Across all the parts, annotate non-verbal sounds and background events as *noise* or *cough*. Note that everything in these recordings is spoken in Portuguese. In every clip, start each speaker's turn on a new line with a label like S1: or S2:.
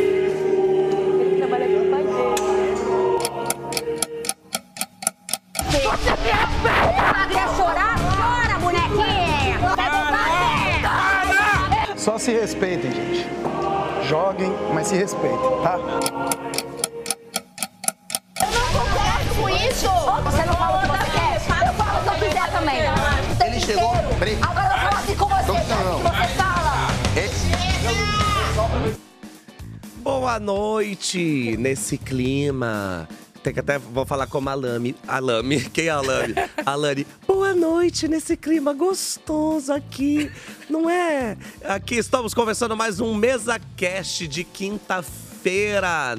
S1: Ele trabalha com o pai dele. Você me aperta! Quer chorar? Chora, bonequinha! Tá de
S2: Só se respeitem, gente. Joguem, mas se respeitem, tá?
S1: Eu não concordo com isso! Você não fala o que você quer. Eu falo o que eu quiser também. O tempo
S3: Ele chegou-
S1: inteiro.
S3: Peraí.
S1: Agora eu falo assim com você,
S4: Então
S3: Não,
S4: tá,
S1: que é assim
S3: não.
S1: que você fala.
S4: É.
S5: Boa noite! Nesse clima. Tem que até vou falar como a Lami. A Lami, *laughs* quem é a Lami? A Lani. Boa noite nesse clima gostoso aqui, não é? Aqui estamos conversando mais um Mesa Cast de quinta-feira.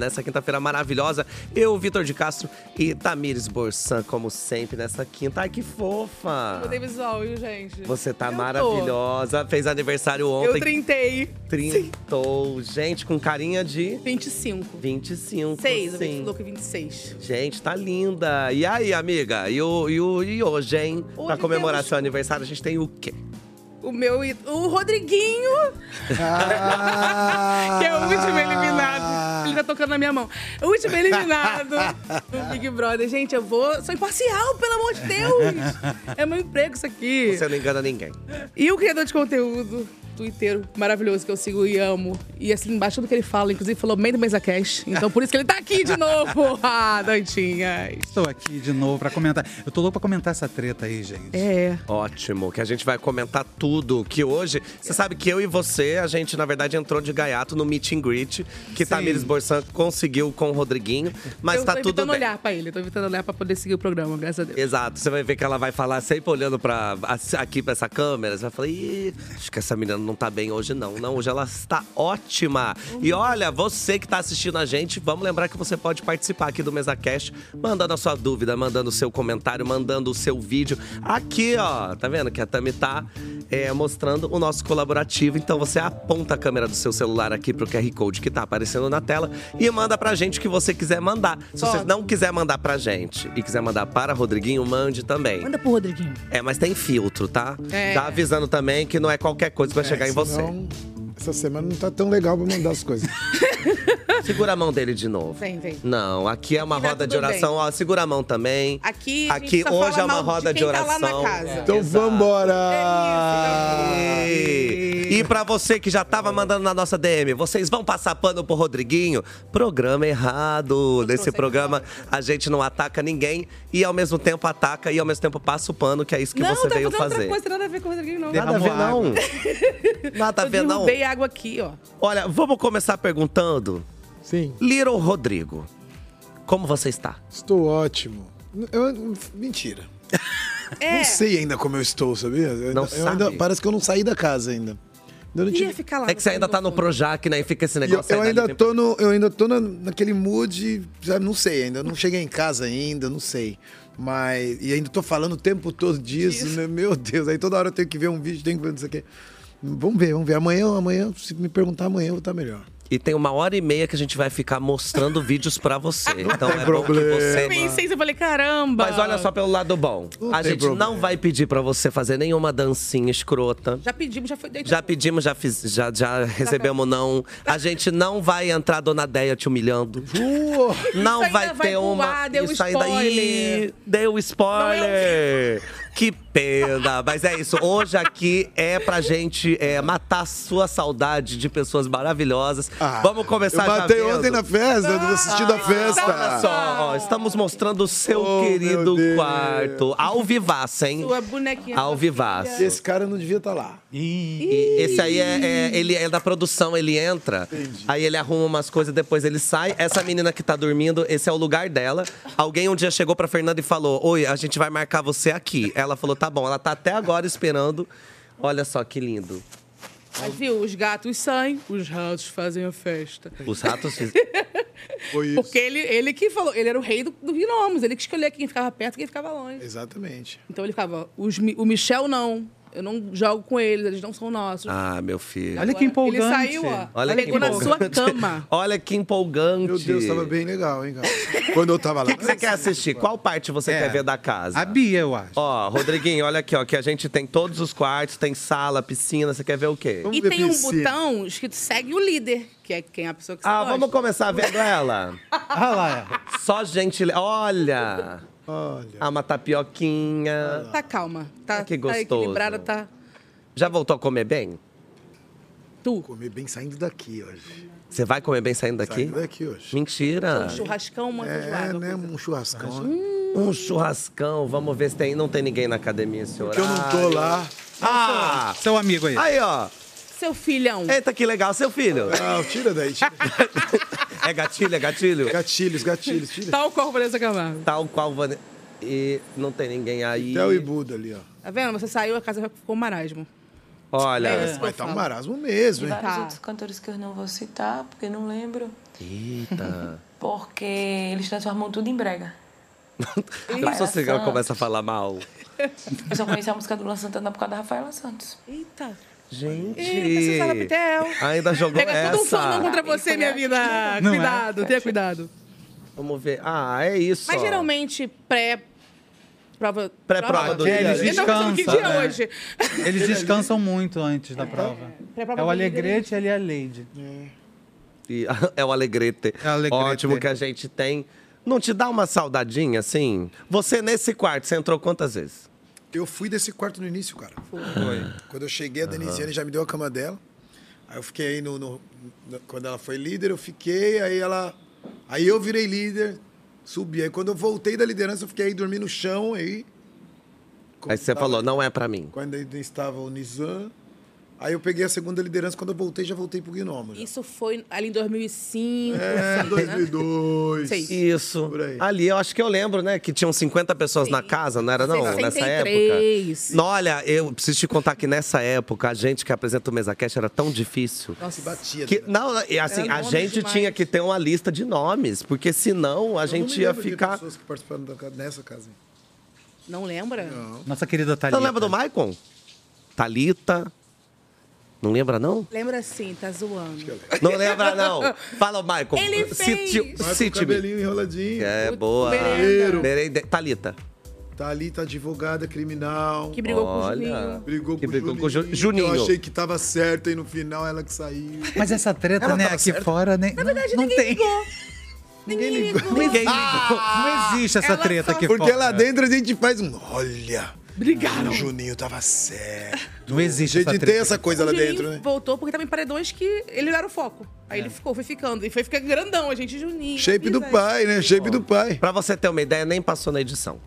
S5: Nessa quinta-feira maravilhosa, eu, Vitor de Castro e Tamires Borsan, como sempre, nessa quinta. Ai, que fofa!
S6: Mudei visual, viu, gente?
S5: Você tá
S6: Eu tô.
S5: maravilhosa, fez aniversário
S6: Eu
S5: ontem.
S6: trintei.
S5: Trintou, gente, com carinha de
S6: 25.
S5: 25.
S6: 6, eu
S5: sim.
S6: fiz look 26.
S5: Gente, tá linda. E aí, amiga? E, o, e, o, e hoje, hein? pra
S6: Hoje
S5: comemorar
S6: temos-
S5: seu aniversário, a gente tem o quê?
S6: O meu. e- O Rodriguinho,
S2: Ah,
S6: que é o último eliminado. Ele tá tocando na minha mão. O último eliminado do Big Brother. Gente, eu vou. Sou imparcial, pelo amor de Deus! É meu emprego isso aqui.
S5: Você não engana ninguém.
S6: E o criador de conteúdo, twitteiro maravilhoso que eu sigo e amo. E assim, embaixo do que ele fala, inclusive falou bem do Mesa Cash. Então por isso que ele tá aqui
S7: *laughs*
S5: *laughs*
S6: de novo. Ah, doidinhas.
S7: Estou aqui de novo pra comentar. Eu tô louco pra comentar essa treta aí, gente.
S6: É.
S5: Ótimo, que a gente vai comentar tudo. Que hoje, você sabe que eu e você, a gente, na verdade, entrou de gaiato no meet and greet que
S7: Sim.
S5: Tamires Borsan conseguiu com o Rodriguinho. Mas
S6: eu
S5: tá
S6: tô
S5: tudo
S6: evitando
S5: bem.
S6: olhar pra ele, tô evitando olhar pra poder seguir o programa, graças a Deus.
S5: Exato, você vai ver que ela vai falar sempre olhando pra, assim, aqui pra essa câmera. Você vai falar, Ih, acho que essa menina não tá bem hoje, não. Não, hoje ela está ótima. E olha, você que tá assistindo a gente, vamos lembrar que você pode participar aqui do MesaCast, mandando a sua dúvida, mandando o seu comentário, mandando o seu vídeo. Aqui, ó, tá vendo que a Tami tá é, mostrando o nosso colaborativo. Então você aponta a câmera do seu celular aqui pro QR Code que tá aparecendo na tela e manda pra gente o que você quiser mandar. Se você
S6: Foto.
S5: não quiser mandar pra gente e quiser mandar para Rodriguinho, mande também.
S6: Manda pro Rodriguinho.
S5: É, mas tem filtro, tá?
S6: É.
S5: Tá avisando também que não é qualquer coisa que vai chegar em você.
S3: Senão, essa semana não tá tão legal pra mandar as
S2: *laughs*
S3: coisas.
S5: Segura a mão dele de novo.
S6: Vem, vem.
S5: Não, aqui é uma
S6: Aqui tá
S5: roda de
S6: tudo
S5: oração. Ó, segura a mão também.
S6: Aqui, a
S5: Aqui
S6: gente só
S5: hoje
S6: fala
S5: é uma
S6: mal de
S5: roda de,
S6: quem tá lá
S5: oração.
S6: na casa. É
S3: Então
S5: Exato.
S3: vambora!
S5: E e pra você que já tava mandando na nossa DM, vocês vão passar pano pro Rodriguinho? Programa errado. Nesse programa a gente não ataca ninguém e ao mesmo tempo ataca e ao mesmo tempo passa o pano, que é isso que
S6: não,
S5: você
S6: tá
S5: veio
S6: fazendo outra
S5: fazer.
S6: coisa, nada a ver com o Rodriguinho, não.
S5: Nada a ver,
S7: Derramou
S5: não. *laughs* Nada a
S6: Eu
S5: ver, não. Tá
S6: derrubei água aqui, ó.
S5: Olha, vamos começar perguntando.
S3: Sim,
S5: Little Rodrigo, como você está?
S3: estou ótimo. Eu- mentira. Não sei ainda como eu estou, sabia? Eu-
S5: Não
S3: eu
S5: sabe?
S3: ainda- parece que eu não saí da casa ainda. Eu não
S6: Ia
S3: tive-
S6: ficar lá.
S5: É que você ainda tá no Projac, né? E fica esse
S3: E eu,
S5: negócio
S3: eu
S5: aí da
S3: ainda
S5: limpa-
S3: tô no, eu ainda tô na- naquele mood, sabe, não sei ainda, eu não cheguei em casa ainda, não sei. Mas e ainda tô falando o tempo todo disso, né? meu Deus, aí toda hora eu tenho que ver um vídeo, tenho que ver não sei o quê. Vamos ver, vamos ver. Amanhã, amanhã, se me perguntar amanhã, eu vou estar melhor.
S5: E tem uma hora e meia que a gente vai ficar mostrando *laughs* vídeos pra você. Então é bom
S3: problema.
S5: que
S6: Eu
S5: você.
S6: pensei, eu falei, caramba.
S5: Mas olha só pelo lado bom.
S3: Não
S5: a
S3: tem
S5: gente não
S3: problema.
S5: vai pedir pra você fazer nenhuma dancinha escrota.
S6: Já pedimos, já foi deitado.
S5: Já pedimos, já, fiz- já, já recebemos não. A gente não vai entrar Dona Deia te humilhando.
S3: Uh,
S5: Não
S6: ainda
S5: vai
S6: vai
S5: ter
S6: pro
S5: uma.
S6: ar, deu spoiler. é
S5: Ih, deu spoiler. Que pena. Mas é isso. Hoje aqui é pra gente é, matar a sua saudade de pessoas maravilhosas.
S3: ah,
S5: Vamos começar
S3: Eu
S5: já
S3: matei
S5: vendo.
S3: ontem na festa, eu tava assistindo a festa.
S5: Ah, Olha só, ó, estamos mostrando o seu
S3: Oh,
S5: querido
S3: meu Deus.
S5: quarto. Ao vivaça, hein?
S6: Sua bonequinha.
S5: Ao vivaça.
S3: Esse cara não devia estar lá.
S7: Ih,
S5: E Esse aí é, é- ele é da produção, ele entra, aí ele arruma umas coisas, depois ele sai. Essa menina que tá dormindo, esse é o lugar dela. Alguém um dia chegou pra Fernanda e falou: Oi, a gente vai marcar você aqui. Ela falou: Tá bom, ela tá até agora esperando. Olha só que lindo.
S6: Mas viu, os gatos saem, os ratos fazem a festa.
S5: Os ratos.
S7: *laughs*
S5: fiz-
S3: Foi isso.
S6: Porque ele, ele que falou, ele era o rei do, do gnomos, ele que escolhia quem ficava perto e quem ficava longe.
S3: Exatamente.
S6: Então ele ficava, os, Mi- o Michel não, Eu não jogo com eles, eles não são nossos.
S5: Ah, meu filho.
S7: Olha que empolgante.
S6: Ele saiu, ó.
S5: Olha
S6: pegou na sua
S5: empolgante.
S6: cama.
S5: Olha que empolgante.
S3: Meu Deus, tava bem legal, hein, cara? Quando eu tava
S5: O
S3: lá. É.
S5: que, que você quer assistir? Qual parte você quer ver da casa?
S7: A Bia, eu acho.
S5: Ó, Rodriguinho, olha aqui, ó. Que a gente tem todos os quartos, tem sala, piscina. Você quer ver o quê?
S3: Vamos
S6: E
S3: ver
S6: tem um
S3: piscina.
S6: botão escrito segue o líder, que é quem é a pessoa que você
S5: Ah,
S6: gosta.
S5: vamos começar vendo ela.
S7: Ah lá,
S5: Só gente. le- Olha!
S3: é. Olha.
S5: Ah, uma tapioquinha.
S6: Tá calma. Tá,
S5: Ah, que
S6: tá
S5: gostoso.
S6: equilibrada, tá.
S5: Já voltou a comer bem?
S6: Tu.
S3: Comi bem saindo daqui hoje.
S5: Você vai comer bem saindo daqui?
S3: Saindo daqui hoje.
S5: Mentira!
S6: Um churrascão, uma
S3: É,
S6: feijoada,
S3: né?
S6: uma coisa.
S3: Um churrascão.
S5: Um churrascão, vamos ver se tem. Não tem ninguém na academia esse
S3: Porque
S5: horário.
S3: eu não tô lá.
S5: Ah!
S7: ó. Seu amigo aí.
S5: Aí, ó.
S6: Hum, Seu filhão.
S5: Eita, que legal, seu filho.
S3: Não, tira daí. Tira.
S5: *laughs* É gatilho, é gatilho.
S3: Gatilhos, gatilhos, tira.
S6: Tá o corpo dessa Camargo.
S5: Tal qual Vane... E não tem ninguém aí.
S3: Theo e Buda ali, ó.
S6: Tá vendo? Você saiu, a casa ficou um marasmo.
S5: Olha.
S6: É isso que eu
S3: Mas tá um
S6: falo.
S3: marasmo mesmo,
S8: E
S3: hein?
S8: vários
S6: Tá.
S8: outros cantores que eu não vou citar, porque não lembro.
S6: *laughs*
S5: Eita.
S8: Porque eles transformam tudo em brega.
S5: *laughs* Eu não sou se ela começa a falar mal.
S8: Eu só conheci a música do Luan Santana por causa da Rafaela Santos.
S6: Eita.
S5: Gente.
S6: Eita, Suzana Pitel.
S5: Ainda jogou
S6: Pega
S5: essa.
S6: tudo um fandom contra você, minha vida.
S7: Não é?
S6: Ah, cuidado, tenha cuidado.
S5: Vamos ver. Ah, é isso.
S6: Mas
S5: ó.
S6: geralmente, pré... Prova...
S5: Pré-prova do
S7: dia. Eles
S6: Então, pensando que dia
S7: descansam, né?
S6: hoje?
S7: Eles descansam muito antes da prova.
S6: Pré-prova
S7: É o
S6: do né?
S7: Alegrete e ali é a Lady.
S5: E- *laughs* É o Alegrete.
S7: É o Alegrete.
S5: Ótimo que a gente tem. Não te dá uma saudadinha, assim? Você, nesse quarto, você entrou quantas vezes?
S3: Eu fui desse quarto no início, cara. Quando eu cheguei, a Denisiane já me deu a cama dela. Aí eu fiquei aí no, no- no- Quando ela foi líder, eu fiquei, aí ela. Aí eu virei líder, subi. Aí quando eu voltei da liderança, eu fiquei aí dormi no chão aí.
S5: Aí você falou, não é pra mim.
S3: Quando ainda estava o Nizam. Aí eu peguei a segunda liderança, quando eu voltei, já voltei pro Gnomo. já.
S6: Isso foi ali em 2005.
S3: É, 2002.
S6: Sei.
S5: Isso.
S3: Por aí.
S5: Ali, eu acho que eu lembro, né? Que tinham 50 pessoas na casa, não era não? Nessa época.
S6: 63.
S5: Não, olha, eu preciso te contar que nessa época, a gente que apresenta o Mesa Cash era tão difícil.
S3: Se batia.
S5: Que,
S3: né?
S5: não, e assim,
S6: Era
S5: a
S6: nome
S5: gente
S6: demais.
S5: tinha que ter uma lista de nomes, porque senão a
S3: Eu não
S5: gente
S3: me
S5: ia
S3: lembro de
S5: ficar.
S3: pessoas que participaram da ca- nessa casa. hein?
S6: Não lembra?
S7: Nossa querida Thalita.
S5: Não lembra do Maicon? Talita. Não lembra, não?
S6: Lembra sim, tá zoando.
S3: *laughs*
S5: Não lembra, não. Fala, o Maicon.
S6: Ele fez.
S3: Mas com o
S5: Cite-me.
S3: cabelinho enroladinho.
S5: É, boa.
S6: merenda.
S5: Merenda. Talita.
S3: Tá ali, tá advogada criminal.
S6: Que brigou com o
S5: Olha.
S6: Juninho.
S3: Brigou,
S5: Que
S3: com,
S5: brigou com
S3: o
S5: o Ju-
S3: Juninho.
S5: Juninho.
S3: Eu achei que tava certo e no final ela que saiu.
S7: Mas essa treta,
S3: Ela
S7: né,
S3: tava
S7: aqui
S3: certa.
S7: fora, né? Na
S6: verdade,
S7: não, não
S6: ninguém
S7: tem.
S6: ligou. Ninguém ligou. Ah!
S7: Ninguém ligou. Não existe essa
S6: Ela
S7: treta
S6: só-
S7: aqui
S3: Porque
S7: fora.
S3: lá dentro a gente faz um. Olha!
S6: Brigaram.
S3: O Juninho tava certo.
S7: Não
S3: A
S7: existe essa
S3: gente tem
S7: treta.
S3: essa coisa
S6: O
S3: lá
S6: Juninho
S3: dentro, né?
S6: voltou porque tava em paredões que ele não era o foco. Aí
S5: É.
S6: ele ficou, foi ficando. E foi ficando grandão, a gente, Juninho.
S3: Shape do
S6: avisa aí.
S3: pai, né? Shape do pai.
S5: Pra você ter uma ideia, nem passou na edição.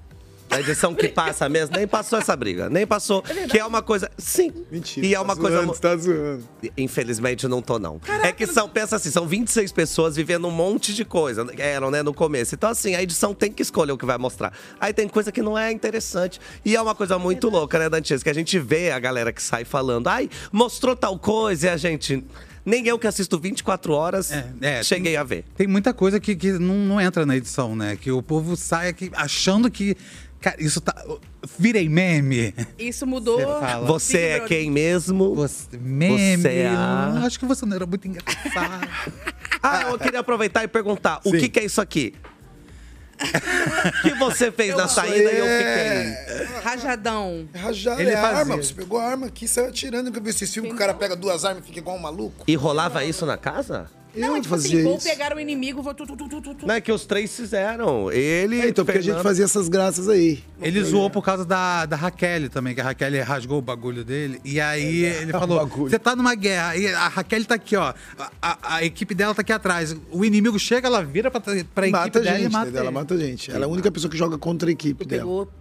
S5: Na
S3: *laughs*
S5: edição que passa mesmo, nem passou essa briga. Nem passou. que é uma coisa. Sim.
S3: Mentira.
S5: E é uma
S3: tá
S5: coisa.
S3: Zoando, você tá zoando.
S5: Infelizmente não tô, não. é que são, pensa assim, são 26 pessoas vivendo um monte de coisa. Eram, né, no começo. Então, assim, a edição tem que escolher o que vai mostrar. Aí tem coisa que não é interessante. E é uma coisa muito louca, né, Dantes? Que a gente vê a galera que sai falando, ai, mostrou tal coisa, e a gente. Nem eu que assisto 24 horas
S7: É, é,
S5: cheguei a ver.
S7: Tem muita coisa que, que não, não entra na edição, né? Que o povo sai aqui achando que. Cara, isso tá. Virei meme.
S6: Isso mudou.
S7: Você fala.
S5: Você é
S6: Brother.
S5: quem mesmo?
S7: Você, meme.
S5: Você é a-
S7: Eu Acho que você não era muito engraçado.
S5: Ah, eu queria aproveitar e perguntar: o
S3: Sim.
S5: que, que é isso aqui? *laughs* que você fez na saída e eu fiquei.
S6: Rajadão.
S3: É. Rajada
S7: Ele
S3: é
S7: fazia.
S3: arma. Você pegou a arma aqui e saiu atirando. Nunca vi esses filmes que o cara pega duas armas e fica igual um maluco.
S5: E rolava isso na casa?
S6: não, é
S3: eu
S6: tipo
S3: fazia
S6: assim, vou
S3: isso.
S6: pegar o inimigo, vou tu, tu, tu, tu, tu, tu.
S5: Não é que os três fizeram. Ele.
S3: É, *laughs* então, porque a gente
S5: Fernando-
S3: fazia essas graças aí.
S7: Ele
S3: é.
S7: zoou por causa da, da Raquel também, que a Raquel rasgou o bagulho dele. E aí ele
S3: *laughs*
S7: falou:
S3: É, né? bagulho.
S7: Você tá numa guerra, e a Raquel tá aqui, ó. A, a- a equipe dela tá aqui atrás. O inimigo chega, ela vira pra, pra equipe
S3: Mata a
S7: dela
S3: gente,
S7: e mata.
S3: entendeu? Ela
S7: ele.
S3: mata a gente. Ela é a única pessoa que joga contra a equipe dela.
S6: Pegou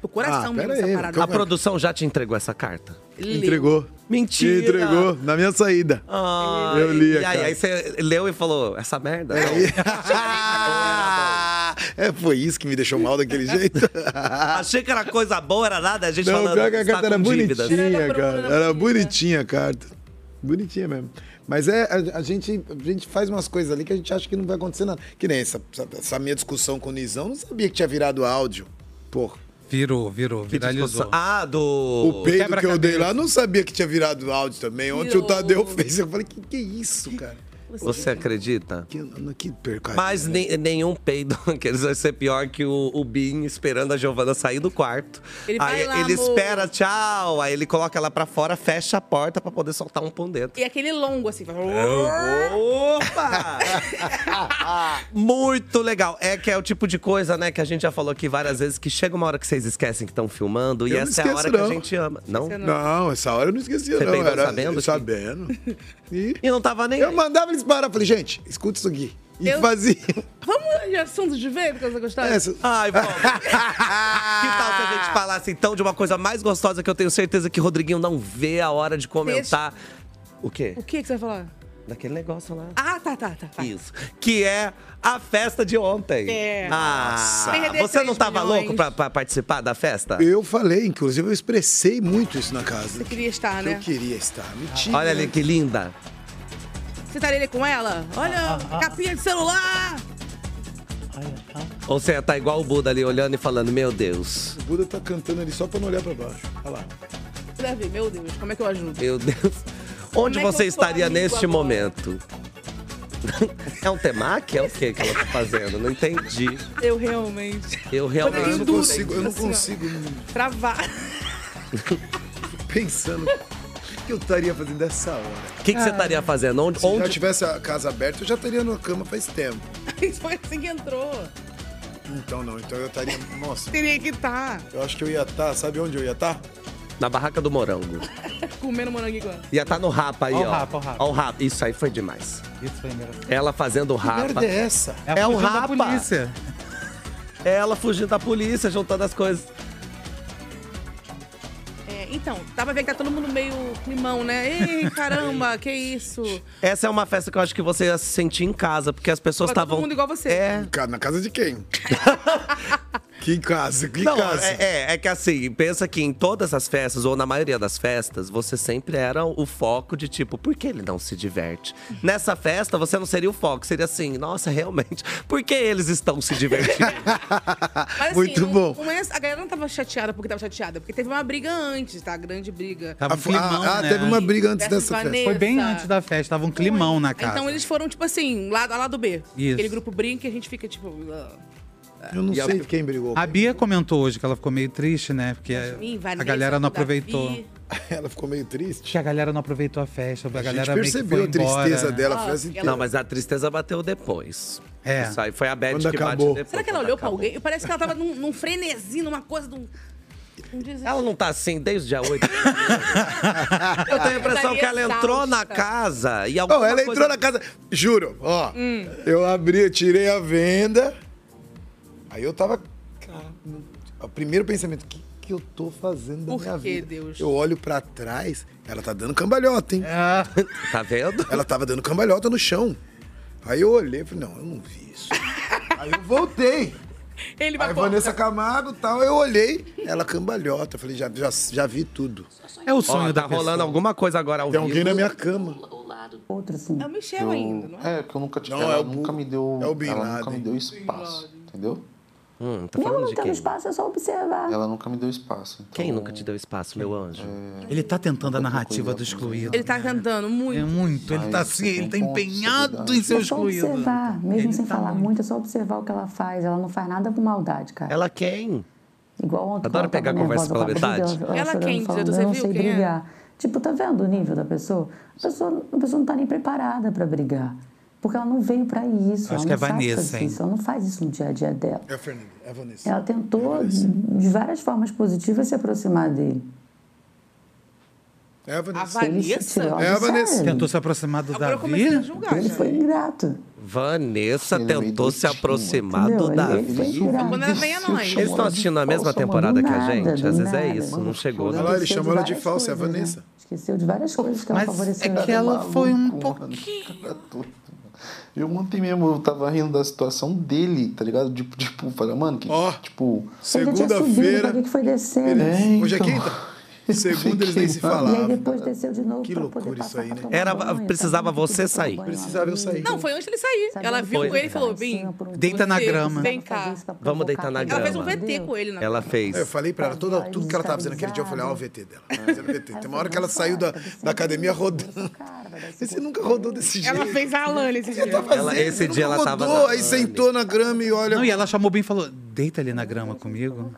S6: pro coração
S3: Ah,
S6: mesmo
S3: pera
S6: essa
S3: aí,
S6: parada.
S3: eu-
S5: A produção já te entregou essa carta?
S6: Ele leu.
S3: Entregou.
S5: Mentira.
S3: Entregou na minha saída.
S5: Ah,
S3: Eu li a
S5: E aí,
S3: carta.
S5: aí você leu e falou: essa merda? Não.
S3: Ah, *laughs* é, foi isso que me deixou mal daquele jeito.
S5: *laughs* Achei que era coisa boa, era nada, a gente
S3: Não,
S5: falando.
S3: pior que a
S5: está
S3: carta era
S5: com dívidas.
S3: bonitinha,
S6: Era
S3: cara.
S6: bonita.
S3: Era bonitinha a carta. Bonitinha mesmo. Mas é, a, a gente, a gente faz umas coisas ali que a gente acha que não vai acontecer nada. Que tipo, nem essa, essa- essa minha discussão com o Nizão, eu não sabia que tinha virado áudio. Pô,
S7: Virou, virou, viralizou.
S5: discussão? Ah, do.
S3: O peito que eu
S7: Quebra-cabeça.
S3: dei lá, não sabia que tinha virado áudio também. Ontem o
S6: Virou.
S3: Tadeu fez. Eu falei, que que é isso, cara?
S5: Você acredita?
S3: Que, no- que né? perca.
S5: Mas ne- nenhum peido, *laughs* que eles vai ser pior que o, o Bin esperando a Giovana sair do quarto.
S6: Ele vai
S5: aí
S6: lá,
S5: ele
S6: amor.
S5: espera, tchau, aí ele coloca ela pra fora, fecha a porta pra poder soltar um pão dentro.
S6: E aquele longo, assim. vai-
S5: Opa! Muito legal. É que é o tipo de coisa, né, que a gente já falou aqui várias vezes, que chega uma hora que vocês esquecem que estão filmando e
S3: Eu não
S5: essa é a
S3: esqueço,
S5: hora que a
S3: não.
S5: gente ama. Não?
S6: Esqueceu,
S3: Não, essa hora eu não esquecia,
S5: Você
S3: é não.
S5: pegou
S3: Era,
S5: sabendo que-
S3: Sabendo. E
S5: E não tava nem.
S3: eu mandava eles parar. Falei, gente, escuta isso aqui. E
S6: Eu-
S3: fazia.
S6: Vamos de assunto de vento, que você gostava?
S3: É, Essa-
S5: É, Ai, vamos. *laughs* que tal se a gente falasse então de uma coisa mais gostosa que eu tenho certeza que o Rodriguinho não vê a hora de comentar? O quê?
S6: O que, que você vai falar?
S5: Daquele negócio lá.
S6: Ah, tá, tá, tá. tá.
S5: Isso. Que é a festa de ontem.
S6: É.
S5: Ah,
S6: Perder
S5: você não
S6: três
S5: tava
S6: milhões.
S5: louco pra, pra participar da festa?
S3: Eu falei, inclusive, eu expressei muito isso na casa.
S6: Você queria estar,
S3: Que
S6: né?
S3: eu queria estar. Mentira.
S5: Ah, Olha ali que linda.
S6: Você tá ali com ela?
S5: Ah,
S6: Olha, a capinha de celular!
S5: Ou você tá igual o Buda ali olhando e falando: Meu Deus,
S3: O Buda tá cantando ali só pra não olhar pra baixo. Olha lá.
S6: Davi, meu Deus, como é que eu ajudo?
S5: meu Deus.
S6: *laughs* é
S5: Onde
S6: que
S5: você
S6: eu sou
S5: estaria
S6: amigo
S5: neste
S6: agora?
S5: momento? *laughs* É um temaki? É o que que ela tá fazendo? Não entendi.
S6: Eu realmente.
S5: Eu
S3: Eu
S5: realmente.
S3: não
S6: Duro.
S3: consigo, eu não
S6: Assim, ó.
S3: consigo
S6: Travar.
S3: *laughs* pensando o que eu estaria fazendo dessa hora.
S5: O que, que
S7: Ah.
S5: você estaria fazendo? Onde,
S3: Se eu já
S5: onde-
S3: tivesse a casa aberta, eu já estaria na cama faz tempo.
S6: Isso foi assim que entrou.
S3: Então não, então eu estaria. Nossa,
S6: Teria que tá estar
S3: eu acho que eu ia estar. assim, Sabe onde eu ia tá? estar?
S5: Na barraca do morango.
S6: comendo moranguinho com ela.
S5: Ia tá no rapa aí, ó.
S7: Ó o rapa, ó o rapa.
S5: Ó rapa. Isso aí foi demais.
S7: Isso foi engraçado.
S5: Ela fazendo o
S3: Que
S5: rapa.
S3: merda é essa?
S5: É um
S7: fugindo da
S5: rapa.
S7: polícia.
S5: Ela fugindo da polícia, juntando as coisas.
S6: É, então, tava vendo que tá todo mundo meio climão, né? Ei,
S7: *laughs*
S6: caramba, que isso.
S5: Essa é uma festa que eu acho que você ia se sentir em casa, porque as pessoas
S6: Tava todo
S5: estavam.
S6: mundo igual você.
S5: É.
S3: Ca- Na casa de quem? que casa? Que
S5: Não,
S3: casa?
S5: é, é, é que assim, pensa que em todas as festas, ou na maioria das festas, você sempre era o foco de tipo, por que ele não se diverte? Nessa festa, você não seria o foco, seria assim, nossa, realmente, por que eles estão se
S3: *laughs*
S5: divertindo?
S6: Mas, assim,
S3: Muito
S6: não-
S3: bom.
S6: não é- a galera não tava chateada porque tava chateada, porque teve uma briga antes, tá? Grande briga.
S7: Tava
S3: Ah,
S7: um climão,
S3: ah, ah,
S7: né?
S3: teve uma briga antes
S6: Versus
S3: dessa festa.
S6: Vanessa.
S7: Foi bem antes da festa, tava um climão na casa.
S6: Então eles foram, tipo assim, lado a lado B.
S7: Isso.
S6: Aquele grupo brinca e a gente fica, tipo. ah.
S3: Eu não
S5: E a-
S3: sei quem brigou.
S5: Ah.
S7: A Bia comentou hoje que ela ficou meio triste, né? Porque
S6: Jasmine,
S7: a
S6: Vanessa,
S7: galera não
S6: Davi.
S7: aproveitou.
S3: Ela ficou meio triste.
S7: Que a galera não aproveitou a festa, a
S3: A
S7: galera
S3: gente
S7: meio que foi
S3: percebeu a
S7: embora. né?
S3: tristeza dela assim, a
S6: Ah,
S3: festa
S6: ela-
S3: inteira.
S5: não, mas a tristeza bateu depois.
S7: É.
S5: Isso aí foi a Beth
S3: Quando
S5: que
S3: acabou.
S5: bate depois.
S6: Será que ela
S5: É, quando
S6: olhou pra
S5: acabou.
S6: alguém? Parece que ela tava num, num frenesi, numa coisa de um. um desejo.
S5: Ela não tá assim desde o dia 8.
S3: *laughs*
S5: eu tenho a impressão que ela entrou na casa e alguma
S3: Não, ela
S5: coisa-
S3: entrou na casa. Juro, ó. Hum. Eu abri, eu tirei a venda. Aí eu tava. cara, não- O primeiro pensamento, o que, que eu tô fazendo da
S6: Por
S3: minha
S6: que,
S3: vida?
S6: Deus?
S3: Eu olho pra trás, ela tá dando cambalhota, hein?
S7: Ah,
S5: *laughs* Tá vendo?
S3: Ela tava dando cambalhota no chão. Aí eu olhei e falei, não, eu não vi
S7: *laughs*
S3: isso. Aí eu voltei.
S6: Ele vai
S3: Aí Vanessa Camargo e tal, eu olhei, ela cambalhota. Eu falei, já, já, já vi tudo.
S7: é o
S5: Ó,
S7: sonho da
S5: tá
S7: pessoa.
S5: rolando alguma coisa agora ao
S3: Tem alguém
S5: vivo.
S3: na minha cama.
S6: É o Michel ainda, não é?
S9: É, porque eu nunca tive.
S3: Não,
S9: ela
S3: é o Bu-
S9: nunca me deu.
S3: é o Bin
S9: ela nunca
S3: Laden.
S9: me deu espaço, entendeu?
S5: Hum, tá falando de quem?
S1: espaço, é só observar.
S9: Ela nunca me deu espaço. Então, É.
S5: Quem nunca te deu espaço, meu anjo?
S7: Ele tá tentando a narrativa do excluído.
S5: né?
S6: Ele tá cantando
S7: É
S6: muito.
S7: muito, ele tá assim, ele tá empenhado em ser o
S10: É só
S7: excluído.
S10: observar, mesmo
S7: Ele
S10: sem
S7: tá
S10: falar
S7: muito.
S10: muito, é só observar o que ela faz. Ela não faz nada com maldade, cara.
S5: Ela quem?
S10: Igual ontem.
S5: Adoro
S10: quando
S5: pegar
S10: eu tava
S5: a conversa
S10: nervosa,
S5: pela
S10: eu tava
S5: metade.
S10: brigando,
S6: Ela
S10: chorando,
S6: quem,
S10: falando,
S6: Diego? Você
S10: eu não
S6: viu
S10: sei
S6: quem é?
S10: brigar. Tipo, tá vendo o nível da pessoa? A pessoa, a pessoa não tá nem preparada pra brigar. Porque ela não veio pra isso.
S7: Acho
S10: ela
S7: que
S10: não
S7: é Vanessa,
S10: sabe fazer
S7: hein?
S10: isso. Ela não faz isso no dia a dia dela.
S3: É a Fernanda, é a Vanessa.
S10: Ela tentou, de várias formas positivas, se aproximar dele.
S3: É a
S7: né?
S6: A
S3: Vanessa.
S10: Ele se
S6: Vanessa.
S10: tirou
S3: É a
S10: do sério.
S3: Vanessa.
S7: Tentou se aproximar do
S6: Agora eu comecei a
S7: Davi.
S6: julgar.
S10: Ele
S6: já.
S10: foi ingrato.
S5: Vanessa
S9: Ele é meio
S5: tentou se
S9: doidinho.
S5: aproximar do
S10: entendeu? Ele-
S5: Davi.
S10: Ele foi ingrato.
S6: Quando ela vem a nós.
S5: Eles estão assistindo a mesma
S10: Nossa,
S5: temporada que
S10: mano,
S5: a
S10: do
S5: gente?
S10: nada,
S5: Às
S10: do
S5: vezes é
S10: nada.
S5: isso, não chegou.
S10: Ela
S3: Olha lá, ele
S10: esqueceu
S3: chamou
S10: de
S3: ela de
S10: várias
S3: falsa, é a
S10: coisas, né?
S3: Vanessa.
S10: Esqueceu de várias coisas que ela
S7: Mas
S10: favoreceu.
S7: é que ela foi um pouquinho.
S9: Eu ontem mesmo eu tava rindo da situação dele, tá ligado? Tipo, tipo falei, mano, que.
S3: Ó.
S9: Tipo.
S10: Ele já tinha subido, pra
S3: Segunda-feira.
S10: que que foi descendo?
S9: É,
S3: Hoje é
S9: *laughs* então.
S3: quinta? Segundo, eles nem se
S9: Fiquei mal.
S10: E aí
S3: falavam.
S10: depois desceu de novo
S3: Que
S10: pra
S3: loucura
S10: poder
S3: isso
S10: passar
S3: aí,
S10: pra
S3: né?
S10: tomar um
S5: Era-
S10: banho, então
S5: precisava
S10: tive que
S5: você
S10: tomar
S5: sair.
S10: banho
S3: Precisava eu sair.
S6: Não, foi antes dele sair.
S10: Sabe,
S6: Ela
S10: eu
S6: viu
S10: fui
S6: ele e falou:
S10: pra
S6: Vim,
S10: cima por um
S7: Deita na
S10: tempo,
S7: grama.
S6: Vem
S10: pra fazer
S6: cá.
S10: isso, pra
S5: Vamos deitar na
S10: provocar
S6: Ela
S5: grama.
S6: fez um
S10: aquele
S6: VT
S10: entendeu?
S6: com ele na
S5: Ela fez.
S3: Eu falei pra ela toda, tudo que ela tava dizendo naquele dia, eu falei, ah, o VT dela. tá fazendo VT. Tem uma hora que ela saiu da, da academia rodando. Você nunca rodou desse jeito.
S6: Ela fez a Alane
S3: *laughs*
S6: esse dia.
S3: Fazendo,
S5: Ela- é-
S3: você
S5: esse
S3: nunca
S5: dia ela tava
S3: rodou,
S5: na-
S3: Aí sentou na grama e olha.
S7: Não, e ela chamou bem e falou: deita ali na grama comigo.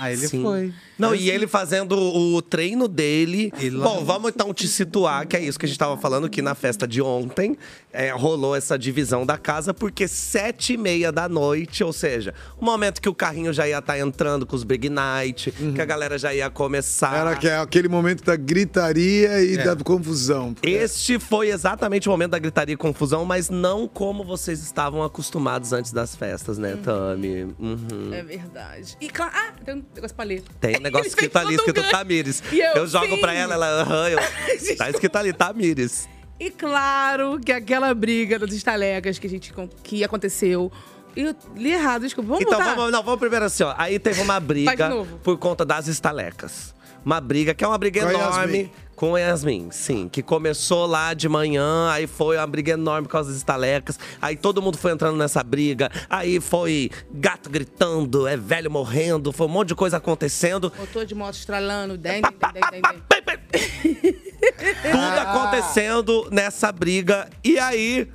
S7: Aí ele
S5: Sim.
S7: foi.
S5: Não, e ele fazendo o treino dele.
S7: E lá-
S5: Bom, vamos então te situar, que é isso que a gente tava falando, que na festa de ontem é, rolou essa divisão da casa, porque sete e meia da noite, ou seja, o momento que o carrinho já ia estar entrando com os Big Night,
S7: Uhum.
S5: que a galera já ia começar.
S3: Era que- é aquele momento da gritaria e
S7: É.
S3: da confusão.
S5: Este foi exatamente o momento da gritaria e confusão, mas não como vocês estavam acostumados antes das festas, né, Tami? Uhum.
S6: É verdade. E claro, ah, tem um negócio pra ler. *laughs*
S5: Tem um negócio
S6: Ele
S5: escrito
S6: fez
S5: ali,
S6: todo um
S5: escrito
S6: gancho.
S5: Tamires.
S6: E
S5: Eu,
S6: eu,
S5: jogo
S6: sim.
S5: pra ela, ela. aham,
S6: *laughs*
S5: eu... tá escrito ali, Tamires.
S6: E claro que aquela briga das estalecas que a gente con- que aconteceu. E eu li errado, desculpa. Vamos
S5: então,
S6: voltar.
S5: vamos, não, vamos primeiro assim, ó. Aí teve
S6: *laughs*
S5: uma briga
S6: novo.
S5: por conta das estalecas. Uma briga que é uma briga
S3: Com a
S5: enorme
S3: Yasmin.
S5: com a Yasmin, sim. Que começou lá de manhã, aí foi uma briga enorme por causa das estalecas. Aí todo mundo foi entrando nessa briga. Aí foi gato gritando, é velho morrendo, foi um monte de coisa acontecendo.
S6: Motor de moto estralando, dente,
S5: É Pá,
S6: dente,
S5: pá,
S6: dente,
S5: pá,
S6: dente.
S5: pá, pá. Tudo acontecendo nessa briga. E aí,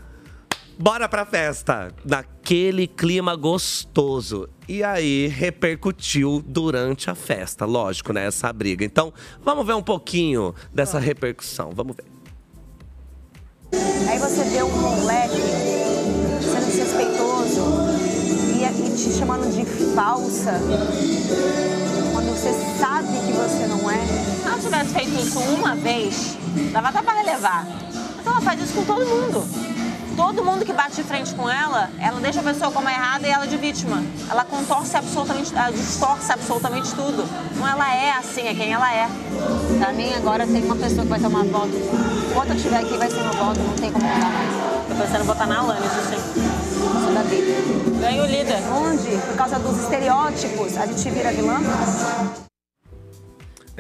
S5: bora pra festa. Naquele clima gostoso. E aí, repercutiu durante a festa, lógico, né? Essa briga. Então, vamos ver um pouquinho dessa repercussão. Vamos ver.
S1: Aí você vê um moleque sendo desrespeitoso e, e te chamando de falsa. Quando você sabe que você não é.
S11: Se ela tivesse feito isso uma vez, dava até pra relevar. Mas ela faz isso com todo mundo. Todo mundo que bate de frente com ela, ela deixa a pessoa como é errada e ela de vítima. Ela contorce absolutamente, ela distorce absolutamente tudo. Não, ela é assim, é quem ela é.
S1: Pra mim agora tem uma pessoa que vai tomar voto. Enquanto eu estiver aqui vai ser uma voto, não tem como mudar mais.
S11: Tô pensando em botar na Alane, isso sim.
S1: Isso é da vida.
S11: Ganha o líder.
S1: Onde, por causa dos estereótipos, a gente vira vilã?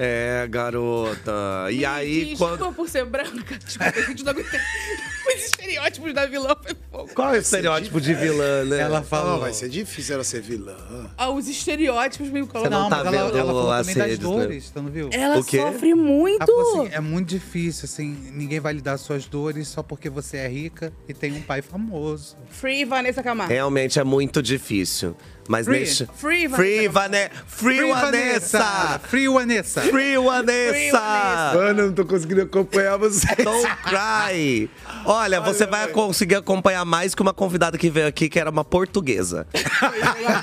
S5: É, garota. E aí,
S6: Desculpa
S5: quando.
S6: por ser branca. Desculpa, a gente não aguentei. *laughs* Os estereótipos da vilã foi pouco.
S5: Qual é o estereótipo de vilã, né?
S7: Ela
S3: Falou,
S7: falou.
S3: vai ser difícil ela ser vilã.
S6: Ah, os estereótipos meio
S5: Você não
S6: colocados.
S5: tá
S7: mas ela,
S5: vendo
S7: ela falou
S5: as
S7: também das
S5: redes, né?
S7: dores, você não viu?
S6: Ela
S5: O quê?
S6: sofre muito.
S7: Ela falou assim, é muito difícil, assim, ninguém vai lhe dar suas dores só porque você é rica e tem um pai famoso.
S6: Free Vanessa Camargo.
S5: Realmente é muito difícil. Mas
S7: Free.
S5: neste.
S6: Free Vanessa.
S5: Free, Vane... Free, Vanessa!
S7: Free Vanessa!
S5: Tá. Free Vanessa!
S3: Ana, eu não tô conseguindo acompanhar você.
S5: Don't cry! Olha, você vai conseguir acompanhar mais que uma convidada que veio aqui, que era uma portuguesa.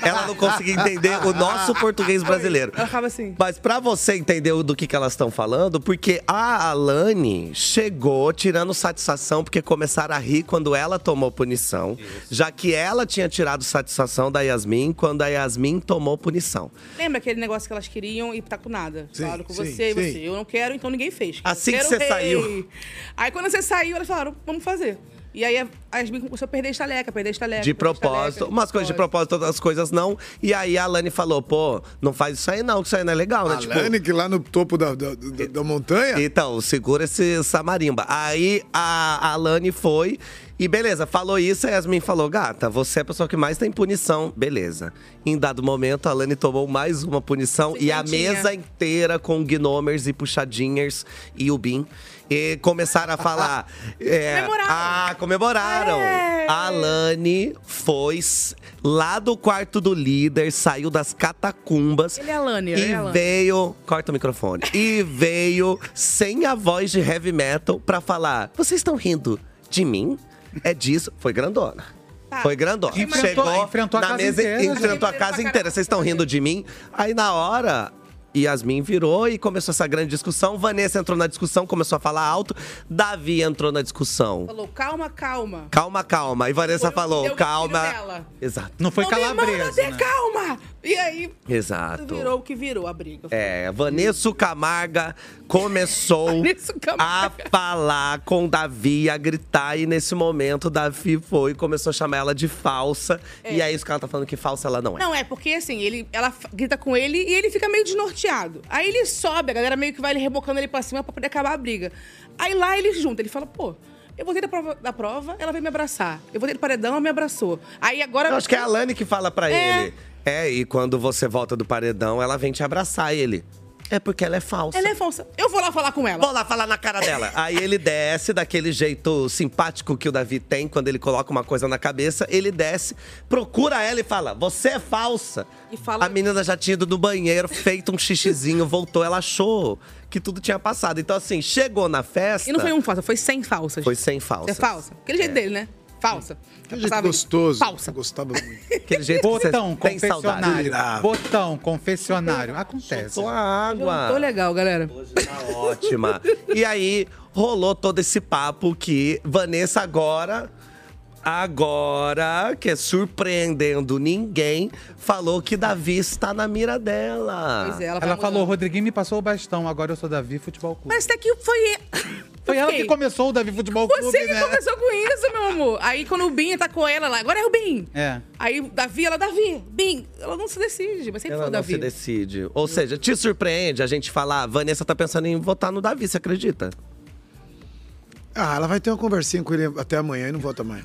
S5: Ela não conseguia entender o nosso português brasileiro.
S6: Ah, Ela acaba assim.
S5: Mas pra você entender o- do que, que elas estão falando, porque a Alane chegou tirando satisfação, porque começaram a rir quando ela tomou punição. Já que ela tinha tirado satisfação da Yasmin quando a Yasmin tomou punição.
S6: Lembra aquele negócio que elas queriam e tá com nada?
S3: Sim,
S6: falaram com
S3: sim,
S6: você
S3: sim.
S6: e você. Eu não quero, então ninguém fez.
S5: Assim que
S6: Era o
S5: você
S6: rei.
S5: saiu.
S6: Aí quando você saiu, elas falaram, vamos fazer. E aí a a Yasmin começou a perder estaleca, perder estaleca.
S5: De
S6: perder
S5: propósito,
S6: estaleca,
S5: umas coisas de propósito, outras coisas não. E aí a Alane falou, pô, não faz isso aí não, que isso aí não é legal, né?
S3: A Lani, que lá no topo da, da,
S5: Tipo,
S3: da- da montanha.
S5: Então, segura esse samarimba. Aí a a Alane foi e beleza, falou isso, a Yasmin falou: gata, você é a pessoa que mais tem punição. Beleza. Em dado momento, a Alane tomou mais uma punição e a
S6: Cinquentinha.
S5: mesa inteira com gnomers e puxadinhas e o Bin. E começaram a falar. é,
S6: Comemoraram.
S5: Ah, comemoraram!
S6: É.
S5: A Alane foi s- lá do quarto do líder, saiu das catacumbas.
S6: Ele é Alane, ele
S5: E
S6: é Alane.
S5: veio. Corta o microfone. E veio sem a voz de heavy metal pra falar: vocês estão rindo de mim? É disso. Foi grandona.
S6: Tá.
S5: Foi grandona.
S7: Enfrentou-
S5: Chegou
S7: enfrentou a
S5: na
S7: casa
S5: mesa
S7: inteira, gente.
S5: enfrentou a casa inteira. Vocês estão rindo de mim? Aí na hora. Yasmin virou e começou essa grande discussão. Vanessa entrou na discussão, começou a falar alto. Davi entrou na discussão.
S6: Falou, calma, calma.
S5: Calma, calma. E Vanessa
S6: Foi o que
S5: falou,
S6: deu o
S5: calma.
S6: filho dela.
S5: Exato.
S7: Não foi
S6: Não me
S7: calabresa.
S6: manda ter
S7: né?
S6: calma! E aí,
S5: Exato.
S6: virou o que virou a briga.
S5: É, Vanessa Camarga começou
S6: *laughs* Vanessa Camarga.
S5: a falar com Davi, a gritar. E nesse momento, Davi foi e começou a chamar ela de falsa. E é isso que ela tá falando, que falsa ela não é.
S6: Não, é porque assim, ele, ela fa- grita com ele e ele fica meio chateado. Aí ele sobe, a galera meio que vai ele rebocando ele pra cima pra poder acabar a briga. Aí lá eles juntam, ele fala, pô. Eu voltei da prova, da prova, ela veio me abraçar. Eu voltei do paredão, ela me abraçou. Aí agora.
S5: Eu acho que é a Lani que fala pra
S6: É.
S5: ele. É, e quando você volta do paredão, ela vem te abraçar ele. É porque ela é falsa.
S6: Ela é falsa. Eu vou lá falar com ela. Vou
S5: lá falar na cara dela. Aí ele desce daquele jeito simpático que o Davi tem quando ele coloca uma coisa na cabeça. Ele desce, procura ela e fala: Você é falsa.
S6: E fala-
S5: A menina já tinha ido no banheiro, feito um xixizinho, voltou, ela achou que tudo tinha passado. Então, assim, chegou na festa.
S6: E não foi um falsa, foi 100 falsas.
S5: Foi sem falsa.
S6: É falsa. Aquele jeito dele, né? Falsa.
S3: Que
S6: Passava
S3: jeito
S6: aí.
S3: gostoso. Falsa. Gostava muito.
S5: *laughs* Aquele jeito que você
S7: Botão,
S5: tem saudade.
S7: confessionário. Botão, confessionário. Acontece.
S5: Soltou a água.
S6: Tô legal, galera.
S5: Ótima. E aí rolou todo esse papo que Vanessa agora. Agora, que é surpreendendo ninguém, falou que Davi está na mira dela.
S6: Pois é, ela vai
S7: Ela falou, Rodriguinho me passou o bastão, agora eu sou Davi Futebol Clube.
S6: Mas até que foi.
S7: Foi ela que começou o Davi Futebol Clube,
S6: Você que
S7: né?
S6: começou com isso, meu amor. Aí quando o Bin atacou ela lá, agora é o Bin.
S7: É.
S6: Aí o Davi, ela, Davi, Bin. Ela não se decide, mas sempre
S5: Ela
S6: foi
S5: não
S6: o Davi.
S5: se decide. Ou seja, te surpreende a gente falar, Vanessa tá pensando em votar no Davi, você acredita?
S3: Ah, ela vai ter uma conversinha com ele até amanhã e não volta mais.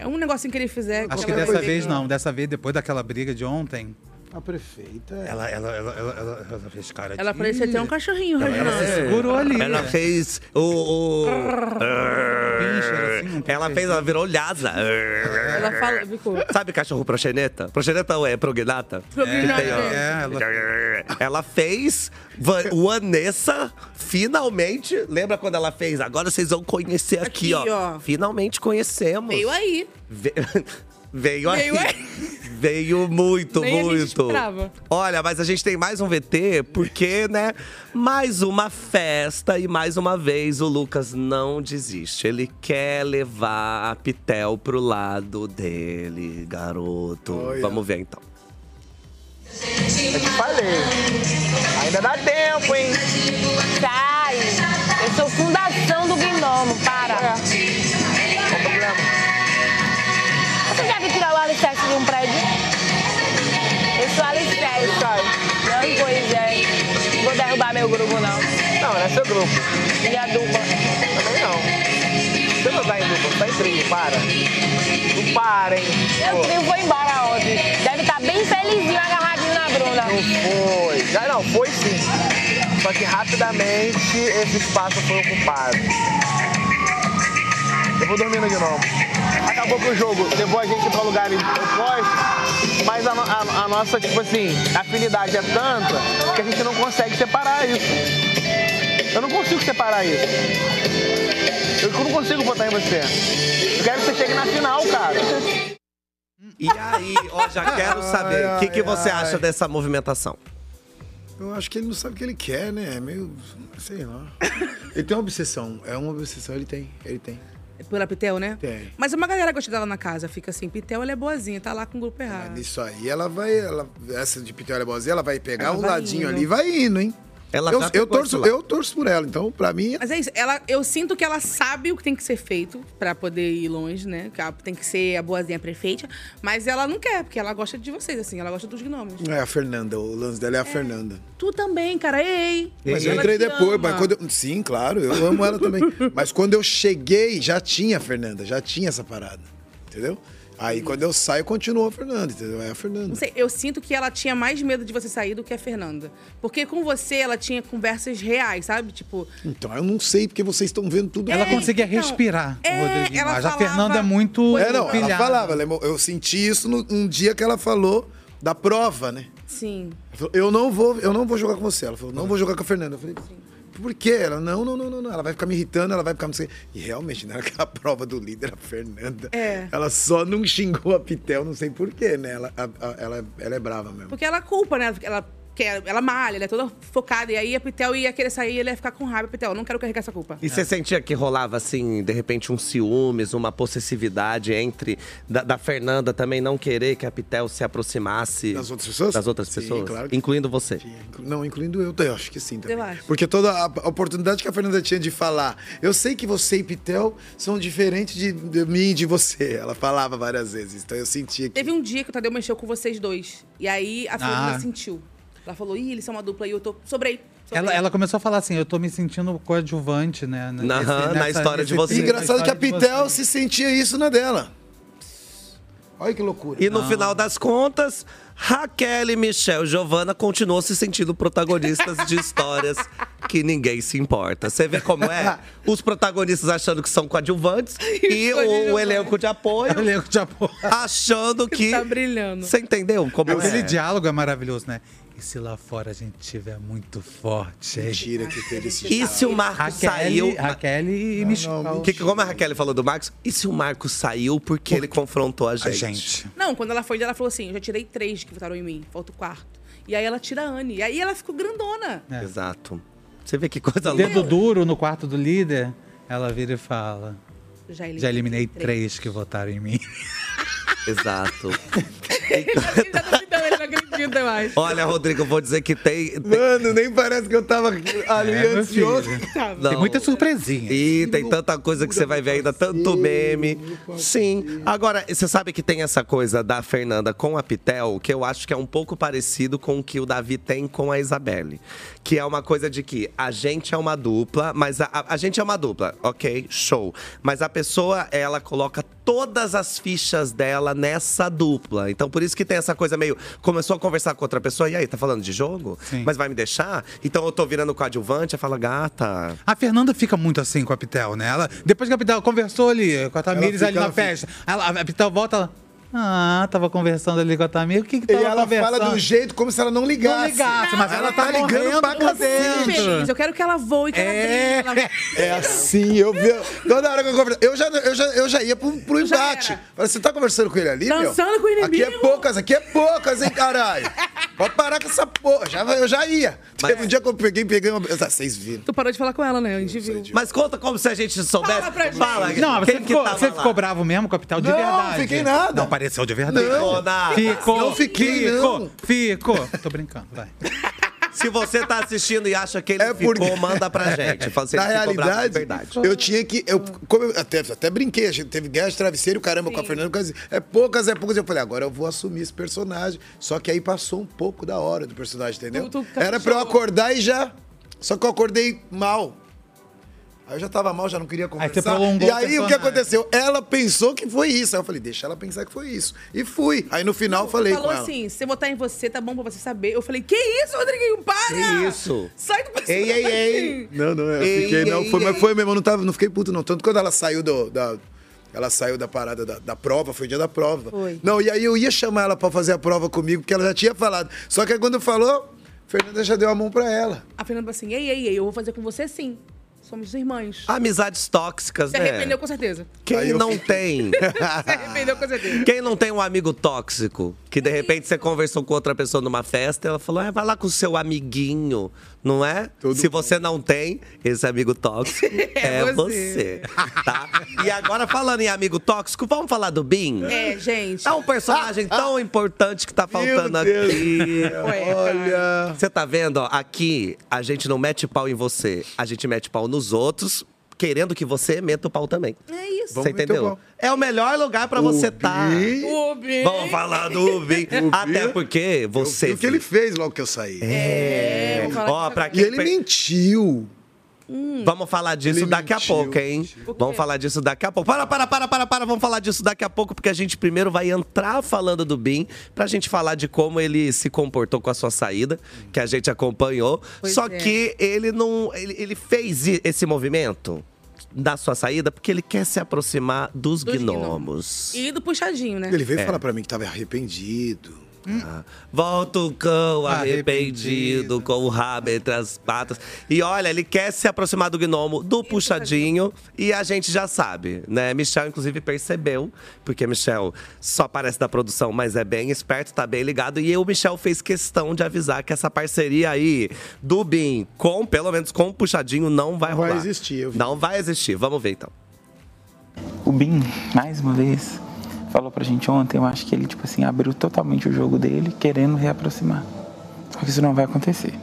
S6: É um negocinho que ele fizer.
S7: Acho que
S6: ela vai
S7: dessa
S6: ver
S7: vez
S6: que-
S7: não, dessa vez, depois daquela briga de ontem,
S3: A prefeita.
S7: ela, ela, ela, ela, ela, ela fez cara
S6: Ela
S7: de...
S6: parecia ter um cachorrinho,
S7: Ela- ela
S6: Reginaldo.
S7: se segurou ali.
S5: Ela fez o. o- ela fez, ela virou olhada.
S6: Ela fala, ficou.
S5: Sabe cachorro proxeneta? Proxeneta é prognata?
S6: Prognata,
S5: Que tem, ó.
S6: é,
S5: ela... fez Va- Vanessa, finalmente. Lembra quando ela fez? Agora vocês vão conhecer aqui,
S6: Aqui,
S5: ó.
S6: ó.
S5: Finalmente conhecemos.
S6: Veio aí.
S5: Ve- *laughs* Veio aí.
S6: Veio
S5: Veio,
S6: aí.
S5: muito,
S6: Nem a gente
S5: muito.
S6: esperava.
S5: Olha, mas a gente tem mais um VT, porque, né? Mais uma festa e mais uma vez o Lucas não desiste. Ele quer levar a Pitel pro lado dele, garoto. Vamos ver então.
S2: Eu te falei. Ainda dá tempo, hein?
S11: Sai! Eu sou fundação do gnomo, para!
S2: É.
S11: Você já me tirar o alicerce de um prédio? Eu sou alicerce, sabe? Não, pois é. Não vou derrubar meu grupo, não.
S2: Não, não é seu grupo.
S11: Minha dupla.
S2: Também não. Você não tá em dupla, você tá em trio, para. Não para, hein?
S11: Meu trio foi embora ontem. Deve estar bem felizinho agarradinho na Bruna.
S2: Não foi. Já não, foi sim. Só que rapidamente esse espaço foi ocupado. Eu vou dormindo de novo. Acabou com o jogo. Levou a gente pra um lugares opostos, mas a, no- a- a nossa, tipo assim, afinidade é tanta que a gente não consegue separar isso. Eu não consigo separar isso. Eu não consigo votar em você. Eu quero que você chegue na final, cara.
S5: E aí, ó, já quero saber. O que, que você acha dessa movimentação?
S3: Eu acho que ele não sabe o que ele quer, né? É meio. sei
S5: *laughs*
S3: lá. Ele tem uma obsessão. É uma obsessão, ele tem. Ele tem.
S6: Pela Pitel, né?
S3: Tem.
S6: Mas uma galera gosta dela na casa, fica assim, Pitel, ela é boazinha, tá lá com o grupo errado.
S3: Isso aí, ela vai. Ela, essa de Pitoria Bozinha, ela vai pegar
S6: Ela
S3: um
S6: vai
S3: ladinho
S6: indo.
S3: ali e vai indo, hein?
S5: Ela
S3: eu,
S5: já
S3: eu
S5: pegou
S3: torço,
S5: esse lado.
S3: eu torço por ela, então, pra mim.
S6: Mas é isso, ela, eu sinto que ela sabe o que tem que ser feito pra poder ir longe, né? Que ela tem que ser a boazinha prefeita, mas ela não quer, porque ela gosta de vocês, assim, ela gosta dos gnomos.
S3: É a Fernanda, o lance dela é a Fernanda.
S6: Tu também, cara, ei!
S3: Mas eu
S6: Ela
S3: entrei
S6: te
S3: depois,
S6: ama.
S3: mas quando eu, Sim, claro, eu amo ela
S6: *laughs*
S3: também. mas quando eu cheguei, já tinha a Fernanda, já tinha essa parada. Entendeu? Aí quando eu saio, continua a Fernanda, entendeu? É a Fernanda.
S6: Não sei, eu sinto que ela tinha mais medo de você sair do que a Fernanda. Porque com você, ela tinha conversas reais, sabe? Tipo,
S3: Então, eu não sei porque vocês estão vendo tudo. É, então,
S7: Ela conseguia respirar, o Rodriguinho.
S6: ela
S7: Mas a
S6: falava-
S7: Fernanda é muito
S3: É, não, ela
S7: pilhada.
S3: falava. ela emo- Eu senti isso no, um dia que ela falou da prova, né?
S6: sim.
S3: Ela falou, eu não vou, eu não vou jogar com você. Ela falou, não vou jogar com a Fernanda. Eu falei, por quê? Ela, não, não, não, não, não. Ela vai ficar me irritando, ela vai ficar me. E realmente, *laughs* na hora que a prova do líder, a Fernanda.
S6: É.
S3: Ela só não xingou a Pitel, não sei por quê, né? Ela, a- a- ela, ela é brava mesmo.
S6: Porque ela culpa, né? Ela, quer, ela malha, ela é toda focada. E aí a Pitel ia querer sair e ele ia ficar com raiva. Pitel, eu não quero carregar essa culpa.
S5: E
S3: É.
S5: você sentia que rolava, assim, de repente, um ciúmes, uma possessividade entre da, da Fernanda também não querer que a Pitel se aproximasse
S3: Das outras pessoas?
S5: Das outras
S3: Sim,
S5: pessoas,
S3: claro que-
S5: incluindo você.
S3: Inclu- Não, incluindo eu, eu acho que sim também.
S6: Eu acho.
S3: Porque toda a a oportunidade que a Fernanda tinha de falar, eu sei que você e Pitel são diferentes de, de mim e de você. Ela falava várias vezes, então eu sentia que.
S6: Teve um dia que o Tadeu mexeu com vocês dois. E aí a Fernanda
S3: Ah.
S6: sentiu. Ela falou, ih, eles são uma dupla e eu tô. Sobrei. sobrei.
S7: Ela, ela começou a falar assim, eu tô me sentindo coadjuvante, né? nesse-
S5: Na- na história de vocês.
S3: Engraçado que a
S5: História de
S3: Pitel se sentia isso na dela. Olha que loucura. Ah.
S5: E no final das contas, Raquel, e Michel e Giovanna continuam se sentindo protagonistas de *laughs* histórias que ninguém se importa. Você vê como *laughs* é? Os protagonistas achando que são coadjuvantes *laughs* e o, *laughs* elenco de apoio.
S7: elenco de apoio.
S5: Achando que.
S7: Tá
S6: brilhando.
S5: Você entendeu como é?
S7: Aquele diálogo é maravilhoso, né? E se lá fora a gente tiver muito forte?
S3: Mentira que teve esse
S5: E se o Marco
S7: Raquel,
S5: saiu.
S7: Raquel e Michel.
S5: que, que- como a Raquel falou do Marcos? E se o Marcos saiu porque ele confrontou a gente?
S6: Não, quando ela foi, ela falou assim: eu já tirei três que votaram em mim, falta o quarto. E aí ela tira a Anne. E aí ela ficou grandona.
S5: É. Exato. Você vê que coisa
S7: Dedo
S5: louca.
S7: duro no quarto do líder, ela vira e fala.
S6: Já
S7: Já eliminei três que votaram em mim. *laughs*
S5: *laughs* Exato.
S6: Não, ele não acredita mais.
S5: Olha, Rodrigo, eu vou dizer que tem.
S3: Mano, nem parece que eu tava ali
S7: É, meu
S3: antes de outro.
S7: filho.
S5: *laughs*
S7: Tem muita surpresinha.
S5: E tem tanta coisa que você vai ver ainda, tanto meme. Sim. Agora, você sabe que tem essa coisa da Fernanda com a Pitel, que eu acho que é um pouco parecido com o que o Davi tem com a Isabelle. Que é uma coisa de que a gente é uma dupla, mas a, a- a gente é uma dupla, ok, show. Mas a pessoa, ela coloca todas as fichas dela nessa dupla. Então, por isso que tem essa coisa meio. Começou a conversar com outra pessoa, e aí, tá falando de jogo? Mas vai me deixar? Então eu tô virando coadjuvante, aí fala, gata.
S7: A Fernanda fica muito assim com a Pitel, né? Ela, depois que a Pitel conversou ali com a Tamires
S3: fica,
S7: ali na
S3: ela fica.
S7: festa, ela- a Pitel volta ela. Ah, tava conversando ali com a Tamires. O que que
S3: E
S7: tava
S3: ela
S7: conversando?
S3: fala do jeito como se ela não ligasse.
S7: Não ligasse, mas ela tá morrendo por dentro.
S6: Feliz, eu quero que ela voe, que
S3: É.
S6: ela brilhe. que
S3: É assim, eu vi. Toda hora que eu converso. Eu já, eu já, eu já ia pro, pro embate. Falei, você tá conversando com ele ali? meu?
S6: Dançando com o inimigo.
S3: Aqui é poucas, aqui é poucas, hein, caralho. Pode parar com essa porra. Já, eu já ia. Teve um dia que eu peguei, peguei uma. Ah, Vocês viram.
S6: Tu parou de falar com ela, né? A gente viu.
S5: Mas conta como se a gente soubesse.
S6: Fala pra gente.
S7: Não, mas você,
S5: quem que
S7: ficou,
S5: tava
S7: você
S5: lá?
S7: ficou bravo mesmo com a Pitel de
S5: Não,
S7: verdade?
S5: fiquei nada.
S7: Não pareceu de verdade.
S5: Não. Nada.
S7: Ficou,
S5: Não fiquei,
S7: ficou,
S5: não.
S7: ficou. Tô brincando, vai.
S5: Se você tá assistindo e acha que ele ficou, manda pra gente. Fala se
S3: É Na
S5: ele ficou bravo de
S3: realidade,
S5: verdade.
S3: eu tinha que. Eu, como eu até, até brinquei, a gente teve guerra de travesseiro, caramba, com a Fernanda. por causa disso. É poucas, é poucas. Eu falei, agora eu vou assumir esse personagem. Só que aí passou um pouco da hora do personagem, entendeu?
S6: Tu- tu
S3: Era pra eu acordar e já. Só que eu acordei mal. Aí eu já tava mal, já não queria conversar.
S7: você prolongou
S3: e
S7: o
S3: aí o que
S7: personagem.
S3: aconteceu? Ela pensou que foi isso. Aí eu falei, deixa ela pensar que foi isso. E fui. Aí no final eu falei
S6: falou
S3: com ela.
S6: assim: se eu botar em você, tá bom pra você saber. Eu falei, que isso, Rodriguinho? Para!
S3: Que isso?
S6: Sai do personagem!
S3: Ei, ei, ei. *laughs* Não, não, eu
S6: Ei,
S3: fiquei, não.
S6: ei,
S3: Foi, mas
S6: ei.
S3: foi mesmo, eu não, tava, não fiquei puto, não. Tanto quando ela saiu do, da. Ela saiu da parada da, da prova, foi o dia da prova.
S6: Foi.
S3: Não, e aí eu ia chamar ela pra fazer a prova comigo, porque ela já tinha falado. Só que aí quando falou, Fernanda já deu a mão pra ela.
S6: A Fernanda falou assim: ei, ei, ei, eu vou fazer com você sim. Somos irmãs.
S5: Amizades tóxicas,
S6: Se
S5: né?
S6: arrependeu com certeza.
S5: Quem não
S3: *laughs*
S5: tem?
S6: *laughs* Se arrependeu com certeza.
S5: Quem não tem um amigo tóxico? Que de repente você conversou com outra pessoa numa festa e ela falou: ah, vai lá com o seu amiguinho, não é? Se você não tem, esse amigo
S6: *laughs*
S5: tóxico é, você. tá? E agora, falando em amigo tóxico, vamos falar do Bim?
S6: É, gente. Ah,
S5: É um personagem tão importante que tá faltando
S6: Deus.
S5: aqui.
S6: Ué,
S3: Olha.
S5: Você tá vendo, ó, aqui a gente não mete pau em você, a gente mete pau nos outros, querendo que você meta o pau também.
S6: É isso.
S5: você entendeu? É o melhor lugar pra você tá.
S6: O Bi.
S5: Vamos falar do Bim. Até porque você.
S3: o que ele fez logo que eu saí.
S5: É.
S6: vamos falar
S5: Ó,
S6: disso
S5: pra
S3: E
S5: quem
S3: ele
S5: per-
S3: mentiu.
S5: Vamos falar disso daqui a pouco, hein? Vamos falar disso daqui a pouco. Para, para, para, para, para. Vamos falar disso daqui a pouco, porque a gente primeiro vai entrar falando do Bim, pra gente falar de como ele se comportou com a sua saída, que a gente acompanhou.
S12: Pois
S5: Só
S12: é.
S5: que ele não. Ele, ele fez i- esse movimento da sua saída porque ele quer se aproximar dos,
S6: Dos gnomos.
S5: gnomos.
S6: E do puxadinho, né?
S3: Ele veio
S5: É.
S3: falar pra mim que tava arrependido.
S5: Ah, Volta o cão arrependido, com o rabo entre as patas. E olha, ele quer se aproximar do gnomo, do puxadinho. E a gente já sabe, né? Michel, inclusive, percebeu. Porque Michel só parece da produção, mas é bem esperto, tá bem ligado. E o Michel fez questão de avisar que essa parceria aí do Bim com, pelo menos com o puxadinho, não vai rolar. Não vai existir. Não vai existir. Vamos ver, então.
S12: O Bin, mais uma vez, falou pra gente ontem, eu acho que ele, tipo assim, abriu totalmente o jogo dele, querendo reaproximar. Só que isso não vai acontecer.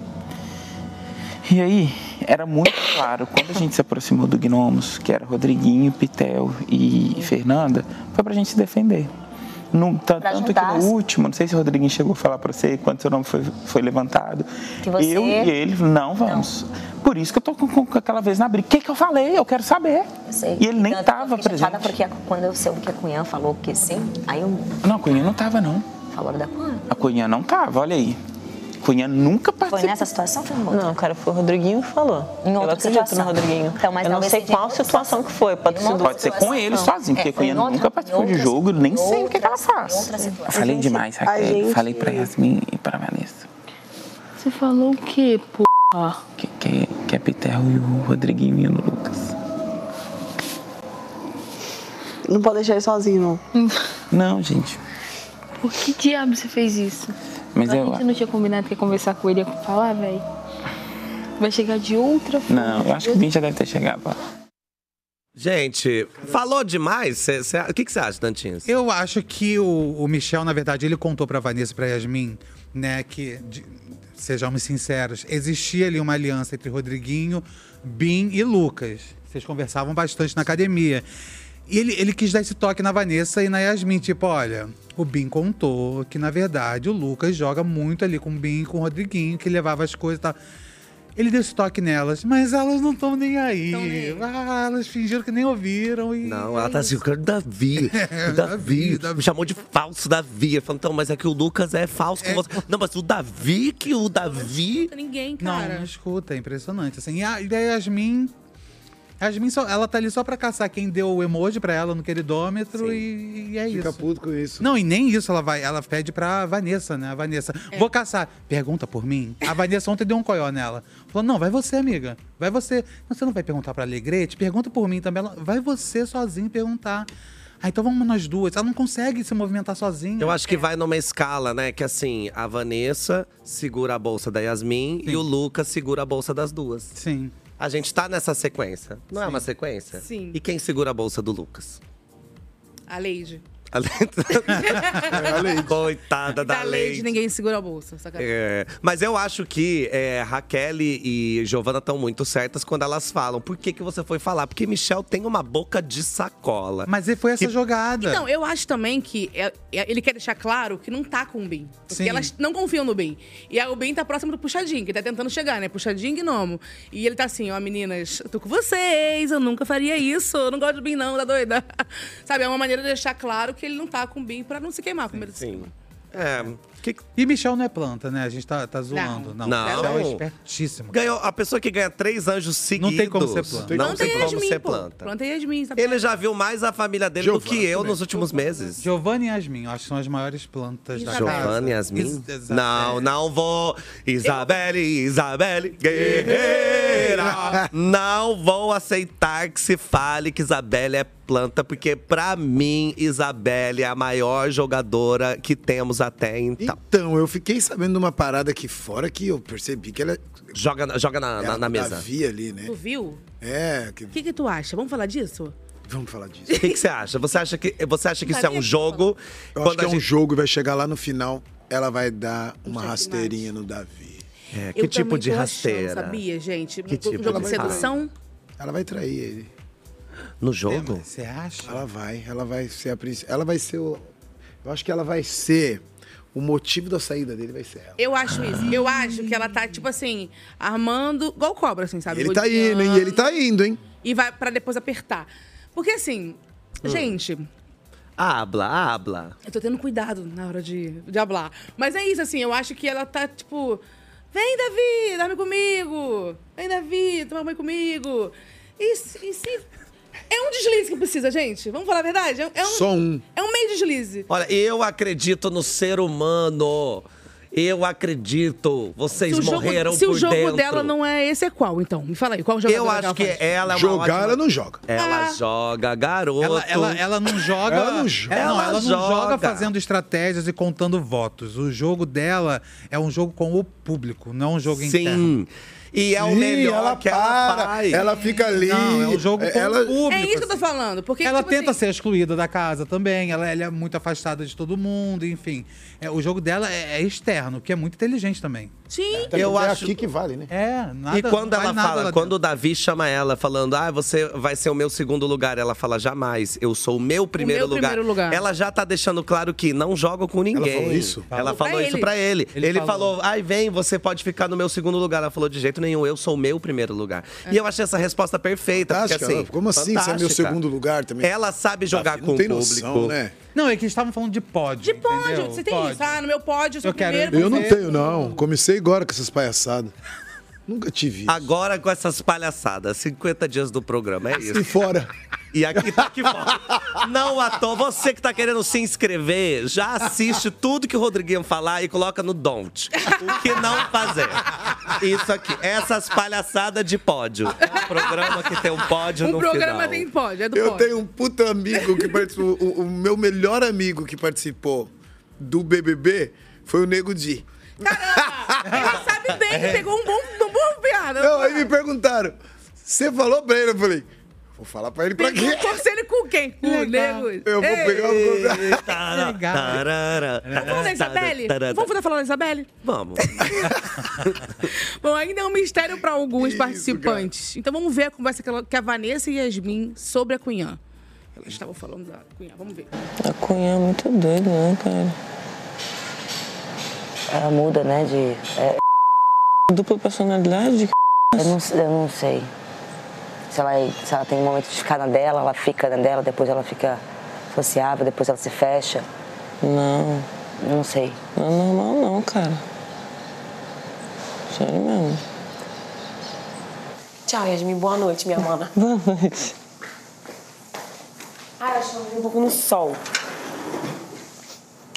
S12: E aí, era muito claro, quando a gente se aproximou do Gnomos, que era Rodriguinho, Pitel e Fernanda, foi pra gente se defender. Não, tá-
S11: Pra
S12: tanto que
S11: juntar.
S12: no último, não sei se o Rodriguinho chegou a falar pra você quando seu nome foi, foi levantado.
S11: Que você-
S12: Eu e ele, não vamos. Por isso que eu tô com, com aquela vez na briga. O que, que eu falei? Eu quero saber.
S13: Eu sei.
S12: E ele nem
S13: Tanto que
S12: tava
S13: eu fiquei chateada
S12: presente.
S13: porque a- quando eu soube que a Cunhã falou que sim, aí eu.
S12: Não, a Cunha não tava, não.
S13: Falaram da Cunhã?
S12: A Cunha não tava, olha aí. Cunha nunca participou.
S13: Foi nessa situação ou foi em outra?
S14: Não, cara, foi o Rodriguinho que falou.
S13: Em
S14: eu
S13: outra
S14: acredito
S13: situação.
S14: no Rodriguinho.
S13: Então, mas
S14: eu não
S13: talvez
S14: sei
S13: seja em
S14: qual situação que foi. Pode,
S13: Em
S14: ser
S13: outra
S12: Pode ser com
S13: situação.
S12: ele sozinho, porque
S13: É,
S12: a Cunha
S13: em outra-
S12: nunca participou
S13: em
S12: de
S13: outra-
S12: jogo, nem
S13: em
S12: sei o que, que ela
S13: outra- em
S12: faz.
S13: outra situação.
S12: Falei
S13: Gente,
S12: demais,
S13: a
S12: Raquel.
S13: gente-
S12: Falei pra Yasmin e pra Vanessa.
S15: Você falou o quê, porra?
S12: Que, que é Piterro e o Rodriguinho e o Lucas.
S15: Não pode deixar ele sozinho,
S14: Hum.
S15: não.
S12: Não, gente.
S15: Por que diabo você fez isso?
S12: Mas
S15: a
S12: eu-
S15: gente não tinha combinado que ia conversar com ele e ia falar, velho. Vai chegar de outra forma.
S12: Não, eu acho que o Vim já deve ter chegado lá.
S5: Gente, falou demais? Cê- cê- o que que você acha, Dantinhas?
S7: Eu acho que o, o Michel, na verdade, ele contou pra Vanessa e pra Yasmin, né, que, de- sejamos sinceros, existia ali uma aliança entre Rodriguinho, Bim e Lucas. Vocês conversavam bastante na academia. E ele, ele quis dar esse toque na Vanessa e na Yasmin, tipo, olha, o Bim contou que, na verdade, o Lucas joga muito ali com o Bim e com o Rodriguinho, que levava as coisas e tal. Ele deu esse toque nelas, mas elas não estão nem aí. Ah, elas fingiram que nem ouviram e
S5: Não, ela tá assim, eu quero *laughs* Davi. o É, Davi. Me chamou de falso Davi. Eu falo, então, mas é que o Lucas é falso com você. Não, mas o Davi, que o Davi.
S6: Ninguém,
S7: Não,
S6: cara.
S7: não escuta, é impressionante. Assim, e a, e a Yasmin. a Yasmin só, ela tá ali só pra caçar quem deu o emoji pra ela no queridômetro e, e é isso. Fica
S3: puto com isso.
S7: Não, e nem isso ela vai. Ela pede pra Vanessa, né? A Vanessa.
S6: É.
S7: Vou caçar. Pergunta por mim. A Vanessa ontem deu um coió nela. Falou: não, vai você, amiga. Vai você. Não, você não vai perguntar pra Alegrete? Pergunta por mim também. Ela, vai você sozinho perguntar. Ah, então vamos nós duas. Ela não consegue se movimentar sozinha.
S5: Eu acho que vai numa escala, né? Que assim, a Vanessa segura a bolsa da Yasmin e o Lucas segura a bolsa das duas.
S7: Sim.
S5: A gente tá nessa sequência. Não é uma sequência?
S6: Sim.
S5: E quem segura a bolsa do Lucas? *laughs*
S6: A Leide.
S5: A Leide. Coitada da,
S6: Da
S5: Leide.
S6: Leide, ninguém segura a bolsa, sacanagem.
S5: É, mas eu acho que é, Raquel e Giovana estão muito certas quando elas falam. Por que, que você foi falar? Porque Michel tem uma boca de sacola.
S7: Mas e foi essa jogada.
S6: Então, eu acho também que é- é- ele quer deixar claro que não tá com o Bim. Porque
S7: Sim.
S6: elas não confiam no Bim. E aí o Bim tá próximo do Puxadinho, que tá tentando chegar, né? Puxadinho e Gnomo. E ele tá assim, ó, meninas, eu tô com vocês, eu nunca faria isso, eu não gosto do Bim não, tá doida? *laughs* Sabe, é uma maneira de deixar claro que ele não tá com o Bim pra não se queimar com medo de se queimar.
S5: É.
S7: E Michel não é planta, né? A gente tá, tá zoando. Não,
S5: Não.
S7: Michel é espertíssimo.
S5: Ganhou a pessoa que ganha três anjos seguidos.
S7: Não tem como ser planta.
S5: Não
S6: Planta
S5: tem como
S6: Yasmin,
S5: ser
S6: pô.
S5: planta.
S6: Planta Yasmin, sabe?
S5: Ele já viu mais a família dele do que eu nos últimos meses.
S7: né? Giovanni e Yasmin, eu acho que são as maiores plantas
S5: é
S7: da casa.
S5: Giovanna e Yasmin?
S7: Is- exa-
S5: Não, não vou. Isabelle, Isabelle,
S7: *laughs*
S5: guerreira. Não vou aceitar que se fale que Isabelle é planta, porque pra mim, Isabelle é a maior jogadora que temos até então.
S3: Então, eu fiquei sabendo de uma parada aqui fora que eu percebi que ela
S5: Joga, na- joga na,
S3: é
S5: na,
S3: a
S5: na
S3: do
S5: mesa.
S3: Davi ali, né?
S6: Tu viu?
S3: É, que-
S6: O que que tu acha? Vamos falar disso?
S3: vamos falar disso.
S5: *laughs* O que que você acha? Você acha que, você acha que isso é um
S6: Sabia?
S5: jogo?
S3: Eu acho
S5: Quando
S3: que
S5: a
S3: é um
S5: gente-
S3: jogo e vai chegar lá no final, ela vai dar uma rasteirinha no Davi.
S5: É,
S6: Eu também tô Achando, sabia, gente?
S3: Que
S6: Que
S3: tipo
S6: tipo jogo
S3: de
S6: de
S3: rasteira?
S6: sedução.
S3: Ela vai trair ele.
S5: No jogo?
S7: Você acha?
S3: Ela vai, ela vai ser a princesa. Ela vai ser o. Eu acho que ela vai ser. O motivo da saída dele vai ser ela.
S6: Eu acho isso. Eu acho que ela tá, tipo assim, armando. Igual cobra, assim, sabe?
S3: Ele tá indo, hein? E ele tá indo, hein?
S6: E vai pra depois apertar. Porque assim,
S3: Ah.
S5: Hum.
S6: gente,
S5: Habla, habla.
S6: eu tô tendo cuidado na hora de, de hablar. Mas é isso, assim, eu acho que ela tá, tipo. Vem, Davi, dorme comigo! Vem, Davi, toma banho comigo! E, se- e se. É um deslize que precisa, gente. Vamos falar a verdade? É, é um,
S5: Só um.
S6: É um meio deslize.
S5: Olha, eu acredito no ser humano. Eu acredito. Vocês
S6: Se o jogo-
S5: morreram
S6: Se
S5: por
S6: o jogo
S5: dentro.
S6: dela não é esse, é qual, então? Me fala aí, qual jogo
S5: Eu acho que ela é uma ótima- Ela joga, garoto.
S7: Ela, ela, ela não joga.
S5: Ela não joga.
S7: É, não,
S5: Ela
S7: ela não
S5: joga.
S7: joga fazendo estratégias e contando votos. O jogo dela é um jogo com o público, não um jogo
S5: Sim.
S7: interno.
S5: E é o
S3: Ih,
S5: melhor
S3: ela
S5: que ela
S3: para,
S5: faz.
S3: ela fica ali.
S7: Não, é um jogo com o público.
S6: É isso que eu tô falando. Porque,
S7: ela
S6: tipo
S7: tenta
S6: assim,
S7: ser excluída da casa também, ela, ela é muito afastada de todo mundo, enfim. É, o jogo dela é, é externo, que é muito inteligente também.
S6: Sim.
S7: Eu
S3: é
S7: acho-
S3: aqui que vale, né?
S7: É, nada
S5: e quando
S7: não vale
S5: ela
S7: nada
S5: fala,
S7: lá
S5: quando o Davi chama ela falando, ah, você vai ser o meu segundo lugar, ela fala jamais, eu sou o meu primeiro,
S6: meu
S5: lugar.
S6: primeiro lugar.
S5: Ela já tá deixando claro que não joga com ninguém.
S3: falou isso?
S5: Ela
S6: Falou.
S5: falou
S6: Pra
S5: isso
S6: ele.
S5: pra ele.
S6: Ele
S5: Ele,
S6: falou.
S5: falou, ai, vem, você pode ficar no meu segundo lugar. Ela falou de jeito nenhum, eu sou o meu primeiro lugar. E eu achei essa resposta perfeita,
S3: Fantástica,
S5: porque assim,
S3: como assim você é meu
S5: fantástica.
S3: segundo lugar também?
S5: Ela sabe jogar
S3: Davi,
S5: com
S3: não tem
S5: o
S3: noção,
S5: público.
S3: né?
S7: Não, é que eles estavam falando de pódio. De
S6: Pódio, você tem isso, ah, no meu pódio, eu sou o primeiro.
S3: Eu não
S6: você- é
S3: tenho, não. Comecei agora com essas palhaçadas. Nunca tive.
S5: Agora com essas palhaçadas, 50 dias do programa, é isso.
S3: E Assim, fora.
S5: E aqui tá aqui fora. Não à toa, você que tá querendo se inscrever, já assiste tudo que o Rodriguinho falar e coloca no don't. O que não fazer. Isso aqui, essas palhaçadas de pódio. É um *laughs* programa que tem um pódio
S6: Um
S5: no
S6: programa
S5: final.
S6: tem pódio, é do
S3: Eu
S6: pódio.
S3: tenho um puta amigo que participou. o, o meu melhor amigo que participou do BBB foi o Nego Di. É.
S6: Ele sabe bem que pegou um bom, um bom piada.
S3: Não, aí me perguntaram. Você falou pra ele, eu falei, vou falar pra ele pra
S6: Pegou
S3: quê?
S6: um conselho com quem? Com o nego.
S3: Eu vou
S6: Ei.
S3: pegar o
S5: Tarara.
S6: Vamos falar da Isabelle? Vamos voltar a falar da Isabelle?
S5: Vamos.
S6: Bom, ainda é um mistério para alguns participantes. Então vamos ver a conversa que, ela- que a Vanessa e Yasmin sobre a Cunhã. Elas estavam falando da Cunhã, vamos ver.
S14: A Cunha é muito doida, né, cara?
S13: Ela muda, né? De. é,
S14: Dupla personalidade?
S13: eu, não, eu não sei. Se ela, se ela tem um momento de ficar na dela, ela fica na dela, depois ela fica sociável, depois ela se fecha.
S14: Não.
S13: Não sei.
S14: Não é normal, não, cara. Sério mesmo.
S16: Tchau, Yasmin. Boa noite, minha mana.
S14: Boa noite.
S16: Ai, acho que eu vou um pouco no sol.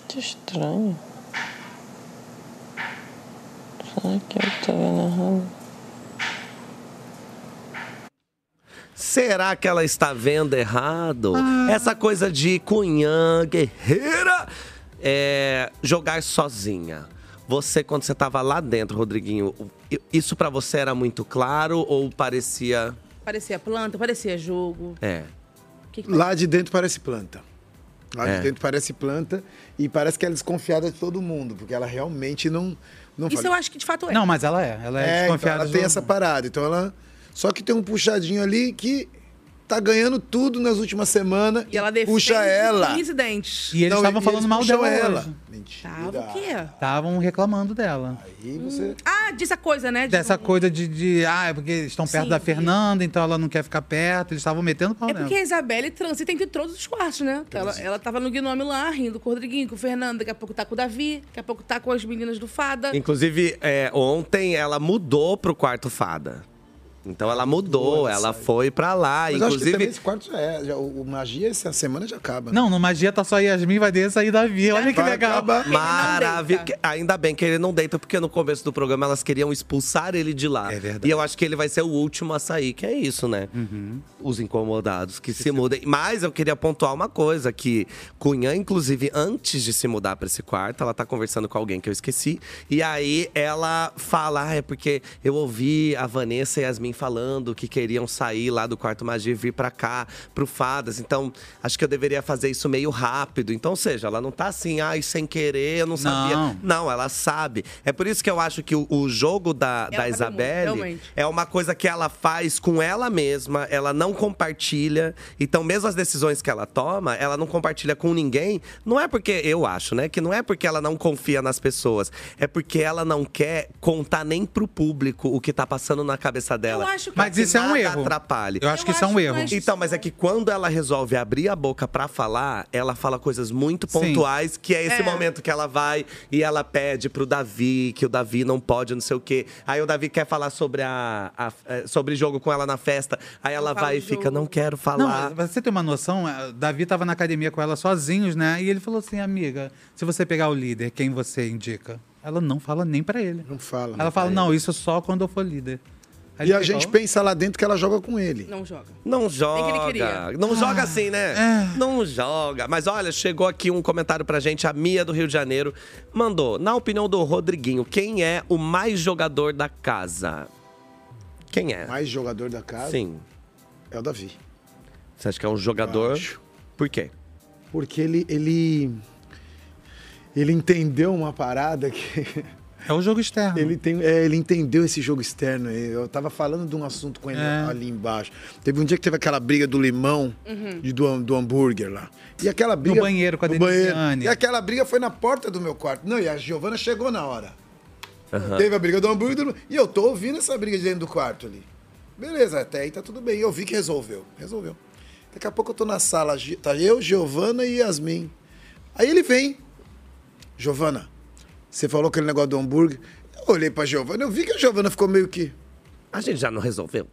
S14: Que estranho. Será que eu tô vendo errado?
S5: Será que ela está vendo errado?
S6: Ah.
S5: Essa coisa de cunhã, guerreira, é, jogar sozinha. Você, quando você estava lá dentro, Rodriguinho, i- isso pra você era muito claro ou parecia.
S6: Parecia planta, parecia jogo.
S5: É.
S3: Lá de dentro parece planta. Lá
S5: É.
S3: de dentro parece planta e parece que ela é desconfiada de todo mundo, porque ela realmente não. não
S6: Isso
S3: fala.
S6: eu acho que de fato é.
S7: Não, mas ela é. Ela é,
S3: É, então
S7: desconfiada.
S3: ela
S7: de
S3: tem
S7: todo
S3: essa
S7: mundo.
S3: parada. Então ela. Só que tem um puxadinho ali que tá ganhando tudo nas últimas semanas.
S6: E ela defende
S3: puxa ela.
S6: 15 dentes.
S7: E eles
S3: Não,
S7: estavam
S3: e
S7: falando
S3: eles
S7: mal
S3: puxam
S7: dela.
S3: ela.
S7: hoje.
S6: Tava Tá, o quê?
S7: Estavam reclamando dela.
S6: Hum. Ah, disse a coisa, né? de-
S7: Dessa coisa de, de. Ah, é porque eles estão perto
S6: Sim,
S7: da
S6: sim.
S7: Fernanda, então ela não quer ficar perto. Eles estavam metendo pau
S6: É
S7: nela.
S6: porque a Isabelle transita entre todos os quartos, né? Ela, ela tava no Gnome lá, rindo com o Rodriguinho, com o Fernando, daqui a pouco tá com o Davi, daqui a pouco tá com as meninas do Fada.
S5: Inclusive, é, ontem ela mudou pro quarto fada. Então ela mudou, ela foi pra lá.
S3: Mas eu acho que também
S5: Inclusive,
S3: esse quarto já Ah, é. já- o, o magia, essa semana já acaba.
S7: Não, no Magia tá só Yasmin, vai descer e Davi. Olha que
S3: Vai
S7: legal.
S3: acabar.
S5: Maravilha. Ainda bem que ele não deita, porque no começo do programa elas queriam expulsar ele de lá. É verdade. E eu acho que ele vai ser o último a sair, que é isso, né? Os incomodados que se mudem. Mas eu queria pontuar uma coisa: que Cunha, inclusive, antes de se mudar pra esse quarto, ela tá conversando com alguém que eu esqueci. E aí ela fala: ah, é porque eu ouvi a Vanessa e a Yasmin falando que queriam sair lá do quarto magia e vir pra cá, pro Fadas. Então, acho que eu deveria fazer isso meio rápido. Então, ou seja, ela não tá assim, ai, sem querer, eu não sabia.
S7: Não.
S5: Não, ela sabe. É por isso que eu acho que o, o jogo
S7: É
S5: da, da Isabelle
S6: realmente.
S5: é uma coisa que ela faz com ela mesma, ela não compartilha. Então, mesmo as decisões que ela toma, ela não compartilha com ninguém. Não é porque, eu acho, né? Que não é porque ela não confia nas pessoas. É porque ela não quer contar nem pro público o que tá passando na cabeça dela.
S6: acho que-
S7: Mas isso é um
S5: nada
S7: erro.
S5: atrapalhe.
S7: Eu acho Eu que isso é um acho erro. mais
S5: Então, mas é que quando ela resolve abrir a boca pra falar, ela fala coisas muito
S7: Sim.
S5: pontuais, que é esse
S6: É.
S5: momento que ela vai e ela pede pro Davi, que o Davi não pode, não sei o quê. Aí o Davi quer falar sobre a, a- eh, sobre jogo com ela na festa. Aí ela vai e fica, não quero
S7: Não,
S5: falar.
S7: mas você tem uma noção, eh, Davi tava na academia com ela sozinhos, né? E ele falou assim, amiga, se você pegar o líder, quem você indica? Ela não fala nem pra ele.
S3: Não fala. né,
S7: Ela fala, não, isso só quando eu for líder. Aí
S3: E
S7: ele
S3: a gente
S7: pegou-
S3: pensa lá dentro que ela joga com ele.
S6: Não joga.
S5: Não joga.
S6: ele queria. Ah. É.
S5: Não joga assim, né? Não joga. Mas olha, chegou aqui um comentário pra gente. A Mia do Rio de Janeiro mandou: Na opinião do Rodriguinho, quem é o mais jogador da casa? Quem é?
S3: Mais jogador da casa
S5: Sim.
S3: é o Davi.
S5: Você acha que é um jogador? Por quê?
S3: Porque ele, ele, ele entendeu uma parada que.
S7: É o jogo externo.
S3: Ele, tem, é, ele entendeu esse jogo externo. aí. Eu tava falando de um assunto com ele
S7: É.
S3: ali embaixo. Teve um dia que teve aquela briga do limão
S7: Uhum.
S3: e do, ham- do hambúrguer lá. E aquela briga.
S7: banheiro com a
S3: no
S7: Denisiane.
S3: banheiro. E aquela briga foi na porta do meu quarto. Não, e a Giovana chegou na hora.
S5: Aham.
S3: Teve a briga do hambúrguer e do- e eu tô ouvindo essa briga de dentro do quarto ali. Beleza, até aí tá tudo bem. Eu vi que resolveu. Resolveu. Daqui a pouco eu tô na sala, Gi- tá eu, Giovana e Yasmin. Aí ele vem. Giovana, você falou aquele negócio do hambúrguer. Eu olhei pra Giovana, eu vi que a Giovana ficou meio que.
S5: A gente já não resolveu.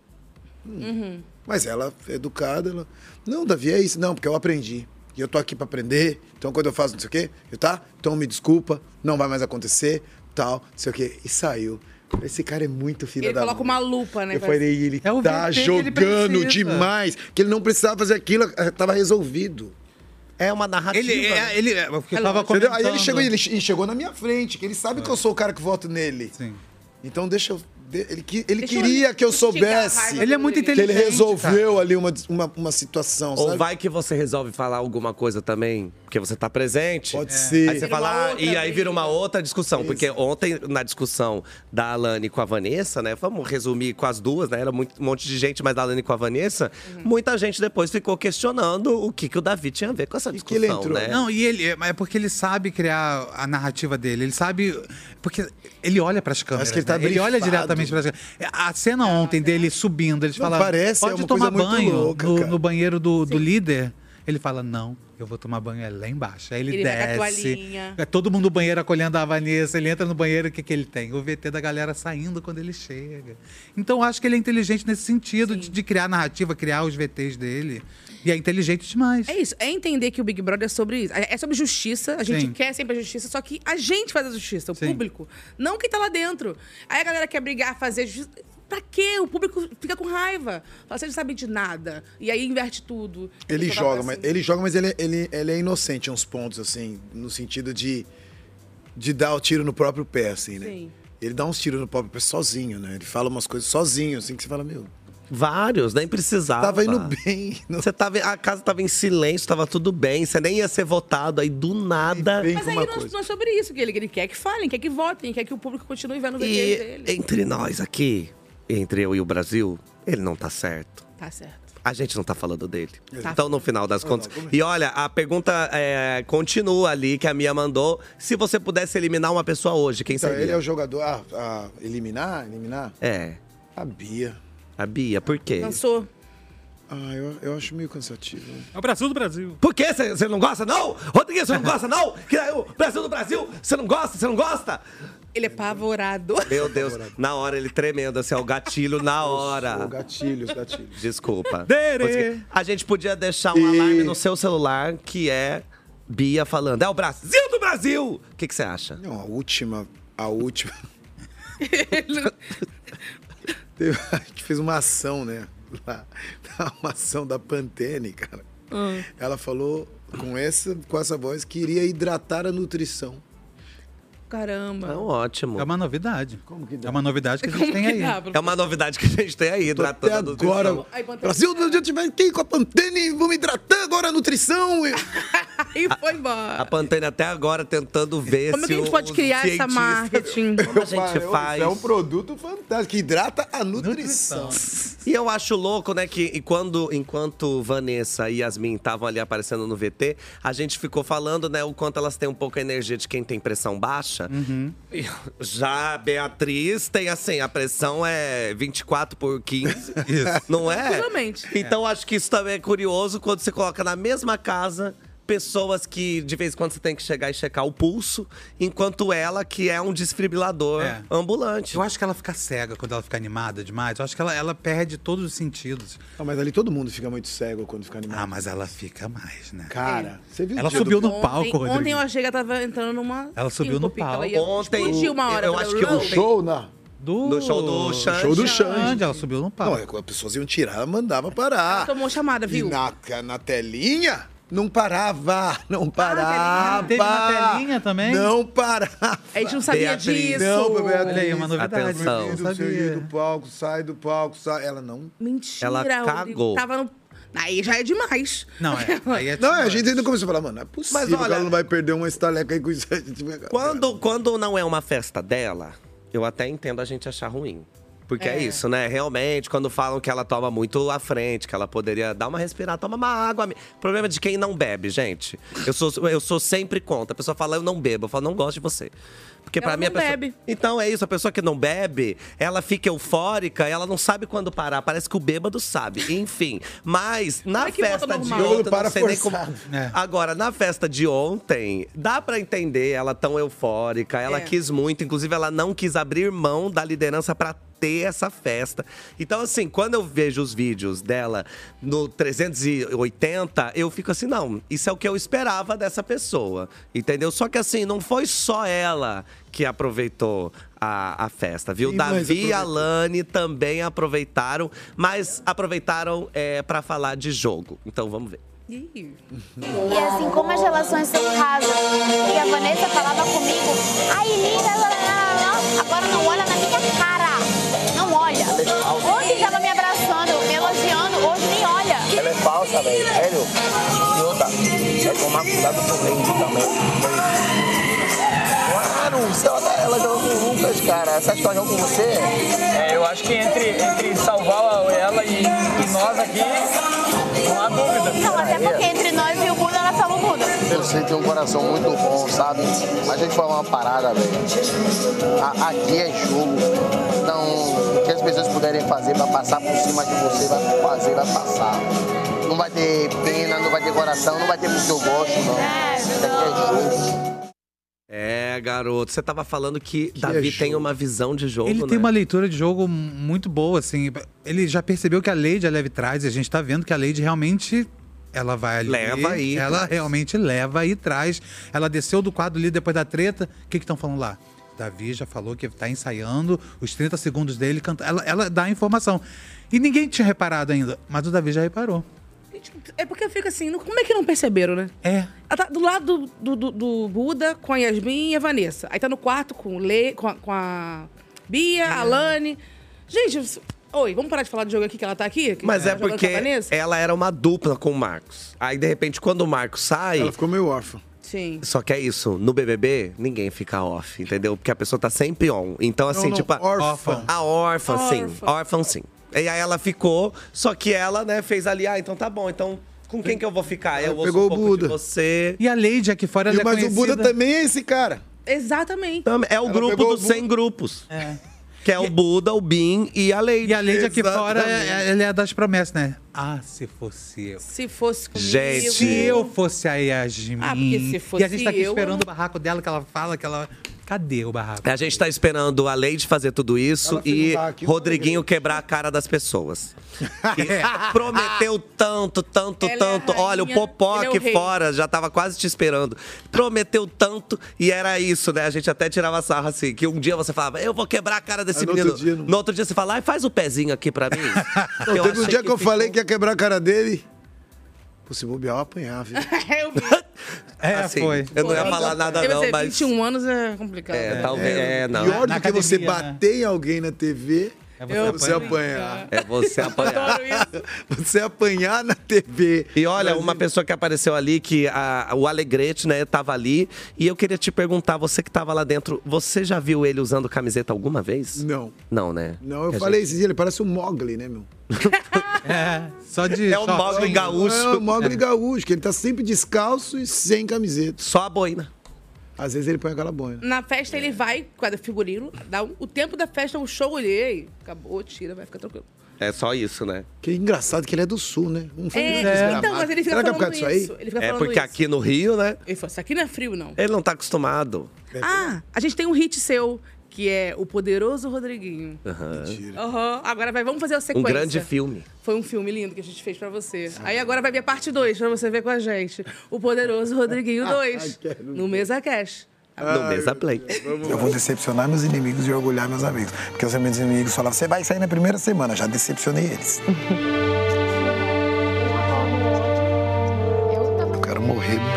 S6: Uhum.
S3: Mas ela é educada, ela. Não, Davi, é isso. Não, porque eu aprendi. E eu tô aqui pra aprender. Então, quando eu faço não sei o quê, eu, tá? Então me desculpa, não vai mais acontecer, tal, não sei o quê. E saiu. Esse cara é muito filho
S6: Ele
S3: da
S6: coloca
S3: mãe.
S6: uma lupa, né?
S3: Eu falei, ele
S6: É o
S3: tá
S6: VT que ele
S3: jogando
S6: precisa.
S3: demais. Que ele não precisava fazer aquilo, eh, tava resolvido.
S5: É uma narrativa.
S7: Ele- é- ele- é, porque
S3: Entendeu?
S7: tava
S3: Aí ele
S7: comentando.
S3: chegou, ele che- e chegou na minha frente, que ele sabe que eu sou o cara que voto nele.
S7: Sim.
S3: Então deixa eu... de- Ele, que- ele
S7: Deixa eu
S3: queria que eu
S7: instigar a raiva
S3: soubesse.
S7: Ele é muito
S3: Que
S7: inteligente,
S3: ele resolveu ali uma, uma, uma situação,
S5: Ou
S3: sabe?
S5: vai que você resolve falar alguma coisa também, porque você tá presente. Pode
S3: ser.
S5: Aí
S3: Vira
S5: você
S3: uma
S5: fala, ah,
S3: outra
S5: e aí vira uma outra discussão. Porque ontem, na discussão da Alane com a Vanessa, né? Vamos resumir com as duas, né? Era muito- um monte de gente, mas da Alane com a Vanessa,
S3: Uhum.
S5: muita gente depois ficou questionando o que, que o Davi tinha a ver com essa discussão, né?
S7: Não, e ele. mas É porque ele sabe criar a narrativa dele. Ele sabe. Porque ele olha pras câmeras.
S3: que ele tá
S7: né? ele olha
S3: brifado.
S7: diretamente pras câmeras. É, A cena ontem dele subindo, eles
S3: Não,
S7: falam.
S3: parece, é
S7: pode
S3: uma
S7: tomar
S3: coisa muito
S7: banho
S3: louca,
S7: no,
S3: cara."
S7: no banheiro do, do líder. Ele fala, não, eu vou tomar banho é lá embaixo. Aí ele,
S6: Ele vai com a
S7: desce.
S6: toalhinha.
S7: É todo mundo no banheiro acolhendo a Vanessa. Ele entra no banheiro, o que, que ele tem? O VT da galera saindo quando ele chega. Então eu acho que ele é inteligente nesse sentido de, de criar narrativa, criar os VTs dele. E é inteligente demais.
S6: É isso, é entender que o Big Brother é sobre isso. É é sobre justiça, a gente
S7: Sim.
S6: quer sempre a justiça, só que a gente faz a justiça, o público. Não quem tá lá dentro. Aí a galera quer brigar, fazer justiça. Pra quê? O público fica com raiva. Fala, vocês não sabem de nada. E aí inverte tudo.
S3: Ele
S6: Toda
S3: joga,
S6: pra
S3: mas
S6: cima.
S3: ele joga, mas ele, ele, ele é inocente em uns pontos, assim, no sentido de, de dar o tiro no próprio pé, assim, né?
S6: Sim.
S3: Ele dá uns tiros no próprio pé sozinho, né? Ele fala umas coisas sozinho, assim, que você fala, meu.
S5: Vários, nem precisava.
S3: Tava indo bem.
S5: Você tava, a casa tava em silêncio, tava tudo bem, você nem ia ser votado, aí do nada.
S6: Mas aí não, não é sobre isso que ele, que ele quer que falem, quer que votem, quer que o público continue vendo o VT dele.
S5: Entre nós aqui, entre eu e o Brasil, ele não tá certo.
S6: Tá certo.
S5: A gente não tá falando dele.
S6: Exato.
S5: Então, no final das contas. E olha, a pergunta é, continua ali que a Mia mandou. Se você pudesse eliminar uma pessoa hoje, quem
S3: Então,
S5: seria?
S3: ele é o jogador. Ah, ah, eliminar? Eliminar?
S5: É.
S3: A Bia.
S5: A Bia, por quê?
S6: Cansou.
S3: Ah, eu, eu acho meio cansativo.
S5: É o Brasil do Brasil. Por quê? Você não gosta, não? Rodrigues, você não gosta, não? Que é o Brasil do Brasil, você não gosta, você não gosta?
S6: Ele é apavorado. *laughs*
S5: Meu Deus, na hora ele tremendo, assim, é o gatilho na hora.
S3: gatilho, os gatilhos.
S5: Desculpa.
S3: Dere.
S5: Consegui. A gente podia deixar um alarme no seu celular que é Bia falando. É o Brasil do Brasil! O que que você acha?
S3: Não, a última. A última.
S6: Ele-
S3: Teve- a gente fez uma ação, né? Lá, *laughs* uma ação da Pantene, cara.
S6: Hum.
S3: Ela falou com essa, com essa voz que iria hidratar a nutrição.
S6: Caramba.
S5: ótimo.
S7: É uma novidade. Como que dá? É uma novidade que a gente
S6: Como
S7: tem
S6: que
S7: aí.
S6: dá, Bruno?
S5: É uma novidade que a gente tem aí, hidratando.
S3: Até
S5: a nutrição.
S3: agora.
S6: Ai, então. Pantene.
S3: Brasil, meu Deus, tiver aqui com a Pantene, vamos hidratar agora a nutrição.
S6: *laughs* E foi embora.
S5: A Pantene até agora tentando ver
S6: Como é
S5: se
S6: que a gente
S5: o-
S6: pode
S5: o
S6: criar essa
S5: cientista-
S3: *laughs*
S6: marketing?
S5: Como a gente
S3: Cara,
S5: faz.
S3: É um produto fantástico que hidrata a nutrição.
S5: E eu acho louco, né, que e quando, enquanto Vanessa e Yasmin estavam ali aparecendo no VT, a gente ficou falando, né, o quanto elas têm um pouco a energia de quem tem pressão baixa. E Já a Beatriz tem, assim, a pressão é 24 por 15, não é?
S6: Totalmente.
S5: Então acho que isso também é curioso quando você coloca na mesma casa pessoas que de vez em quando você tem que chegar e checar o pulso, enquanto ela que é um desfibrilador
S7: É.
S5: ambulante.
S7: Eu acho que ela fica cega quando ela fica animada demais. Eu acho que ela, ela perde todos os sentidos.
S3: Ah, mas ali todo mundo fica muito cego quando fica animado.
S7: Ah, mas ela fica mais, né?
S3: Cara, você viu o
S7: Ela
S3: dia
S7: subiu
S3: do-
S7: no palco,
S6: É. ontem, ontem eu
S7: Rodrigo.
S6: achei que ela tava entrando numa.
S7: Ela subiu no
S6: síncope, que ela
S7: palco.
S6: ia explodir uma hora.
S5: eu
S6: tá
S5: acho
S6: ligado?
S5: que
S3: No
S5: ontem-
S3: show, na.
S7: Do...
S5: No show do Xande.
S3: show do é,
S7: Xande,
S3: Xande.
S7: ela subiu no palco.
S3: Não, as pessoas iam tirar, mandava
S6: Ela
S3: parar.
S6: tomou chamada,
S3: E
S6: viu?
S3: na, na telinha, Não parava, não parava.
S7: Ah, teve uma telinha também?
S3: Não parava.
S6: A gente não sabia
S3: Beatriz.
S6: disso.
S3: Não, Beatriz.
S7: Olha aí, uma novidade. Atenção.
S3: Meu filho,
S7: Não sabia.
S3: Sai do palco, sai do palco, sai. Ela não.
S6: Mentira,
S3: Ela
S6: Rodrigo.
S3: cagou.
S6: Tava no... Aí já é demais.
S3: Não,
S6: *laughs*
S3: é. não, a gente ainda começou a falar, mano, não é possível
S5: Mas olha-
S3: que ela não vai perder uma estaleca aí com isso. A gente vai-
S5: Quando, quando não é uma festa dela, eu até entendo a gente achar ruim. Porque é.
S3: É.
S5: isso, né? Realmente, quando falam que ela toma muito à frente, que ela poderia dar uma respirada, toma uma água. ami- Problema de quem não bebe, gente. Eu sou, eu sou sempre contra. A pessoa fala, eu não bebo. Eu falo, não gosto de você. Porque pra
S6: Ela
S5: mim a
S6: não
S5: pessoa.
S6: bebe.
S5: Então é isso, a pessoa que não bebe, ela fica eufórica, ela não sabe quando parar. Parece que o bêbado sabe. Enfim. Mas na
S6: é que volta
S5: festa de
S6: normal?
S5: ontem, eu
S6: Para
S5: não sei nem como. É.
S6: forçado.
S5: Agora, na festa de ontem, dá pra entender ela tão eufórica, ela
S6: É.
S5: quis muito, inclusive ela não quis abrir mão da liderança pra ter essa festa. Então, assim, quando eu vejo os vídeos dela no 380, eu fico assim, não, isso é o que eu esperava dessa pessoa, entendeu? Só que assim, não foi só ela que aproveitou a, a festa, viu?
S17: Quem mais
S5: Davi e a
S17: aproveitou?
S5: Lani também aproveitaram, mas aproveitaram é, para falar de jogo. Então, vamos ver.
S18: E assim, como as relações são rasas. E a Vanessa falava comigo, ai, linda, lá, lá, lá, lá. agora não olha na minha cara. Não olha. Ontem estava me abraçando, me elogiando, hoje nem olha.
S4: Ela é falsa, velho. Sério. E outra, é tomar cuidado com o leite também. Claro, se ela, ela joga com o Lucas, cara. Você acha que ela joga com você?
S19: É, eu acho que entre, entre salvar ela e, e nós aqui, não há dúvida.
S18: Não, Então, até porque entre nós e o Buda, ela falou Buda.
S4: Eu sei que tem um coração muito bom, sabe? Mas deixa eu te falar uma parada, velho. A- Aqui é jogo. Então, o que as pessoas puderem fazer pra passar por cima de você, vai fazer, vai passar. Não vai ter pena, não vai ter coração, não vai ter porque eu gosto, não. Isso aqui é jogo.
S5: É, garoto, você tava falando que, Davi tem uma visão de jogo,
S7: Ele
S5: né?
S7: tem uma leitura de jogo muito boa, assim. Ele já percebeu que a Lady a leve traz, e a gente tá vendo que a Lady realmente. Ela vai ali.
S5: Leva e
S7: Ela
S5: traz.
S7: realmente leva e traz. Ela desceu do quadro ali depois da treta. O que estão falando lá? Davi já falou que tá ensaiando os 30 segundos dele cantando. Ela, ela dá a informação. E ninguém tinha reparado ainda, mas o Davi já reparou.
S6: É porque eu fico assim, não- como é que não perceberam, né?
S7: É.
S6: Ela tá do lado do, do- do Buda, com a Yasmin e a Vanessa. Aí tá no quarto com, o Le, com, a, com a Bia,
S7: É.
S6: a Lani. Gente, s- oi, vamos parar de falar do jogo aqui que ela tá aqui? Que
S5: Mas é
S6: tá jogando com a
S5: porque
S6: Vanessa?
S5: ela era uma dupla com o Marcos. Aí, de repente, quando o Marcos sai. Ela
S3: ficou meio órfã.
S6: Sim.
S5: Só que é isso, no BBB, ninguém fica off, entendeu? Porque a pessoa tá sempre on. Então,
S3: Não,
S5: assim,
S3: não,
S5: tipo. a-
S3: órfã.
S5: A órfã, sim.
S3: Órfã.
S5: Órfã, sim. E aí ela ficou, só que ela, né, fez ali, ah, então tá bom, então com quem que eu vou ficar? Eu ouço um pouco de você.
S7: E a Lady aqui fora
S5: E-
S7: ela é
S5: mas o Buda
S7: conhecida-
S3: Também é esse cara.
S6: Exatamente.
S5: É o grupo
S7: pegou o
S5: dos
S7: Buda.
S5: 100 grupos. Que é o Buda, o Bin e a Lady.
S7: E a Lady aqui fora, é- ela é a das promessas, né? Ah, se fosse eu.
S6: Se fosse comigo.
S7: se eu fosse a Yasmin.
S6: Ah, porque
S7: e
S6: se
S7: a gente
S6: fosse
S7: tá aqui
S6: eu, eu
S7: esperando
S6: não-
S7: o barraco dela, que ela fala que ela. Cadê o barraco?
S5: A gente tá esperando a Lady fazer tudo isso
S7: Ela fez
S5: e
S7: um hack,
S5: Rodriguinho quebrar a cara
S3: *laughs*
S5: das pessoas. Que prometeu tanto, tanto,
S17: Ela é a
S5: tanto. Olha, o
S17: rainha,
S5: Popó
S17: ele é o
S5: aqui
S17: rei.
S5: fora já tava quase te esperando. Prometeu tanto e era isso, né? A gente até tirava sarra assim, que um dia você falava, eu vou quebrar a cara desse
S3: Ah, no outro
S5: menino.
S3: dia
S5: no outro dia você fala, ai, faz o pezinho aqui pra mim.
S3: *laughs* Não,
S5: Eu
S3: teve um
S5: achei
S3: dia que,
S5: que
S3: eu falei que ia quebrar a cara dele. Pô, se bobear, eu apanhar, viu?
S5: É, Assim, foi. eu não ia falar nada,
S6: Eu ia
S5: não,
S6: dizer,
S5: mas-
S6: 21 anos é complicado.
S5: É, talvez. É, não.
S3: Pior do
S5: Na
S3: que você
S5: academia, né?
S3: bater em alguém na TV
S5: É
S3: é
S5: você
S3: você,
S5: apanhar.
S3: apanhar.
S5: É
S6: *laughs*
S5: você apanhar.
S3: você apanhar na TV.
S5: E olha, uma pessoa que apareceu ali, que a- o Alegrete, né, tava ali. E eu queria te perguntar, você que tava lá dentro, você já viu ele usando camiseta alguma vez?
S3: Não.
S5: Não, né?
S3: Não, eu
S5: Que a
S3: falei
S5: gente-
S3: esses dias, ele parece um Mogli, né, meu?
S7: É, só de.
S5: É um
S7: shortinho.
S5: Mogli gaúcho.
S3: É o Mogli
S5: É.
S3: gaúcho, que ele tá sempre descalço e sem camiseta.
S5: Só a boina.
S3: Às vezes ele põe aquela boina.
S6: Na festa
S3: É.
S6: ele vai com a figurino, dá um- o tempo da festa é um show olhei, acabou, tira, vai ficar tranquilo.
S5: É só isso, né?
S3: Que engraçado que ele é do sul, né? Um frio
S6: É,
S3: desgramado.
S6: então, mas ele fica
S3: Será que é por
S6: falando
S3: causa disso aí?
S6: isso, ele fica
S5: é
S6: falando
S5: porque
S6: isso.
S5: aqui no Rio, né,
S6: Ele falou, isso aqui não é frio, não.
S5: ele não tá acostumado.
S3: É
S6: Ah, a gente tem um hit seu, que é O Poderoso Rodriguinho.
S5: Aham.
S6: Aham, agora vai, vamos fazer a
S5: Um
S6: sequência.
S5: grande filme.
S6: Foi um filme lindo que a gente fez pra você. Aí agora vai vir a parte 2 pra você ver com a gente. O Poderoso
S3: *laughs*
S6: Rodriguinho 2,
S3: é
S6: no Mesa Cash.
S5: No Mesa Play.
S20: Eu vou decepcionar meus inimigos e orgulhar meus amigos. Porque os meus inimigos falavam, você vai sair na primeira semana. Já decepcionei eles.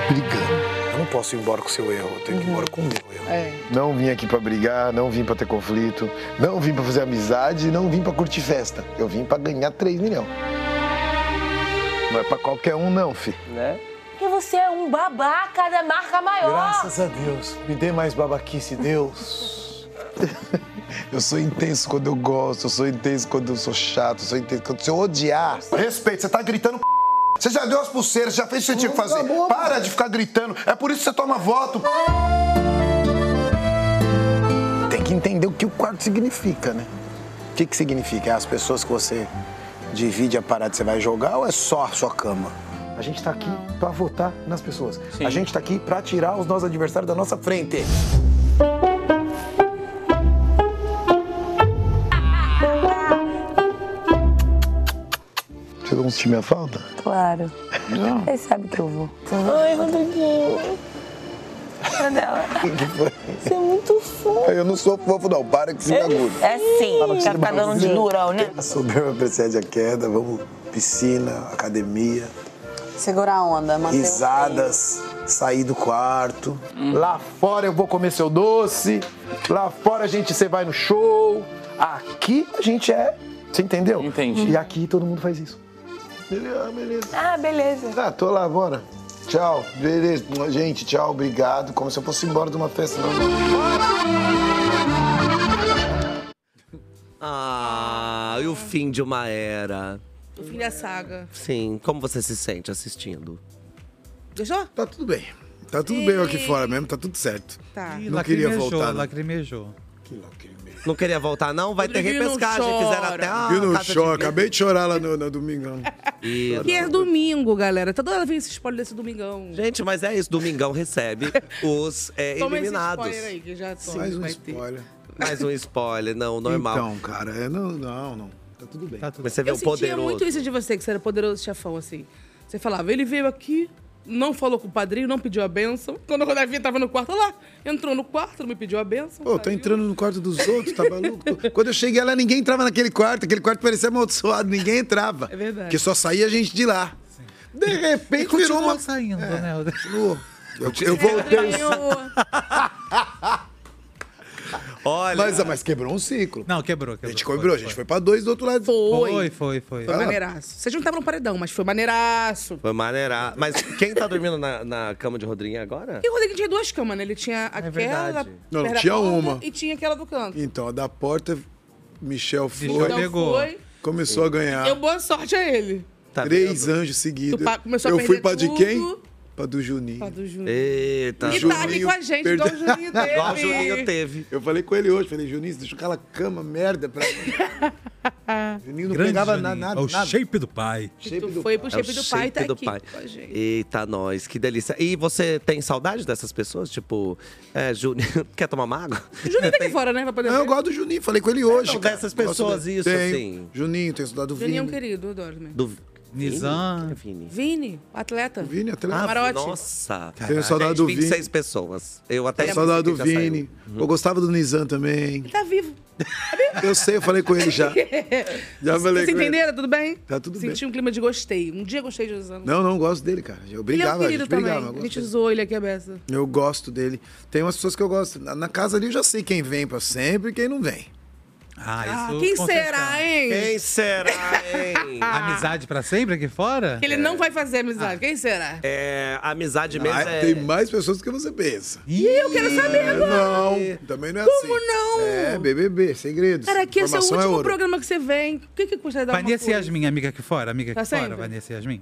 S20: brigando. Eu não posso ir embora com o seu erro, eu tenho que ir embora com o meu erro.
S3: É.
S21: Não vim aqui pra brigar, não vim pra ter conflito, não vim pra fazer amizade, não vim pra curtir festa. Eu vim pra ganhar 3 milhões. Não é pra qualquer um, não, fi. Né?
S8: Porque você é um babaca da marca maior.
S20: Graças a Deus. Me dê mais babaquice, Deus.
S21: *laughs* Eu sou intenso quando eu gosto, eu sou intenso quando eu sou chato, eu sou intenso quando se eu odiar.
S20: Respeito, você tá gritando c****. Você já deu as pulseiras, já fez o que você tinha que fazer. Para de ficar gritando. É por isso que você toma voto.
S21: Tem que entender o que o quarto significa, né? O que, que significa? É as pessoas que você divide a parada que você vai jogar ou é só a sua cama? A gente tá aqui pra votar nas pessoas. A gente tá aqui pra tirar os nossos adversários da nossa frente. Você não sentir minha *laughs* falta?
S13: Claro. Ele sabe que eu vou.
S14: Ai, Rodriguinho. Olha dela.
S21: Você é muito fofo. Eu não sou fofo, não. Para que se agulha.
S11: É sim, já tá dando de durão, né?
S21: A soberba precede a queda. Vamos, piscina, academia,
S1: Segura a onda, manter o
S21: risadas, sair do quarto.
S20: Lá fora eu vou comer seu doce, lá fora a gente você vai no show. Aqui a gente é. Você entendeu? Entendi. E aqui todo mundo faz isso.
S21: Beleza, beleza.
S8: Ah, beleza.
S21: Ah, tô lá, bora. Tchau, beleza. Gente, tchau, obrigado. Como se eu fosse embora de uma festa. Não.
S5: Ah, e o fim de uma era.
S6: O fim da saga.
S5: Sim, como você se sente assistindo?
S6: Deixou?
S3: Tá tudo bem. Tá tudo bem aqui fora mesmo, tá tudo certo.
S6: Tá.
S3: Não queria voltar. né? não.
S7: Lacrimejou.
S5: Não queria voltar, não? Vai ter
S6: Rodriguinho não
S5: repescagem. Fizeram até a.
S3: Viu, não
S5: casa de *laughs*
S3: chora.
S5: vidro.
S3: Acabei de chorar lá no, no domingão.
S6: Que é domingo, galera. Toda hora vem esse spoiler desse domingão.
S5: Gente, mas é isso. Domingão recebe os é,
S6: Toma esse
S5: eliminados.
S6: spoiler aí, que já
S3: Sim, Mais um spoiler.
S5: Mais um spoiler, não, normal.
S3: Então, cara, é, não, não, não. Tá tudo bem.
S5: Mas você vê
S6: eu
S5: o
S6: sentia
S5: poderoso.
S6: muito isso de você, que você era poderoso chefão, assim. Você falava, ele veio aqui, não falou com o padrinho, não pediu a benção. Quando o Rodavinha tava no quarto, olha lá, entrou no quarto, não me pediu a benção.
S3: Pô, tô entrando no quarto dos outros, tá maluco?
S6: *laughs*
S3: Tô- Quando eu cheguei lá, ninguém entrava naquele quarto. Aquele quarto parecia amaldiçoado, ninguém entrava. É
S6: verdade.
S3: Que só saía gente de lá. De repente virou uma. É,
S7: saindo, né?
S3: Continuou. Eu, eu voltei.
S5: Olha.
S3: Mas, mas quebrou um ciclo.
S7: Não, quebrou,
S3: A gente quebrou, a gente foi pra dois do outro lado. Ah, Foi.
S7: Foi, foi, foi.
S6: Foi maneiraço. Vocês não estavam no paredão, mas foi maneiraço.
S5: Foi maneira. Mas quem tá dormindo na, na cama de Rodriguinho agora?
S6: E o Rodrigo tinha duas camas, né? Ele tinha aquela. da
S5: É verdade.
S3: Não,
S6: perto da
S3: tinha
S6: porta
S3: uma.
S6: E tinha aquela do canto.
S3: Então, a da porta, Michel foi.
S6: Michel pegou. Então foi.
S3: Começou a
S5: É.
S3: ganhar.
S6: Deu boa sorte a ele.
S7: Tá
S3: Três anjos seguidos.
S6: Tu pa- começou a
S3: eu fui
S6: perder
S3: pra de
S6: tudo.
S3: quem? Pra do Juninho.
S6: Pra do Juninho.
S5: Eita.
S6: E tá aqui com a gente, igual o Juninho teve. Igual o Juninho
S5: teve.
S3: Eu falei com ele hoje, falei, Juninho, deixa aquela cama merda pra mim.
S6: *laughs*
S3: Juninho não pegava na- nada. nada.
S7: do pai.
S3: Shape
S6: tu foi pro
S5: É o
S6: shape do pai e tá
S5: shape do
S6: aqui
S5: pai.
S6: com a gente.
S5: Eita, nós, que delícia. E você tem saudade dessas pessoas? Tipo, é, Juninho, *laughs* quer tomar uma água?
S6: O Juninho tá aqui fora, né? Vai poder
S3: Não, eu
S6: ver.
S3: gosto do Juninho, falei com ele hoje.
S5: Então,
S3: cara.
S5: dessas
S3: Gosto
S5: pessoas,
S3: dele.
S5: isso,
S3: Tenho.
S5: assim.
S3: Juninho, tenho estudado o
S6: Juninho é um
S3: Vini.
S6: querido, eu adoro também.
S5: Do
S7: Nizam.
S5: Vini.
S6: Vini, o atleta.
S3: Vini, atleta.
S5: Ah,
S6: é um Camarote.
S5: nossa.
S3: Tenho saudade
S5: Gente,
S3: do
S5: 26 pessoas. Eu até
S3: Tenho saudade do
S5: esqueci que já Uhum.
S3: Vini. Eu gostava do Nizam também.
S6: Ele tá vivo.
S3: Eu sei, eu falei com ele
S6: *laughs*
S3: já. Já falei
S6: Vocês
S3: com ele.
S6: entenderam? Tudo bem?
S3: Tá tudo
S6: Senti
S3: bem.
S6: um clima de gostei. Um dia gostei de Osana.
S3: Não, não, gosto dele, cara. Eu
S6: Ele é um
S3: brigava, a
S6: querido
S3: gente
S6: também.
S3: brigava. eu
S6: a
S3: gosto
S6: gente
S3: dele.
S6: usou ele aqui a beça.
S3: Eu gosto dele. Tem umas pessoas que eu gosto. Na, na casa ali eu já sei quem vem pra sempre e quem não vem.
S7: Ah, isso
S6: Quem
S7: com
S6: será, hein?
S5: Quem será,
S6: *laughs*
S5: hein?
S7: Amizade pra sempre aqui fora?
S6: Ele não vai fazer amizade. Quem será?
S5: É, amizade mesmo
S3: Ah,
S5: é...
S3: Tem mais pessoas do que você pensa.
S6: E eu quero saber agora.
S3: Não, também não é assim.
S6: Como não?
S3: É, BBB, segredos.
S6: Cara, aqui esse é o
S3: Informação
S6: último
S3: ouro.
S6: programa que você vem. O que que custa dar uma
S7: Vanessa
S6: coisa?
S7: Yasmin, amiga aqui fora? Amiga aqui
S6: Tá
S7: fora,
S6: sempre?
S7: Vanessa Yasmin?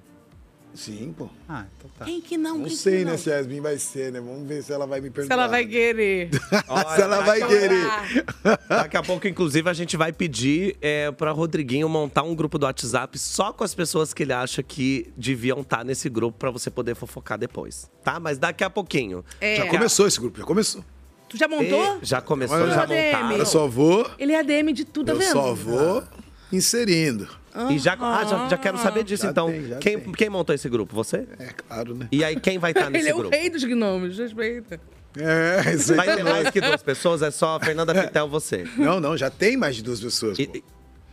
S3: Sim, pô.
S7: Ah, então tá.
S6: Quem que não?
S3: Não
S6: quem
S3: sei,
S6: que não?
S3: né, se a Yasmin vai ser, né? Vamos ver se ela vai me perdoar.
S6: Se ela vai querer.
S3: *laughs* se ela vai querer.
S5: *laughs* Daqui a pouco, inclusive, a gente vai pedir é, para Rodriguinho montar um grupo do WhatsApp só com as pessoas que ele acha que deviam estar nesse grupo para você poder fofocar depois, tá? Mas daqui a pouquinho.
S6: É.
S3: Já começou esse grupo, já começou.
S6: Tu já montou?
S5: E já começou,
S6: Olha,
S5: já
S6: ADM.
S5: montaram.
S3: Eu só vou,
S6: Ele é ADM de tudo, tá
S3: eu
S6: vendo?
S3: só vou inserindo.
S5: Ah. E já, ah, já, já quero saber disso,
S3: Já
S5: então.
S3: tem, já
S5: quem,
S3: tem.
S5: quem montou esse grupo? Você?
S3: É claro, né?
S5: E aí, quem vai estar nesse
S6: *laughs* Ele é o
S5: grupo?
S6: rei dos gnomes, respeita.
S3: É, isso aí. *laughs*
S5: Vai ter mais que duas pessoas, é só a Fernanda Pitel, você.
S3: Não, não, já tem mais de duas pessoas. pô.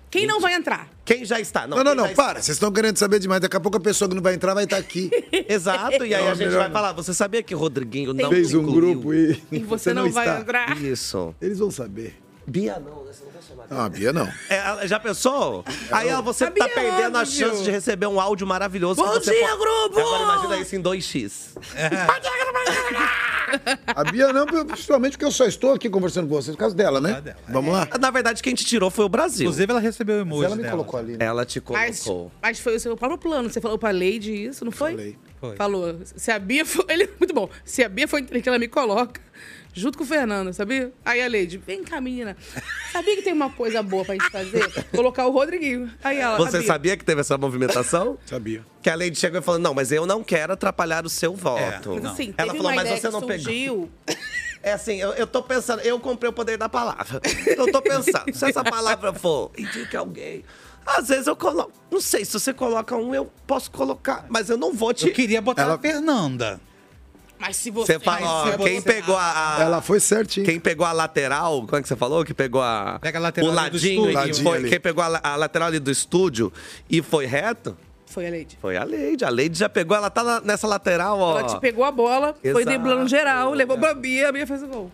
S6: Quem não vai entrar?
S5: Quem já está?
S3: Não, não, não, para. Vocês estão querendo saber demais. Daqui a pouco a pessoa que não vai entrar vai estar
S6: *laughs*
S3: aqui.
S5: *laughs* Exato, e aí
S3: Não,
S5: a gente
S3: melhor
S5: vai
S3: não.
S5: falar. Você sabia que o Rodriguinho
S3: Tem
S5: não
S3: Fez
S5: te
S3: um
S5: incluiu?
S3: grupo e-
S5: E
S3: você *laughs* você não não vai está. entrar.
S5: Isso.
S3: Eles vão saber.
S5: Bia não, você não vai chamar.
S3: Ah, a Bia não.
S5: É, ela- já pensou? Aí ó, você tá perdendo a
S3: óbvio.
S5: chance de receber um áudio maravilhoso.
S3: Bom
S5: que você
S3: dia, grupo!
S5: Agora imagina isso em 2x.
S7: É,
S3: A Bia não, principalmente porque eu só estou aqui conversando com vocês por causa dela, né? Vamos lá?
S5: Na verdade, quem te tirou foi o Brasil.
S7: Inclusive, ela recebeu o emoji
S3: Mas ela me
S7: dela.
S3: colocou ali. né?
S5: Ela te
S6: Mas,
S5: colocou.
S6: mas foi o seu próprio plano. Você falou pra Lady isso, não foi? Falei.
S5: Foi.
S6: Falou. Se a Bia for. *laughs* Ele, muito bom. Se a Bia for inteligente, ela me coloca. Junto com o Fernando, sabia? Aí a Lady, vem cá, menina. Sabia que tem uma coisa boa pra gente fazer? Colocar o Rodriguinho. Aí ela. a
S5: Você
S6: Bia,
S5: sabia que teve essa movimentação?
S3: *laughs*
S5: Sabia. Que a Lady chegou e falou: não, mas eu não quero atrapalhar o
S7: É,
S5: seu voto.
S6: Mas assim,
S5: Ela
S6: teve
S5: falou,
S6: uma
S5: mas
S6: ideia
S5: você
S6: que
S5: não pegou.
S6: surgiu.
S5: *laughs* É assim, eu, eu tô pensando, eu comprei o poder da palavra. *laughs* Então eu tô pensando, se essa palavra for indica alguém. Às vezes eu coloco. Não sei, se você coloca um, eu posso colocar, mas eu não vou te.
S7: Eu queria botar a Fernanda.
S6: Mas se
S5: Você fala, ó, quem pegou a, Ela
S3: foi certinho.
S5: Quem pegou a lateral, como é que você falou? Que pegou a.
S7: Pega a lateral ali
S5: o
S7: do
S5: ladinho,
S7: estúdio.
S5: e
S7: Ladinho
S5: foi,
S7: ali.
S5: quem pegou a, la- a lateral ali do estúdio e foi reto,
S6: Foi a Lady.
S5: foi a Leide. A Leide já pegou, ela tá na- nessa lateral, ó.
S6: Ela te pegou a bola, foi
S5: Exato.
S6: driblando geral, levou pra Bia, a Bia fez o gol.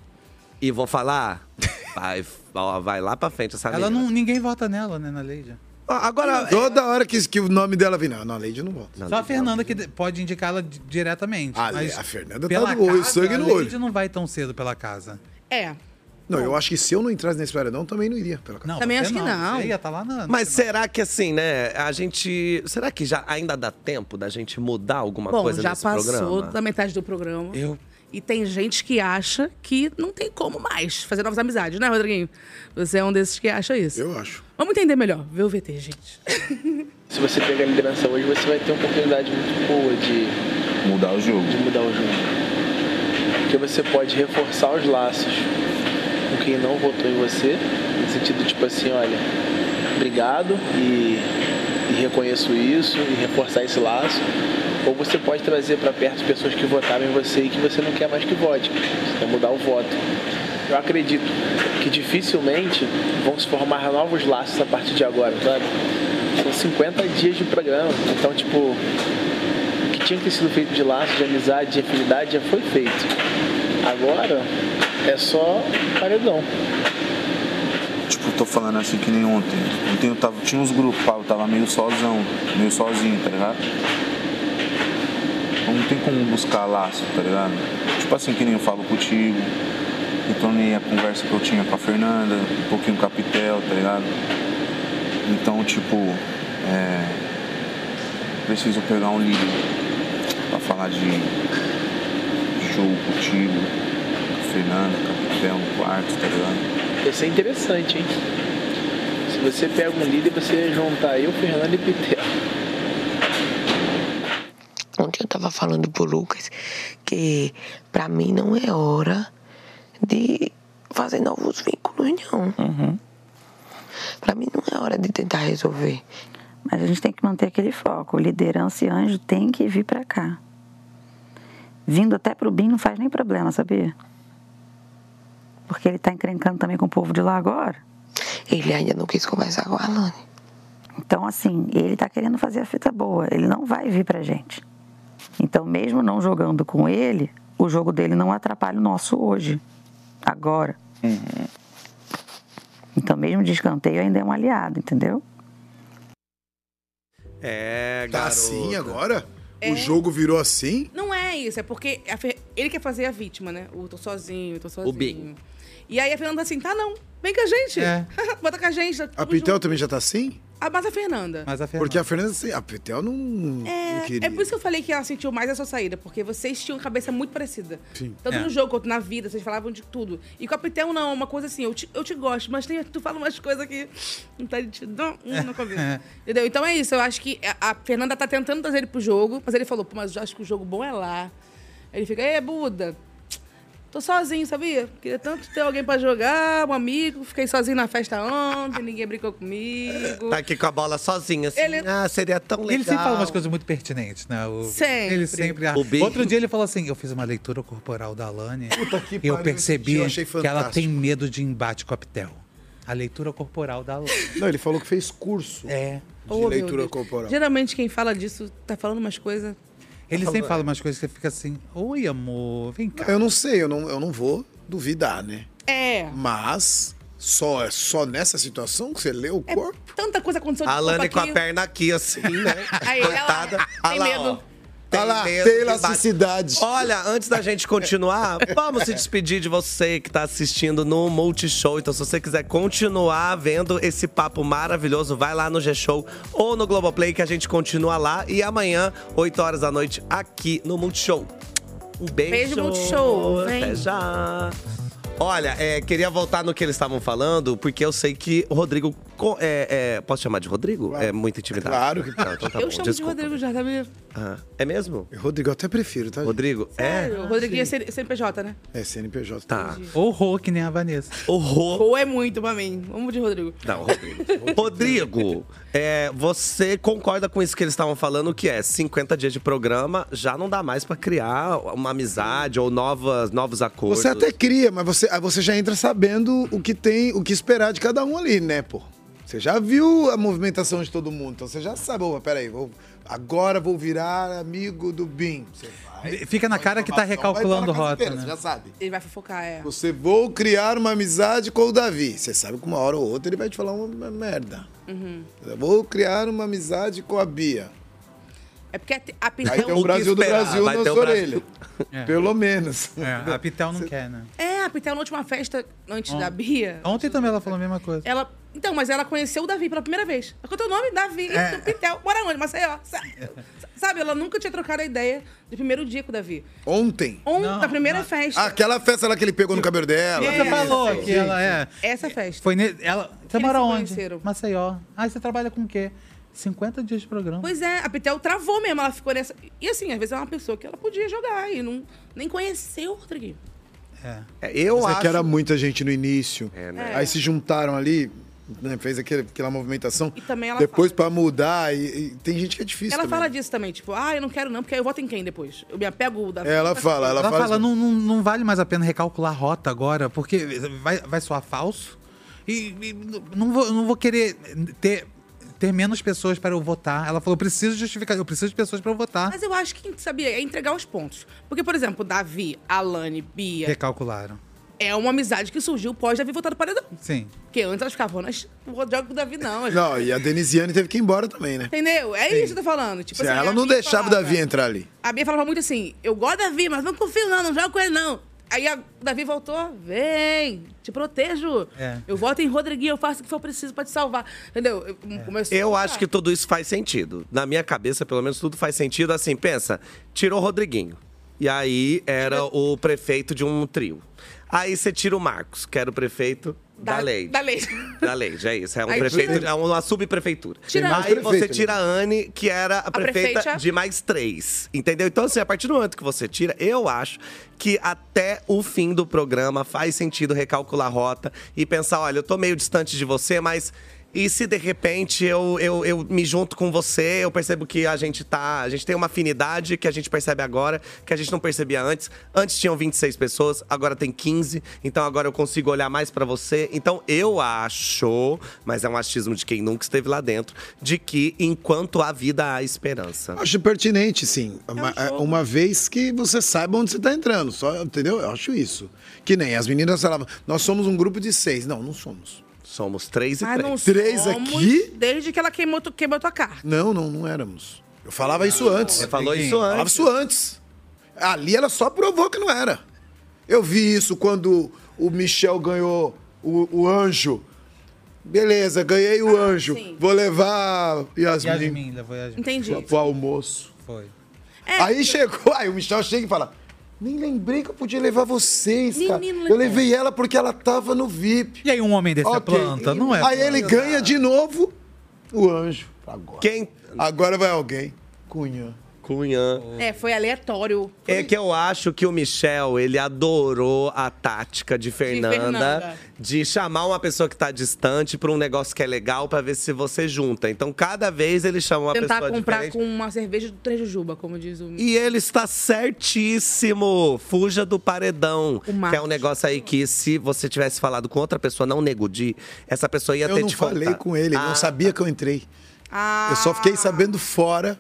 S5: E vou falar. Vai, ó, vai lá pra frente essa *laughs*
S7: Ela
S5: menina.
S7: não, ninguém vota nela, né, na Leide.
S5: Agora.
S3: Toda hora que, que o nome dela vem. Não, não, a Lady não volta.
S7: Só a Fernanda que de- pode indicá-la di- diretamente.
S3: Ah,
S7: mas
S3: a Fernanda tá
S7: pela
S3: no olho,
S7: casa,
S3: sangue no
S7: A
S3: olho.
S7: Leide não vai tão cedo pela casa.
S6: É.
S3: Não, eu acho que se eu não entrasse nesse paredão, também não iria. Pela
S7: não,
S6: Também você acho que não. não. Você ia
S7: tá lá na...
S5: Mas será que assim, né? A gente. Será que já ainda dá tempo da gente mudar alguma
S6: Bom,
S5: coisa
S6: já
S5: nesse
S6: passou
S5: programa?
S6: da metade do programa.
S5: Eu-
S6: E tem gente que acha que não tem como mais fazer novas amizades, né, Rodriguinho? Você é um desses que acha isso. Eu
S3: acho.
S6: Vamos entender melhor. Vê o VT, gente.
S9: Se você pegar a liderança hoje, você vai ter uma oportunidade muito boa de mudar o jogo. De mudar o jogo. Porque você pode reforçar os laços com quem não votou em você, no sentido tipo assim, olha, obrigado e, e reconheço isso e reforçar esse laço. Ou você pode trazer para perto pessoas que votaram em você e que você não quer mais que vote. Você quer mudar o voto. Eu acredito que dificilmente vão se formar novos laços a partir de agora, sabe? São 50 dias de programa, então, tipo, o que tinha que ter sido feito de laço, de amizade, de afinidade já foi feito. Agora é só paredão.
S22: Tipo, tô falando assim que nem ontem. Ontem eu tava, tinha uns grupos, pá, eu tava meio sozão, meio sozinho, tá ligado? Então não tem como buscar laço, tá ligado? Tipo assim, que nem eu falo contigo, retornei a conversa que eu tinha com a Fernanda, um pouquinho com a Pitel, tá ligado? Então, tipo, é, preciso pegar um livro pra falar de show contigo, com a Fernanda, com a Pitel no quarto, tá ligado?
S9: Vai ser é interessante, hein? Se você pega um líder, você juntar eu, Fernando e Pitel.
S23: Ontem eu tava falando pro Lucas que pra mim não é hora de fazer novos vínculos, não. Uhum. Pra mim não é hora de tentar resolver.
S10: Mas a gente tem que manter aquele foco. Liderança e anjo tem que vir pra cá. Vindo até pro BIM não faz nem problema, sabia? Porque ele tá encrencando também com o povo de lá agora.
S23: Ele ainda não quis conversar com a Alane.
S10: Então, assim, ele tá querendo fazer a fita boa. Ele não vai vir pra gente. Então, mesmo não jogando com ele, o jogo dele não atrapalha o nosso hoje. Agora. Então, mesmo de escanteio, ainda é um aliado, entendeu?
S5: É,
S3: Tá
S5: garota.
S3: assim agora?
S6: É.
S3: O jogo virou assim?
S6: Não é isso, é porque a Fer- ele quer fazer a vítima, né? O tô sozinho, tô sozinho.
S3: O Bim.
S6: E aí a Fernanda tá assim, tá não, vem com a gente.
S3: É.
S6: *laughs* Bota com a gente. tá
S3: A
S6: tudo
S3: Pitel
S6: junto.
S3: também já tá assim?
S6: Ah, mas a Fernanda.
S3: Porque a Fernanda, assim, a Pitel não, não
S6: É,
S3: queria.
S6: é por isso que eu falei que ela sentiu mais a sua saída, porque vocês tinham cabeça muito parecida.
S3: Sim.
S6: Tanto
S3: É.
S6: no jogo quanto na vida, vocês falavam de tudo. E com a Pitel, não, uma coisa assim, eu te, eu te gosto, mas tem, tu fala umas coisas que não tá de te não, hum, não convém. *laughs* Entendeu? Então é isso, eu acho que a a Fernanda tá tentando trazer ele pro jogo, mas ele falou, Pô, mas eu acho que o jogo bom é lá. Aí Ele fica, é Buda, tô sozinho, sabia? Queria tanto ter alguém pra jogar, um amigo, fiquei sozinho na festa ontem, ninguém brincou comigo.
S5: Tá aqui com a bola sozinha, assim.
S6: Ele-
S5: Ah, seria tão legal.
S7: Ele sempre fala umas coisas muito pertinentes, né? O-
S6: Sempre.
S7: Ele sempre... ah,
S5: O Big.
S7: Outro dia ele falou assim, eu fiz uma leitura corporal da Alane
S3: Puta que
S7: e eu
S3: pariu,
S7: percebi
S3: eu achei
S7: que ela
S3: fantástico.
S7: tem medo de embate com a Pitel. A leitura corporal da Lana.
S3: Não, ele falou que fez curso.
S7: É.
S3: De
S6: Oh, meu
S3: leitura
S6: Deus.
S3: corporal.
S6: Geralmente quem fala disso tá falando umas coisas.
S7: Ele
S3: Tá
S7: sempre
S3: bom.
S7: fala umas coisas que você fica assim, oi amor, vem cá.
S3: Eu não sei, eu não, eu não vou duvidar, né?
S6: É.
S3: Mas só, é só nessa situação que você leu o corpo?
S6: Tanta coisa aconteceu de
S5: A Lani
S6: corpo
S5: com a
S6: É aqui.
S5: perna aqui, assim, né?
S6: *laughs* Aí ela tem
S5: lá,
S6: medo.
S5: Tem
S3: lá,
S5: medo
S3: tem
S5: que
S3: elasticidade.
S5: bate. Olha, antes da gente continuar, vamos se despedir de você que tá assistindo no Multishow. Então, se você quiser continuar vendo esse papo maravilhoso, vai lá no G-Show ou no Globoplay que a gente continua lá. E amanhã, 8 horas da noite, aqui no Multishow. Um beijo.
S6: Beijo, Multishow.
S5: Até
S6: Vem.
S5: já. Olha, é, queria voltar no que eles estavam falando, porque eu sei que o Rodrigo. co- é, é, posso chamar de Rodrigo? É muita intimidade. então Claro que pode.
S3: Tá
S6: eu chamo de Rodrigo já, sabia?
S5: Ah, é mesmo?
S3: Rodrigo, eu até prefiro, tá?
S5: Rodrigo,
S7: É,
S6: O Rodrigo ia ser CNPJ, né?
S3: é. É CNPJ.
S5: Tá.
S7: Ou Rô, que nem a Vanessa.
S5: Ou Rô.
S6: Ou é muito pra mim. Vamos de Rodrigo.
S5: Não,
S6: *laughs*
S5: Rodrigo. Rodrigo, é, você concorda com isso que eles estavam falando, que é 50 dias de programa, já não dá mais pra criar uma amizade ou novas, novos acordos.
S3: Você até cria, mas você, aí você já entra sabendo o que tem, o que esperar de cada um ali, né, pô? Você já viu a movimentação de todo mundo, então você já sabe, opa, peraí, vou, agora vou virar amigo do Bim. Você vai.
S7: Fica na cara que tá
S3: informação vai
S7: recalculando
S3: estar na casa
S7: rota,
S3: inteira,
S7: né?
S3: você já sabe.
S6: Ele vai fofocar, é.
S3: Você vou criar uma amizade com o Davi. Você sabe que uma hora ou outra ele vai te falar uma- uma merda.
S6: Uhum.
S3: Eu vou criar uma amizade com a
S7: *laughs*
S3: Bia.
S6: É porque a te- a
S3: Vai
S6: Pitel.
S3: ter o Brasil do Brasil na sua orelha.
S7: É.
S3: Pelo menos.
S7: É, a Pitel não quer, né?
S6: É, a Pitel na última festa, antes
S7: Ó.
S6: da Bia.
S7: Ontem também ela falou a mesma coisa.
S6: Ela. Então, mas ela conheceu o Davi pela primeira vez. Qual é o teu nome? Davi.
S7: É.
S6: Então, Pitel. Mora onde? Maceió. Sa- Sabe, ela nunca tinha trocado a ideia do primeiro dia com o Davi.
S3: Ontem.
S6: Ontem, na primeira festa.
S3: Aquela festa lá que ele pegou no cabelo dela.
S7: Você falou
S3: Sim,
S7: que ela é.
S6: Essa festa.
S7: Foi ne... ela. Você mora
S6: se
S7: onde? Maceió. Ah, você trabalha com o quê? 50 dias de programa.
S6: Pois é, a Pitel travou mesmo, ela ficou nessa. E assim, às vezes é uma pessoa que ela podia jogar e não, nem conheceu o Rodrigo.
S5: Eu
S3: Mas é que
S6: acho-
S3: era muita gente no início.
S6: né?
S3: Aí se juntaram ali, né, fez aquele, aquela movimentação.
S6: E também ela
S3: Depois pra mudar, e, e tem gente que é difícil
S6: Ela
S3: também.
S6: fala disso também, tipo, ah, eu não quero não, porque aí eu voto em quem depois? Eu me apego o Davi.
S7: ela
S5: um
S7: fala, assim, não, não, não vale mais a pena recalcular a rota agora, porque vai, vai soar falso. E, e não, vou, não vou querer ter, ter menos pessoas para eu votar. Ela falou, eu preciso justificar, eu preciso de pessoas para eu votar.
S6: Mas eu acho que, sabia, é entregar os pontos. Porque, por exemplo, Davi, Alane, Bia,
S7: Recalcularam.
S6: é uma amizade que surgiu pós Davi votar no paredão.
S7: Sim.
S6: Porque antes elas ficavam, nós não vou jogar com o Davi não.
S3: Não, e a Denisiane teve que ir embora também, né?
S6: Entendeu? É isso que eu tô falando. Tipo,
S3: Se
S6: assim,
S3: ela
S6: a
S3: não
S6: Bia
S3: deixava o
S6: falava-
S3: Davi entrar ali.
S6: A Bia falava muito assim: eu gosto da Davi, mas não confio, não, não jogo com ele, não. Aí a- o Davi voltou, vem, te protejo.
S5: É.
S6: Eu voto em Rodriguinho, eu faço o que for preciso pra te salvar. Entendeu? Eu, começou
S5: Eu
S6: a-
S5: acho que tudo isso faz sentido. Na minha cabeça, pelo menos, tudo faz sentido. Assim, pensa, tirou o Rodriguinho. E aí era o prefeito de um trio. Aí você tira o Marcos, que era o prefeito da, lei.
S6: Da lei.
S5: Da lei, já é isso. É um
S6: Aí
S5: prefeito,
S6: tira-
S5: é uma subprefeitura.
S6: Tira
S5: Aí
S6: a Anne.
S5: você
S6: Prefeito, né?
S5: tira a Anne, que era a prefeita,
S6: prefeita.
S5: de mais três. Entendeu? Então, assim, a partir do momento que você tira, eu acho que até o fim do programa faz sentido recalcular a rota e pensar: olha, eu tô meio distante de você, mas. E se de repente eu, eu, eu me junto com você, eu percebo que a gente tá. A gente tem uma afinidade que a gente percebe agora, que a gente não percebia antes. Antes tinham 26 pessoas, agora tem 15. Então agora eu consigo olhar mais pra você. Então eu acho, mas é um achismo de quem nunca esteve lá dentro, de que enquanto há vida há esperança.
S3: Acho pertinente, sim.
S6: É um
S3: uma, é, uma vez que você saiba onde você está entrando. Só, entendeu? Eu acho isso. Que nem as meninas falavam, nós somos um grupo de seis. Não, não somos.
S5: Somos três
S6: Mas não
S3: Três
S6: somos
S3: aqui?
S6: Desde que ela queimou, tu- queimou tua carta.
S3: Não, não, não éramos. Eu falava isso antes. Você
S5: falou isso antes.
S3: Falava isso antes. Ali ela só provou que não era. Eu vi isso quando o Michel ganhou o, o anjo. Beleza, ganhei o anjo. Vou levar Yasmin,
S7: Yasmin levou Yasmin.
S6: Entendi.
S3: pro- pro almoço.
S7: Foi.
S3: Aí chegou, aí o Michel chega e fala: Nem lembrei que eu podia levar vocês, cara.
S7: Menino,
S3: Eu levei ela porque ela tava no VIP.
S7: E aí um homem desse é
S3: Ok.
S7: planta, não é?
S3: Aí
S7: planta.
S3: ele ganha de novo o anjo. Agora.
S5: Quem?
S3: Agora vai alguém. Cunha.
S5: Cunha.
S6: É, foi aleatório.
S5: É que eu acho que o Michel, ele adorou a tática de Fernanda de,
S6: Fernanda.
S5: chamar uma pessoa que tá distante pra um negócio que é legal pra ver se você junta. Então, cada vez ele chama uma
S6: Tentar
S5: pessoa
S6: comprar
S5: diferente.
S6: com uma cerveja do Três Jujuba, como diz o.
S5: E ele está certíssimo. Fuja do paredão.
S6: O Marcos.
S5: Que é um negócio aí que, se você tivesse falado com outra pessoa, não negudi, essa pessoa ia
S3: Eu
S5: ter
S3: não
S5: te Ah, tá. faltado.
S3: falei com ele, ele não sabia que eu entrei. Eu só fiquei sabendo fora.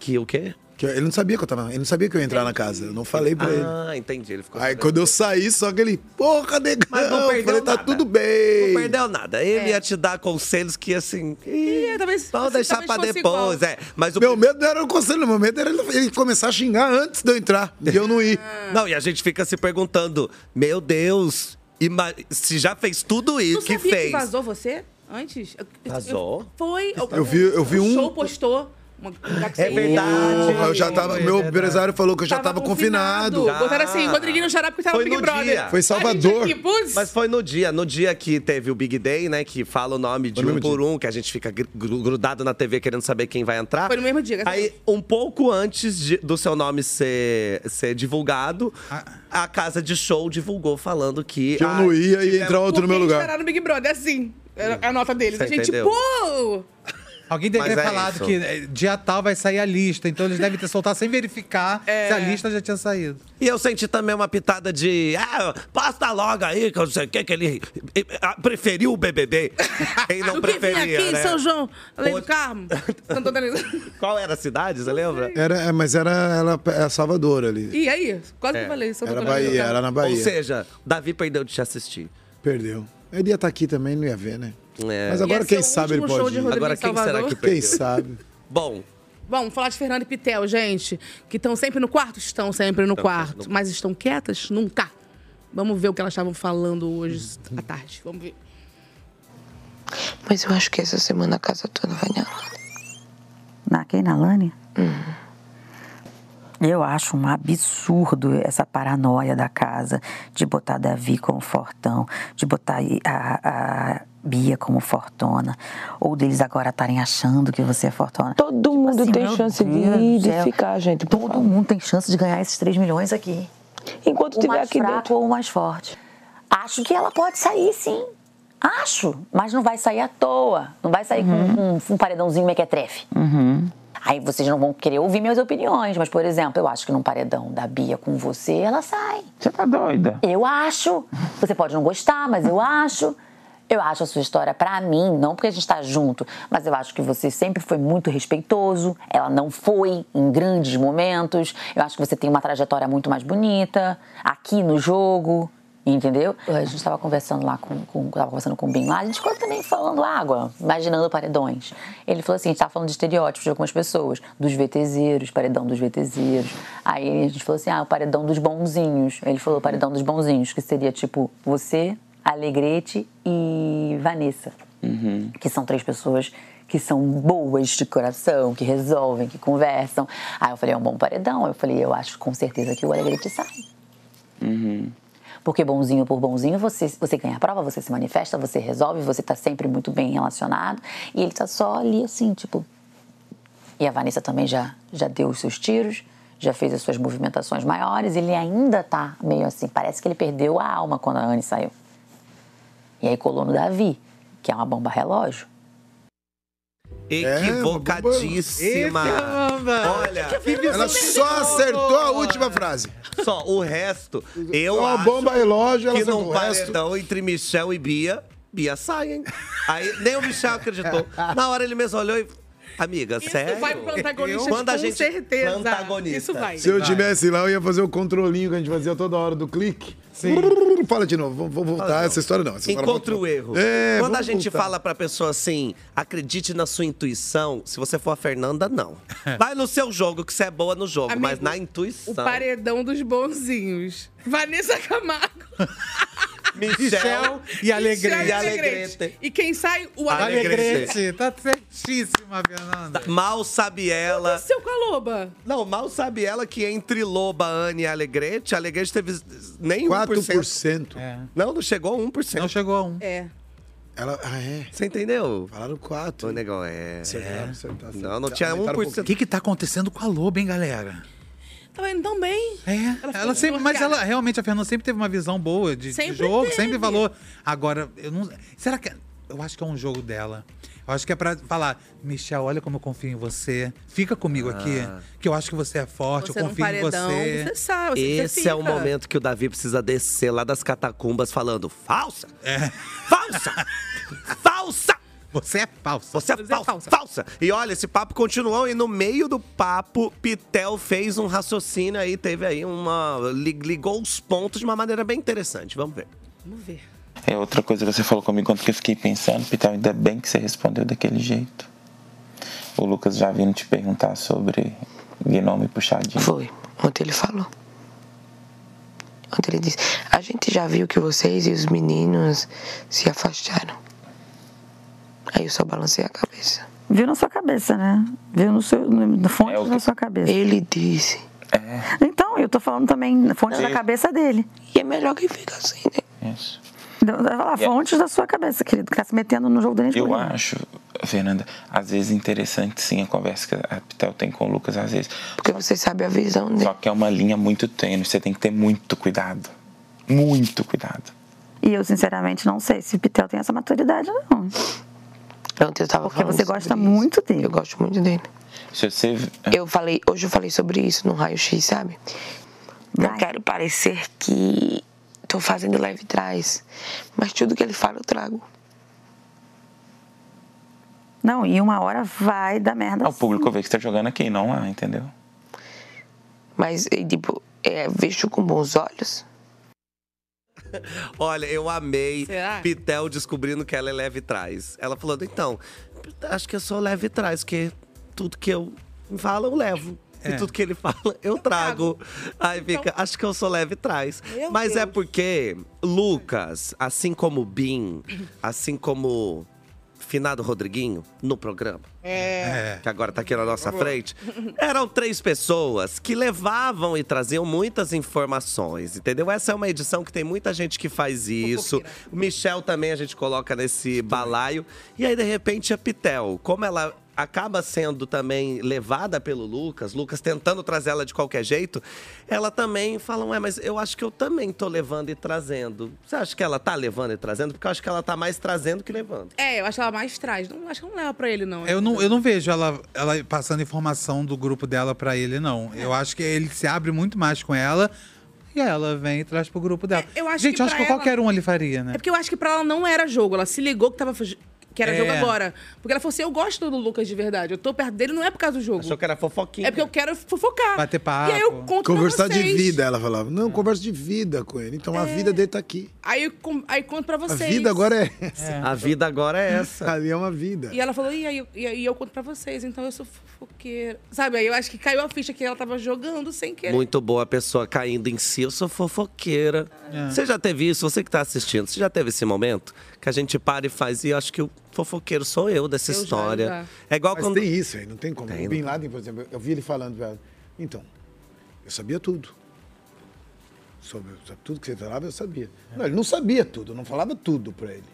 S5: Que o quê?
S3: ele não sabia que eu tava. Ele não sabia que eu ia entrar na casa. Eu não falei pra ele.
S5: Ah, entendi. Ele ficou
S3: Aí
S5: sabendo.
S3: quando eu saí, só que ele, porra, negão. Mas não perdeu falei, tá tudo bem.
S5: Não perdeu nada.
S3: É.
S5: Ele ia te dar conselhos que, assim,
S6: Ih, talvez.
S5: vamos deixar pra depois. É. Mas o
S3: Meu medo não era o conselho, meu medo era ele- ele começar a xingar antes de eu entrar. E eu não ir.
S5: Não, e a gente fica se perguntando, meu Deus, ima- se já fez tudo isso
S6: Tu
S5: que
S6: sabia
S5: fez.
S6: que vazou você antes? Eu- eu-
S5: Vazou?
S6: Foi.
S3: Eu vi- eu vi
S6: o
S3: um-
S6: show postou. Uma, um lugar que
S3: É
S6: você-
S3: verdade. Porra, eu já
S5: É
S3: tava- meu empresário falou que eu já tava confinado.
S6: Botaram assim, Rodriguinho no xarape que tava no Big Brother. A gente aqui, putz.
S5: Mas foi no dia. No dia que teve o Big Day, né? Que fala o nome de um por um, que a gente fica gr- gru- grudado na TV querendo saber quem vai entrar.
S6: Foi no mesmo dia, graças a
S5: Aí, um pouco antes de- do seu nome ser, ser divulgado, a casa de show divulgou falando que.
S3: Que eu não ia e ia entrar outro no meu
S6: Tem que parar no Big Brother, assim. Era A nota deles.
S7: Você
S6: a gente,
S7: entendeu?
S6: pô!
S7: Alguém deve
S5: Mas
S7: ter
S5: é
S7: falado
S5: isso.
S7: que eh, dia tal vai sair a lista, então eles devem ter soltado sem verificar
S5: É.
S7: se a lista já tinha saído.
S5: E eu senti também uma pitada de. Ah, passa logo aí, que eu não sei o que, que ele eh, ah, preferiu o
S6: *laughs*
S5: BBB. Quem não
S6: Do que vem
S5: preferia.
S6: aqui em
S5: né?
S6: São João, além do Carmo. Santo Antônio.
S5: Qual era a cidade, você lembra?
S3: Era, é, mas era ela, é Salvador ali.
S6: E aí? Quase que eu né? falei. Santo Antônio do Carmo.
S5: Ou seja, Davi perdeu de te assistir.
S3: Perdeu. Ele ia estar aqui também, não ia ver, né?
S5: É.
S3: Mas agora
S6: um
S3: quem sabe ele pode. ir.
S5: Agora quem será que perdeu?
S3: Quem sabe?
S5: Bom,
S6: Vamos falar de Fernando e Pitel, gente. Que estão sempre no quarto? Estão sempre no
S5: Estão
S6: quarto.
S5: sempre
S6: Mas estão quietas? Nunca. Vamos ver o que elas estavam falando hoje à tarde. Vamos ver.
S23: Mas eu acho que essa semana a casa toda vai ganhar.
S10: Na quem? Na Lani?
S23: Hum. Uhum.
S10: Eu acho um absurdo essa paranoia da casa de botar Davi como fortão, de botar a, a Bia como fortona, ou deles agora estarem achando que você é fortona. assim,
S23: Todo mundo tem chance de ir e de ficar, gente.
S10: Todo mundo tem chance de ganhar esses 3 milhões aqui.
S23: Enquanto
S10: o
S23: tiver
S10: mais
S23: aqui
S10: fraco
S23: dentro.
S10: ou o mais forte. Acho que ela pode sair, sim. Acho, mas não vai sair à toa. Não vai sair com um, um paredãozinho mequetrefe.
S23: Uhum.
S10: Aí vocês não vão querer ouvir minhas opiniões, mas, por exemplo, eu acho que num paredão da Bia com você, ela sai.
S23: Você tá doida?
S10: Eu acho. Você pode não gostar, mas eu acho. Eu acho a sua história pra mim, não porque a gente tá junto, mas eu acho que você sempre foi muito respeitoso. Ela não foi em grandes momentos. Eu acho que você tem uma trajetória muito mais bonita aqui no jogo, entendeu? A gente tava conversando lá com, com tava conversando com o Bin lá, a gente ficou também falando água, imaginando paredões. Ele falou assim, a gente tava falando de estereótipos de algumas pessoas, dos VTZeros, paredão dos VTZeros. Aí a gente falou assim, ah, o paredão dos bonzinhos. Ele falou o paredão dos bonzinhos, que seria tipo você, Alegrete e Vanessa. Que são três pessoas que são boas de coração, que resolvem, que conversam. Aí eu falei, é um bom paredão. Eu falei, eu acho com certeza que o Alegrete sai. Porque bonzinho por bonzinho, você, você ganha a prova, você se manifesta, você resolve, você tá sempre muito bem relacionado. E ele tá só ali assim, tipo. E a Vanessa também já, já deu os seus tiros, já fez as suas movimentações maiores. Ele ainda tá meio assim. Parece que ele perdeu a alma quando a Anne saiu. E aí colou no Davi, que é uma bomba relógio.
S3: É,
S5: equivocadíssima. Olha,
S3: Ela só acertou a última frase. É
S5: Só o resto, eu
S3: Uma
S5: acho
S3: bomba relógio, ela
S5: que
S3: acertou
S5: num
S3: o resto.
S5: paredão entre Michel e Bia, Bia sai, hein? Aí nem o Michel acreditou. Na hora ele mesmo olhou e... Amiga, sério?
S6: vai pro antagonista,
S5: Quando a
S6: com
S5: gente...
S6: certeza.
S5: Antagonista.
S6: Isso vai.
S3: Se eu tivesse lá, eu ia fazer o controlinho que a gente fazia toda hora do clique. Brrr, Fala de novo, vou, vou voltar. Essa história não. Essa história
S5: Encontra
S3: volta.
S5: o erro.
S3: É,
S5: Quando a
S3: vamos
S5: gente
S3: voltar.
S5: fala pra pessoa assim, acredite na sua intuição, se você for a Fernanda,
S6: *laughs*
S5: não. Vai no seu jogo, que você é boa no jogo, mas na intuição. *laughs*
S6: O paredão dos bonzinhos. Vanessa Camargo.
S5: Michel
S7: e
S6: Michel
S7: Alegrete.
S6: e Alegrete. E quem sai? O Alegrete.
S7: Alegrete, tá certíssima, Fernanda.
S5: Mal sabe ela.
S6: Seu com a loba.
S5: Não, mal sabe ela que entre Loba, Anne e Alegrete, a Alegrete teve nem 1%.
S3: 4%.
S5: Não, não chegou a 1%. Não
S7: chegou a 1%.
S6: É.
S3: Ela, ah, é?
S5: Você entendeu?
S3: Falaram quatro.
S5: O negão é.
S3: Acertaram, acertaram.
S5: Não, não tinha um
S7: Aumentaram
S5: por
S7: pouquinho. O que que tá acontecendo com a Lobo, hein, galera?
S6: Tava indo Tá tão bem.
S7: É, ela, sempre, mas ela realmente, a Fernanda sempre teve uma visão boa de, de
S6: Sempre
S7: jogo,
S6: teve.
S7: sempre falou. Agora, eu não. Será que. Eu acho que é um jogo dela. Eu acho que é pra falar, Michel, olha como eu confio em você. Fica comigo aqui,
S5: Ah.
S7: que eu acho que você é forte,
S6: Você
S7: eu
S6: num
S7: confio
S6: paredão,
S7: em você.
S6: você sabe, você- você
S5: Esse é o
S6: fica.
S5: momento que o Davi precisa descer lá das catacumbas falando falsa! Falsa! falsa!
S7: É. Você é falsa.
S5: Você é falsa, falsa. E olha, esse papo continuou e no meio do papo, Pitel fez um raciocínio aí, teve aí uma. li- ligou os pontos de uma maneira bem interessante. Vamos ver.
S6: Vamos ver.
S2: É outra coisa que você falou comigo quando que eu fiquei pensando, Pitel, ainda bem que você respondeu daquele jeito. O Lucas já vindo te perguntar sobre gnome puxadinho.
S23: Foi. Ontem ele falou. Ontem ele disse: A gente já viu que vocês e os meninos se afastaram. Aí eu só balancei a cabeça.
S10: Viu na sua cabeça, né? Viu no seu, no, no
S2: É,
S10: fonte da sua cabeça.
S23: Ele disse.
S10: Então, eu tô falando também na fonte da
S23: Sim.
S10: cabeça dele.
S23: E é melhor que fica assim,
S2: né? Isso.
S10: Vai lá, fontes da sua cabeça, querido, que tá se metendo no jogo da gente.
S2: É. Eu acho, Fernanda, às vezes interessante sim a conversa que a Pitel tem com o Lucas, às vezes.
S23: Porque você sabe a visão dele.
S2: Só que é uma linha muito tênue, você tem que ter muito cuidado. Muito cuidado.
S10: E eu, sinceramente, não sei se o Pitel tem essa maturidade, não.
S23: Ontem eu tava
S10: Porque você gosta muito dele. Eu
S23: gosto muito dele.
S2: Se você é.
S23: Eu falei, hoje eu falei sobre isso no raio X, sabe? Não quero parecer que tô fazendo live trás, mas tudo que ele fala eu trago.
S10: Não, e uma hora vai dar
S23: é
S10: merda.
S2: Ah, o público vê que você tá jogando aqui, não lá, entendeu?
S23: Mas e, tipo, é, vejo com bons olhos.
S5: Olha, eu amei
S23: Será?
S5: Pitel descobrindo que ela é leve trás. Ela falando, então, acho que eu sou leve trás, porque tudo que eu falo, eu levo.
S12: É.
S5: E tudo que ele fala, *laughs* eu trago. Aí fica, acho que eu sou leve trás.
S12: Meu
S5: Mas é
S12: Deus.
S5: porque Lucas, assim como Bim, assim como Finado Rodriguinho, no programa,
S2: É.
S5: que agora tá aqui na nossa frente, eram três pessoas que levavam e traziam muitas informações, entendeu? Essa é uma edição que tem muita gente que faz isso. O Michel também a gente coloca nesse balaio. E aí, de repente, a Pitel, como ela acaba sendo também levada pelo Lucas, Lucas tentando trazer ela de qualquer jeito, ela também fala, ué, mas eu acho que eu também tô levando e trazendo. Você acha que ela tá levando e trazendo? Porque eu acho que ela tá mais trazendo que levando.
S6: É, eu acho ela mais traz. Não, acho que não leva pra ele, não.
S7: Eu não, eu não vejo ela, ela passando informação do grupo dela pra ele, não.
S6: É.
S7: Eu acho que ele se abre muito mais com ela e ela vem e traz pro grupo dela.
S6: É, eu acho
S7: Gente,
S6: que
S7: eu acho que
S6: pra ela-
S7: qualquer um ele faria, né?
S6: É porque eu acho que pra ela não era jogo. Ela se ligou que tava fugi- que era
S7: É.
S6: jogo agora. Porque ela falou assim: eu gosto do Lucas de verdade. Eu tô perto dele, não é por causa do jogo.
S5: Achou que era fofoquinha.
S6: É porque eu quero fofocar.
S3: Bater
S6: papo. E aí eu conto pra
S3: Conversar de
S6: vocês.
S3: vida, ela falava. Não, conversa de vida com ele. Então a vida dele tá aqui.
S6: Aí, eu com- aí conto pra vocês.
S3: A vida agora é essa.
S5: A vida agora é essa.
S3: *laughs* Ali é uma vida.
S6: E ela falou, e aí, e aí eu conto pra vocês, então eu sou fofoqueira. Sabe, aí eu acho que caiu a ficha que ela tava jogando sem querer. *laughs*
S5: Muito boa a pessoa caindo em si. Eu sou fofoqueira.
S6: É.
S5: Você já teve isso? Você que tá assistindo, você já teve esse momento? Que a gente para e faz, e eu acho que o fofoqueiro sou eu dessa
S3: Eu já,
S5: história.
S3: já.
S5: É igual
S3: Mas
S5: quando.
S3: tem isso aí, não tem como.
S5: Tem,
S3: o Bin Laden, por exemplo, eu vi ele falando pra ela, então, eu sabia tudo. Sobre, sobre tudo que você falava, eu sabia.
S5: É.
S3: Não, ele não sabia tudo, eu não falava tudo pra ele.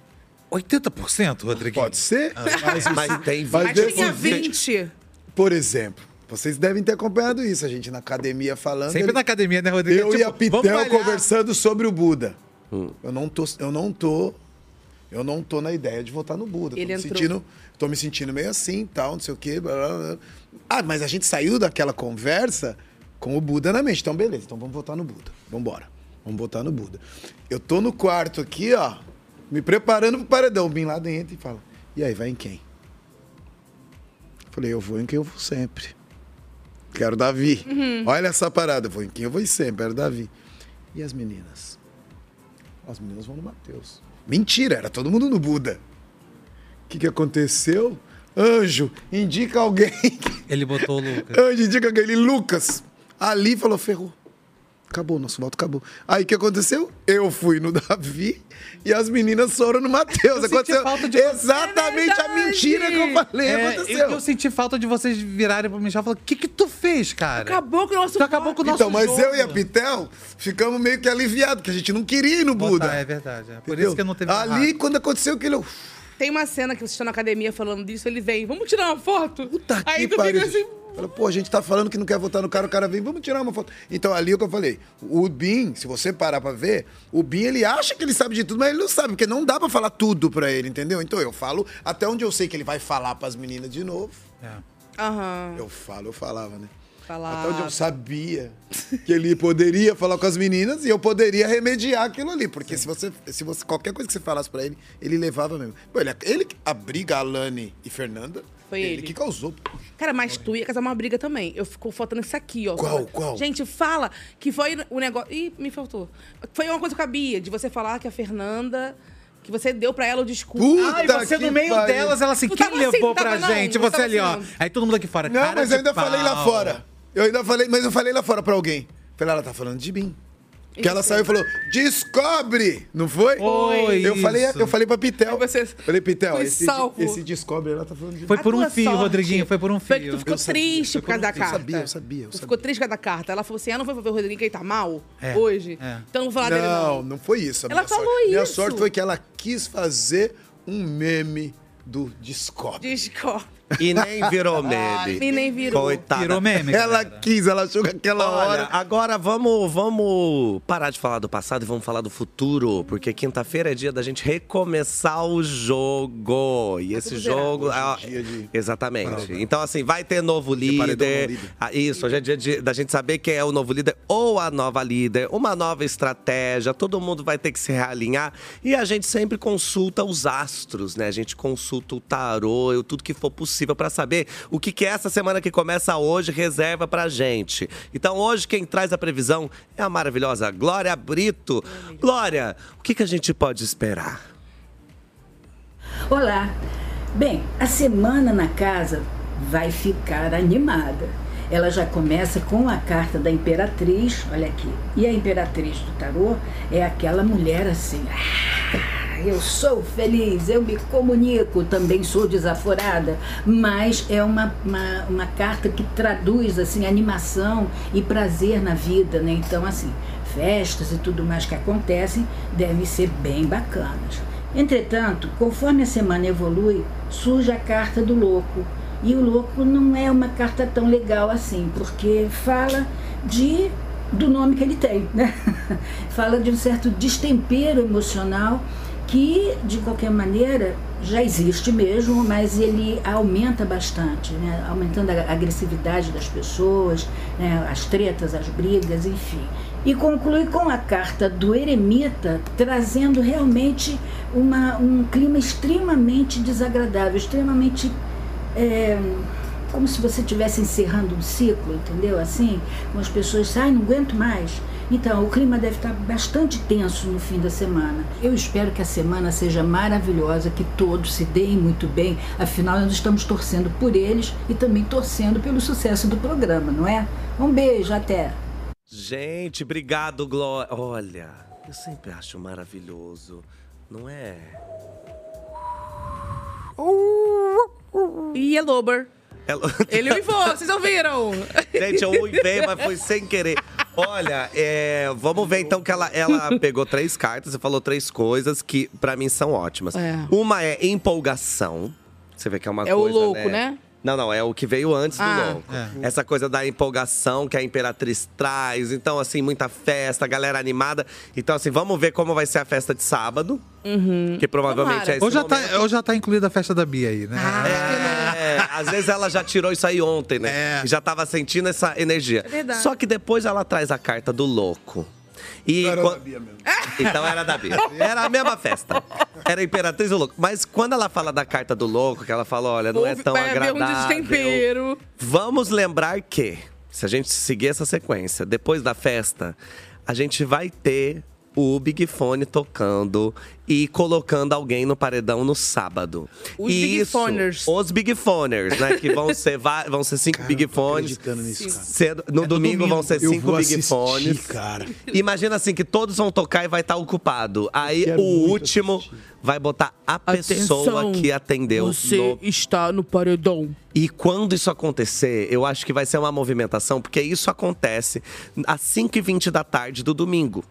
S7: 80%, Rodriguinho? Pode
S3: ser. *laughs*
S5: Mas tem 20.
S6: Mas tinha 20.
S3: Por exemplo, vocês devem ter acompanhado isso, a gente na academia falando.
S7: Sempre na academia, né, Rodrigo?
S3: Eu e a
S7: Tipo, vamos
S3: Pitel
S7: malhar.
S3: conversando sobre o Buda. Eu não tô, eu não tô, eu não tô na ideia de votar no Buda.
S6: Ele
S3: tô me
S6: entrou.
S3: sentindo, tô me sentindo meio assim, tal, não sei o quê. blá, blá, blá. Ah, mas a gente saiu daquela conversa com o Buda na mente. Então beleza, então vamos votar no Buda. Vamos embora. Vamos votar no Buda. Eu tô no quarto aqui, ó, me preparando pro paredão. O Bin Laden entra e fala: "E aí, vai em quem?" Eu Falei: "Eu vou em quem eu vou sempre." Quero Davi.
S6: Uhum.
S3: Olha essa parada, eu vou em quem eu vou ir sempre, era Davi. E as meninas? As meninas vão no Matheus. Mentira, era todo mundo no Buda. O que, que aconteceu? Anjo, indica alguém.
S5: *laughs*
S7: Ele botou o Lucas.
S3: Anjo, indica aquele Lucas. Ali falou, ferrou. Acabou, nosso voto acabou. Aí o que aconteceu? Eu fui no Davi e as meninas foram no Matheus. Aconteceu exatamente
S6: É
S3: a mentira que eu falei.
S7: É,
S3: aconteceu.
S7: Eu, eu senti falta de vocês virarem pro Michel e falar: o que, que tu fez, cara?
S6: Acabou com o nosso
S7: Tu acabou com o nosso
S3: Então, mas
S7: jogo.
S3: eu e a Pitel ficamos meio que aliviados, que a gente não queria ir no Buda.
S7: é verdade. É. Por
S3: Entendeu?
S7: isso que eu não teve
S3: Ali, quando aconteceu aquilo, eu...
S6: Tem uma cena que vocês estão na academia falando disso, ele vem, vamos tirar uma foto? Puta Aí tu
S3: pariu,
S6: fica assim,
S3: gente. Fala, pô, a gente tá falando que não quer votar no cara, o cara vem, vamos tirar uma foto. Então, ali é o que eu falei. O Bin, se você parar pra ver, o Bin, ele acha que ele sabe de tudo, mas ele não sabe, porque não dá pra falar tudo pra ele, entendeu? Então, eu falo até onde eu sei que ele vai falar pras meninas de novo.
S7: É.
S6: aham. tá
S3: Eu falo, eu falava, né?
S6: Falar.
S3: Até onde eu sabia que ele poderia falar com as meninas e eu poderia remediar aquilo ali. Porque se você, se você. Qualquer coisa que você falasse pra ele, ele levava mesmo. Pô, ele, ele que- a briga, Alane e Fernanda,
S6: Foi ele.
S3: que causou.
S6: Cara, mas tu ia casar uma briga também. Eu ficou faltando isso aqui, ó.
S3: Qual, qual?
S6: Gente, fala que foi o negócio. Ih, me faltou. Foi uma coisa que cabia, de você falar que a Fernanda. Que você deu pra ela o desculpa.
S7: Puta Ai, você no meio delas, ela assim,
S6: Tu
S7: quem
S6: tava
S7: levou
S6: tava
S7: pra
S6: não,
S7: gente?
S6: tu
S7: Você
S6: tava
S7: ali, ó.
S6: assim,
S7: Aí todo mundo aqui fora.
S3: Não,
S7: cara
S3: mas
S7: de
S3: eu ainda
S7: pau.
S3: falei lá fora. Eu ainda falei, mas eu falei lá fora pra alguém. Falei, ela tá falando de mim. Que ela saiu e falou, descobre! Não foi?
S7: Foi,
S3: Eu falei,
S7: isso.
S3: eu falei pra Pitel. Falei, Pitel, Então,
S6: foi
S3: esse,
S6: salvo.
S3: esse descobre, ela tá falando de mim.
S7: Foi por
S6: A tua
S7: um fio,
S6: sorte
S7: Rodriguinho, foi por um
S6: Foi
S7: fio.
S6: que tu ficou triste por
S7: um
S6: causa da
S3: Eu
S6: carta.
S3: sabia, eu sabia, eu
S6: Tu
S3: sabia.
S6: ficou triste por causa da carta. Ela falou assim: ah, não foi pra ver o Rodrigo que ele tá mal
S3: É,
S6: hoje.
S3: é.
S6: Então não vou falar dele,
S3: Não,
S6: não.
S3: não foi isso. a
S6: Ela
S3: minha
S6: falou
S3: sorte. Minha
S6: isso.
S3: sorte foi que ela quis fazer um meme do Discord.
S6: Discord.
S5: E nem
S3: *laughs*
S5: virou meme.
S6: E nem virou.
S5: Coitada.
S6: Virou meme,
S5: Ela
S3: quis, ela achou que aquela
S5: hora. Agora vamos, vamos parar de falar do passado e vamos falar do futuro, porque quinta-feira é dia da gente recomeçar o jogo.
S3: Tá
S5: E esse jogo. ah, Exatamente. Então, assim, vai ter novo líder. Ah, Isso, hoje é dia de- da gente saber quem é o novo líder ou a nova líder, uma nova estratégia, todo mundo vai ter que se realinhar. E a gente sempre consulta os astros, né? A gente consulta o tarô, eu- tudo que for possível pra saber o que, que essa semana que começa hoje reserva pra gente. Então hoje quem traz a previsão é a maravilhosa Glória Brito. Glória, o que, que a gente pode esperar?
S12: *laughs* Olá! Bem, a semana na casa vai ficar animada. Ela já começa com a carta da Imperatriz, olha aqui. E a Imperatriz do Tarô é aquela mulher assim. "Ah, eu sou feliz, eu me comunico, também sou desaforada, mas é uma, uma, uma carta que traduz assim animação e prazer na vida, né? Então, assim, festas e tudo mais que acontecem devem ser bem bacanas. Entretanto, conforme a semana evolui, surge a carta do louco. E o louco não é uma carta tão legal assim, porque fala de do nome que ele tem, né? *laughs* fala de um certo destempero emocional que, de qualquer maneira, já existe mesmo, mas ele aumenta bastante, né? aumentando a agressividade das pessoas, né? as tretas, as brigas, enfim. E conclui com a carta do eremita, trazendo realmente uma, um clima extremamente desagradável, extremamente é, como se você estivesse encerrando um ciclo, entendeu? Assim, com as pessoas, ai, não aguento mais. Então, o clima deve estar bastante tenso no fim da semana. Eu espero que a semana seja maravilhosa, que todos se deem muito bem. Afinal, nós estamos torcendo por eles e também torcendo pelo sucesso do programa, não é? Um beijo, até!
S5: Gente, obrigado, Glória. Olha, eu sempre acho maravilhoso, não é?
S6: E é Lober.
S5: Ela- *laughs*
S6: Ele uivou, vocês ouviram?
S5: Gente, eu uivei, mas foi sem querer. Olha, é, vamos ver então que ela, ela pegou três cartas e falou três coisas que pra mim são ótimas.
S6: É.
S5: Uma é empolgação. Você vê que é uma
S6: É o
S5: coisa,
S6: louco, né?
S5: Não, não, é o que veio antes
S6: Ah.
S5: do louco. Essa coisa da empolgação que a Imperatriz traz. Então, assim, muita festa, galera animada. Então, assim, vamos ver como vai ser a festa de sábado.
S7: Uhum.
S5: Que provavelmente é esse
S7: Ou já, tá,
S5: momento.
S7: ou já tá incluída a festa da Bia aí, né?
S6: Ah.
S5: É, às vezes ela já tirou isso aí ontem, né? E Já tava sentindo essa energia.
S6: É verdade.
S5: Só que depois ela traz a carta do louco. E quan- *laughs* Então era
S3: *laughs*
S5: da Bia. Era a mesma festa. Era a Imperatriz do Louco. Mas quando ela fala da carta do louco, que ela fala, olha, não é
S6: Houve-
S5: tão
S6: vai haver um
S5: agradável.
S6: destempero.
S5: Vamos lembrar que, se a gente seguir essa sequência, depois da festa, a gente vai ter o Big Fone tocando e colocando alguém no paredão no sábado.
S6: Os
S5: E
S6: Big
S5: isso,
S6: Foners.
S5: Os Big Foners, né? Que vão ser, va- vão ser cinco Big Fones. Cedo-
S3: É
S5: no,
S3: no
S5: domingo,
S3: domingo.
S5: vão ser
S3: Eu
S5: cinco
S3: vou
S5: Big
S3: assistir,
S5: Fones.
S3: cara.
S5: Imagina assim que todos vão tocar e vai estar ocupado. Aí o último vai botar a pessoa que atendeu
S6: Você
S5: no
S6: está no paredão.
S5: e quando isso acontecer, eu acho que vai ser uma movimentação, porque isso acontece às 5h20 da tarde do domingo.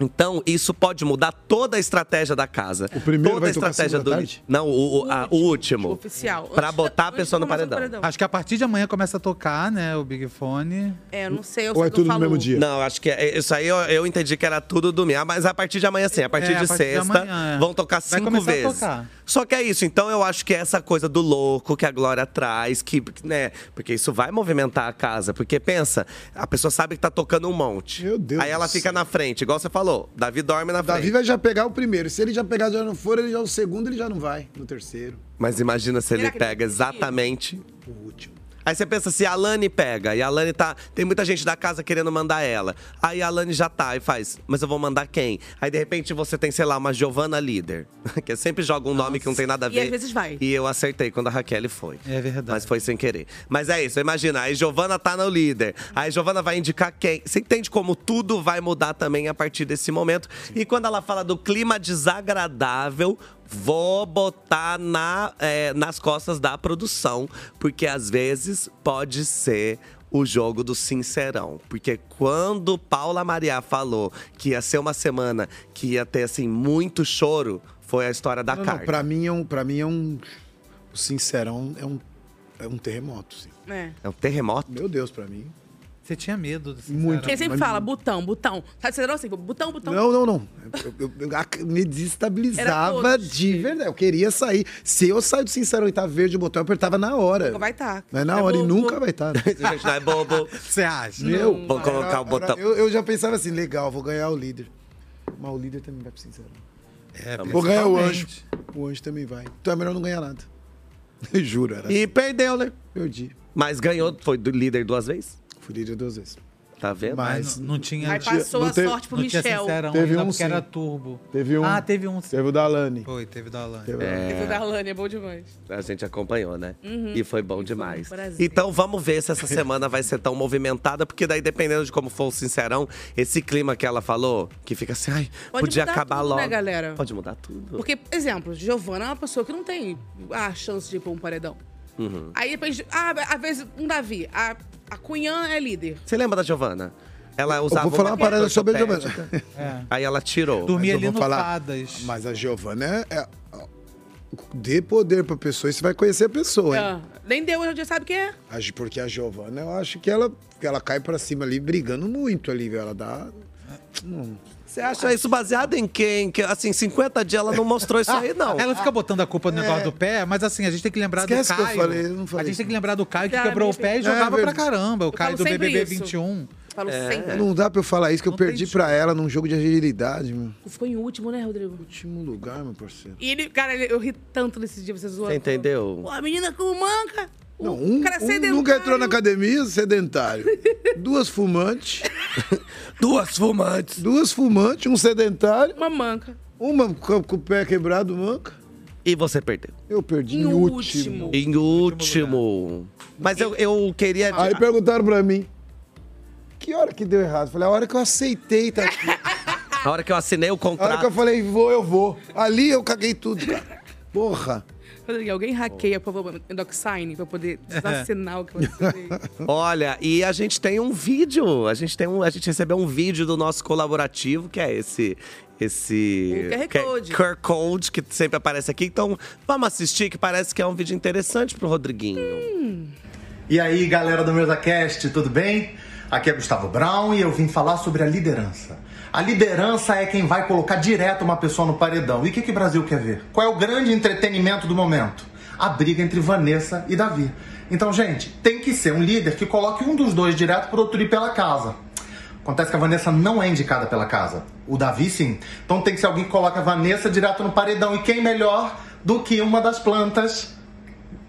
S5: Então, isso pode mudar toda a estratégia da casa. O
S7: primeiro
S5: toda
S7: vai
S5: a
S7: tocar
S5: estratégia
S7: cinco da tarde?
S5: Não, o, o- a- o último.
S6: *laughs* Oficial.
S5: Pra
S6: Antes
S5: botar
S6: da-
S5: a pessoa no
S6: antes de
S5: paredão.
S6: começar o
S7: Acho que a partir de amanhã começa a tocar, né, o Big Fone.
S6: É, eu não sei. Eu
S7: Ou
S6: sei
S7: é
S6: que eu
S7: tudo no
S6: falo-
S7: mesmo dia?
S5: Não, acho que é- isso aí eu, eu entendi que era tudo domingo. Ah, Mas a partir de amanhã, sim. A partir
S7: É, a
S5: de
S7: partir de
S5: sexta,
S7: amanhã, é.
S5: vão tocar
S7: Vai
S5: cinco
S7: começar a
S5: vezes.
S7: tocar.
S5: Só que é isso. Então eu acho que essa coisa do louco que a Glória traz, que, né? Porque isso vai movimentar a casa. Porque pensa, a pessoa sabe que tá tocando um monte. Meu Deus. Aí ela fica na frente, igual você falou. Davi dorme na frente.
S3: Davi vai já pegar o primeiro. Se ele já pegar já não for, ele já é o segundo, ele já não vai no terceiro.
S5: Mas imagina se ele pega exatamente o último. Aí você pensa se a Alane pega, e a Alane tá. Tem muita gente da casa querendo mandar ela. Aí a Alane já tá e faz, mas eu vou mandar quem? Aí de repente você tem, sei lá, uma Giovana líder. *laughs* Que sempre joga um nome que não tem nada a
S6: E
S5: ver.
S6: às vezes vai.
S5: E eu acertei quando a Raquel foi.
S7: É verdade.
S5: Mas foi sem querer. Mas é isso, imagina. Aí Giovana tá no líder. Aí Giovana vai indicar quem. Você entende como tudo vai mudar também a partir desse momento. E quando ela fala do clima desagradável, vou botar na, eh, nas costas da produção. Porque às vezes pode ser o jogo do sincerão. Porque quando Paula Maria falou que ia ser uma semana que ia ter, assim, muito choro, foi a história da
S3: Não, não,
S5: carta.
S3: pra mim é um. Pra mim é um. O sincerão é um, é um terremoto, sim.
S6: É.
S5: É um terremoto?
S3: Meu Deus, pra mim.
S7: Você tinha medo do
S3: Muito.
S6: Porque ele sempre fala, botão, botão. Sabe, você não assim, botão, botão.
S7: Então-
S3: Não, não, não. Eu, eu- eu ac- me desestabilizava de verdade. Eu queria sair. Se eu sair do Sincerão e tá verde o botão, eu apertava na hora.
S6: Vai
S7: tá.
S6: tá. estar.
S3: Não é na hora e nunca vai
S7: *laughs*
S3: estar.
S5: Gente, não é bobo. Você
S7: acha?
S3: Meu,
S5: Vou colocar
S3: era-
S5: o botão.
S3: era- eu, eu já pensava assim, legal, vou ganhar o líder. Mas o líder também vai pro Sincerão.
S7: É,
S5: Tá
S3: vou ganhar o anjo. *laughs* O anjo também vai. Então é melhor não ganhar nada. Juro, era. assim.
S5: E perdeu, né?
S3: Perdi.
S5: Mas ganhou, foi do líder duas vezes?
S3: Fui líder duas vezes.
S5: Tá vendo?
S7: Mas não, não tinha.
S6: Aí passou
S7: não
S6: a
S7: teve-
S6: sorte pro
S7: não tinha
S6: Michel.
S7: sincerão
S6: Teve
S7: ainda,
S6: um,
S7: porque
S6: sim.
S7: era turbo.
S20: Teve um.
S7: Ah, teve um.
S20: Teve o da Alane.
S7: Foi, teve o da Alane.
S6: Esse da Lani é bom demais.
S5: A gente acompanhou, né?
S6: Uhum. um
S5: E foi bom demais.
S6: prazer.
S5: Então vamos ver se essa semana vai ser tão movimentada, porque daí, dependendo de como for o sincerão, esse clima que ela falou, que fica assim, ai,
S6: Pode
S5: podia
S6: mudar
S5: acabar
S6: tudo,
S5: logo.
S6: né, galera?
S5: Pode mudar tudo.
S6: Porque, exemplo, Giovana é uma pessoa que não tem a chance de ir pra um paredão.
S5: Uhum.
S6: Aí depois, ah, às vezes, um Davi. A, a Cunhã é líder.
S5: Você lembra da Giovana? Ela usava
S3: vou falar uma parada sobre a
S5: ortopédica,
S3: Giovana.
S5: É. Aí ela tirou.
S3: Mas eu vou Mas a Giovana é. é dê poder pra pessoa e você vai conhecer a pessoa, hein?
S6: Ah, nem Deus já sabe quem é.
S3: A Gi- Porque a Giovana, eu acho que ela, que ela cai pra cima ali brigando muito ali, viu? Ela dá. Não.
S5: Você acha isso baseado em quem? Que, assim, 50 dias ela não mostrou isso aí,
S7: *laughs*
S5: não. É.
S7: Ela fica botando a culpa no negócio do pé, mas assim, a gente tem que lembrar
S5: Esquece
S7: do
S5: que eu
S7: Caio.
S5: falei, eu não
S7: a
S5: falei
S7: gente tem que lembrar do
S6: É,
S7: Caio que
S5: Cara,
S7: quebrou o pé e
S5: minha-
S7: jogava
S5: É,
S7: pra
S5: verdade.
S7: caramba. O
S5: Eu
S7: Caio do
S5: falo sempre
S7: BBB
S5: isso.
S7: 21.
S6: Falo
S5: É.
S6: sempre.
S3: Não dá pra eu falar isso, que eu perdi pra ela num jogo de agilidade, meu.
S6: Tu ficou em último, né, Rodrigo?
S3: Último lugar, meu parceiro.
S6: E ele, cara, ele- eu ri tanto nesse dia, você zoou.
S3: Você entendeu?
S6: Pô, a menina com manca. O
S3: Não, um,
S6: cara é
S3: um
S6: sedentário.
S3: nunca entrou na academia,
S6: *laughs*
S3: sedentário. Duas fumantes.
S5: *laughs* Duas fumantes.
S3: Duas fumantes, um sedentário.
S6: Uma manca.
S3: Uma com com o pé quebrado, manca.
S5: E você perdeu.
S3: Eu perdi
S5: Em
S3: em, último.
S5: Em último. Mas eu, eu queria.
S3: Aí perguntaram pra mim. Que hora que deu errado? Eu Falei, a hora que eu aceitei, tá aqui.
S5: A hora que eu assinei
S3: A
S5: o
S3: hora que eu
S5: contrato.
S3: falei, vou, eu vou. Ali eu caguei tudo, cara. Porra.
S6: Rodrigo, alguém hackeia, por favor, o DocSign pra eu poder desassinar o que você
S5: *laughs* Olha, e a gente tem um vídeo. A gente, tem um, a gente recebeu um vídeo do nosso colaborativo, que é esse. Esse.
S3: Um
S6: O QR
S5: que é
S6: Code.
S5: QR Code, que sempre aparece aqui. Então, vamos assistir, que parece que é um vídeo interessante pro Rodriguinho.
S6: Hum,
S15: E aí, galera do MesaCast, tudo bem? Aqui é Gustavo Brown e eu vim falar sobre a liderança. A liderança é quem vai colocar direto uma pessoa no paredão. E o que, que o Brasil quer ver? Qual é o grande entretenimento do momento? A briga entre Vanessa e Davi. Então, gente, tem que ser um líder que coloque um dos dois direto para outro ir pela casa. Acontece que a Vanessa não é indicada pela casa. O Davi sim. Então tem que ser alguém que coloque a Vanessa direto no paredão. E quem melhor do que uma das plantas?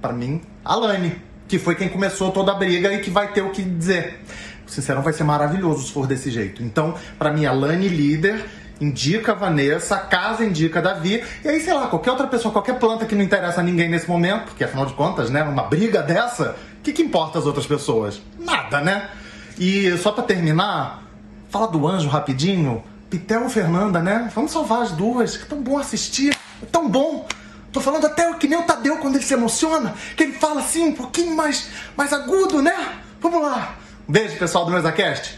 S15: Pra mim, a Lani, que foi quem começou toda a briga e que vai ter o que dizer. O Sincerão vai ser maravilhoso se for desse jeito. Então, pra mim, a Lani líder indica a Vanessa, a casa indica a Davi, e aí, sei lá, qualquer outra pessoa, qualquer planta que não interessa a ninguém nesse momento, porque afinal de contas, né, uma briga dessa, o que, que importa as outras pessoas? Nada, né? E só pra terminar, fala do anjo rapidinho. Pitel e Fernanda, né? Vamos salvar as duas. É tão bom assistir, é tão bom. Tô falando até o que nem o Tadeu quando ele se emociona, que ele fala assim um pouquinho mais, mais agudo, né? Vamos lá. Um beijo, pessoal do MesaCast.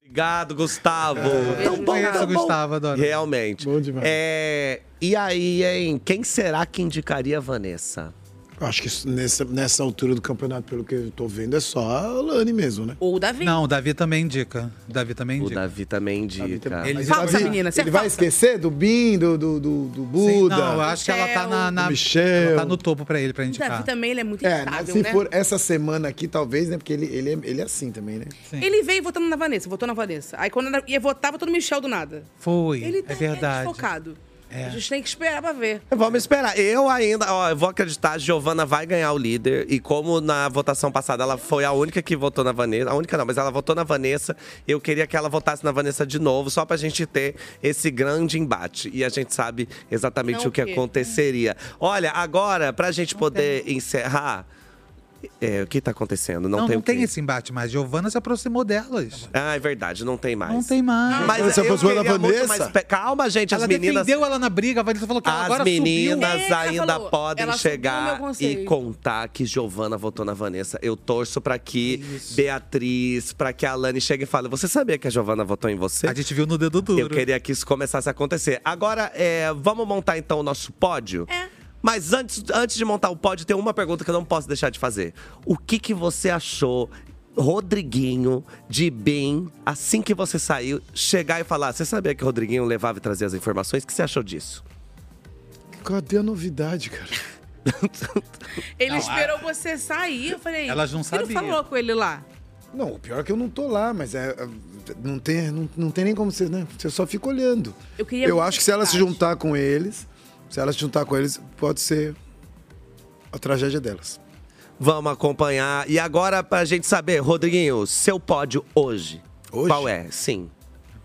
S5: Obrigado, Gustavo. É. Tão bom,
S7: Obrigado, Gustavo, adoro.
S5: Realmente. Bom demais. e aí, hein? Quem será que indicaria a Vanessa?
S3: Acho que isso- nessa, nessa altura do campeonato, pelo que eu tô vendo, é só a Lani mesmo, né?
S6: Ou o Davi.
S7: Não, o Davi também indica. O Davi também indica. O
S5: Davi também indica.
S3: Mas
S7: Ele
S3: o Davi, Ele vai esquecer do Bim, do, do, do, do Buda.
S7: não, eu acho que ela tá na- na-
S3: do Michel.
S7: ela tá no topo pra ele, pra
S6: O Davi também ele é muito
S3: É,
S6: instável,
S3: se
S6: né?
S3: for essa semana aqui, talvez, né? Porque ele, ele, é, ele é assim também, né?
S6: Ele veio votando na Vanessa, votou na Vanessa. Aí quando era- ia votar, votou no Michel do nada.
S7: Foi,
S6: Ele tá
S7: é verdade.
S6: focado.
S7: É.
S6: A gente tem que esperar pra ver.
S5: Vamos esperar. Eu ainda, ó, eu vou acreditar, a Giovana vai ganhar o líder. E como na votação passada ela foi a única que votou na Vanessa, a única não, mas ela votou na Vanessa, eu queria que ela votasse na Vanessa de novo, só pra gente ter esse grande embate. E a gente sabe exatamente
S16: Não
S5: o que
S16: o quê?
S5: aconteceria. Olha, agora, pra gente poder encerrar, é, o que tá acontecendo? Não,
S7: Não,
S5: tem
S7: não
S5: o quê?
S7: tem esse embate mais. Giovana se aproximou delas.
S5: Ah, é verdade, não tem mais.
S7: Não tem mais.
S5: Mas
S7: Ela se
S5: eu
S7: aproximou da
S5: queria muito
S7: Vanessa?
S5: mais pe- Calma, gente,
S7: Ela
S5: as meninas.
S7: defendeu ela na briga, a Vanessa falou que ela
S5: As
S7: agora
S5: meninas
S7: subiu.
S5: ainda podem
S7: Ela subiu meu
S5: chegar
S7: conceito.
S5: e contar que Giovana votou na Vanessa. Eu torço pra que Beatriz, pra que a Alane chegue e fale: Você sabia que a Giovana votou em você? A
S7: gente viu no dedo duro.
S5: Eu queria que isso começasse a acontecer. Agora, é, vamos montar então o nosso pódio? É. Mas antes, antes de montar o pódio, tem uma pergunta que eu não posso deixar de fazer. O que, que você achou, Rodriguinho, de bem, assim que você saiu, chegar e falar: Você sabia que o Rodriguinho levava e trazia as informações? O que você achou disso?
S3: Cadê a novidade, cara?
S6: Ele
S3: Não,
S6: esperou você sair, eu falei.
S3: Elas não
S6: "Você
S3: sabiam."
S6: falou com ele lá.
S3: Não, o pior é que eu não tô lá, mas é, é, não, tem, não, não tem nem como ser, né? Você só fica olhando.
S6: Eu queria
S3: eu
S6: muito
S3: acho que se ela se juntar com eles, se ela se juntar com eles, pode ser a tragédia delas.
S5: Vamos acompanhar. E agora, pra gente saber, Rodriguinho, seu pódio hoje. Hoje? Qual é? Sim.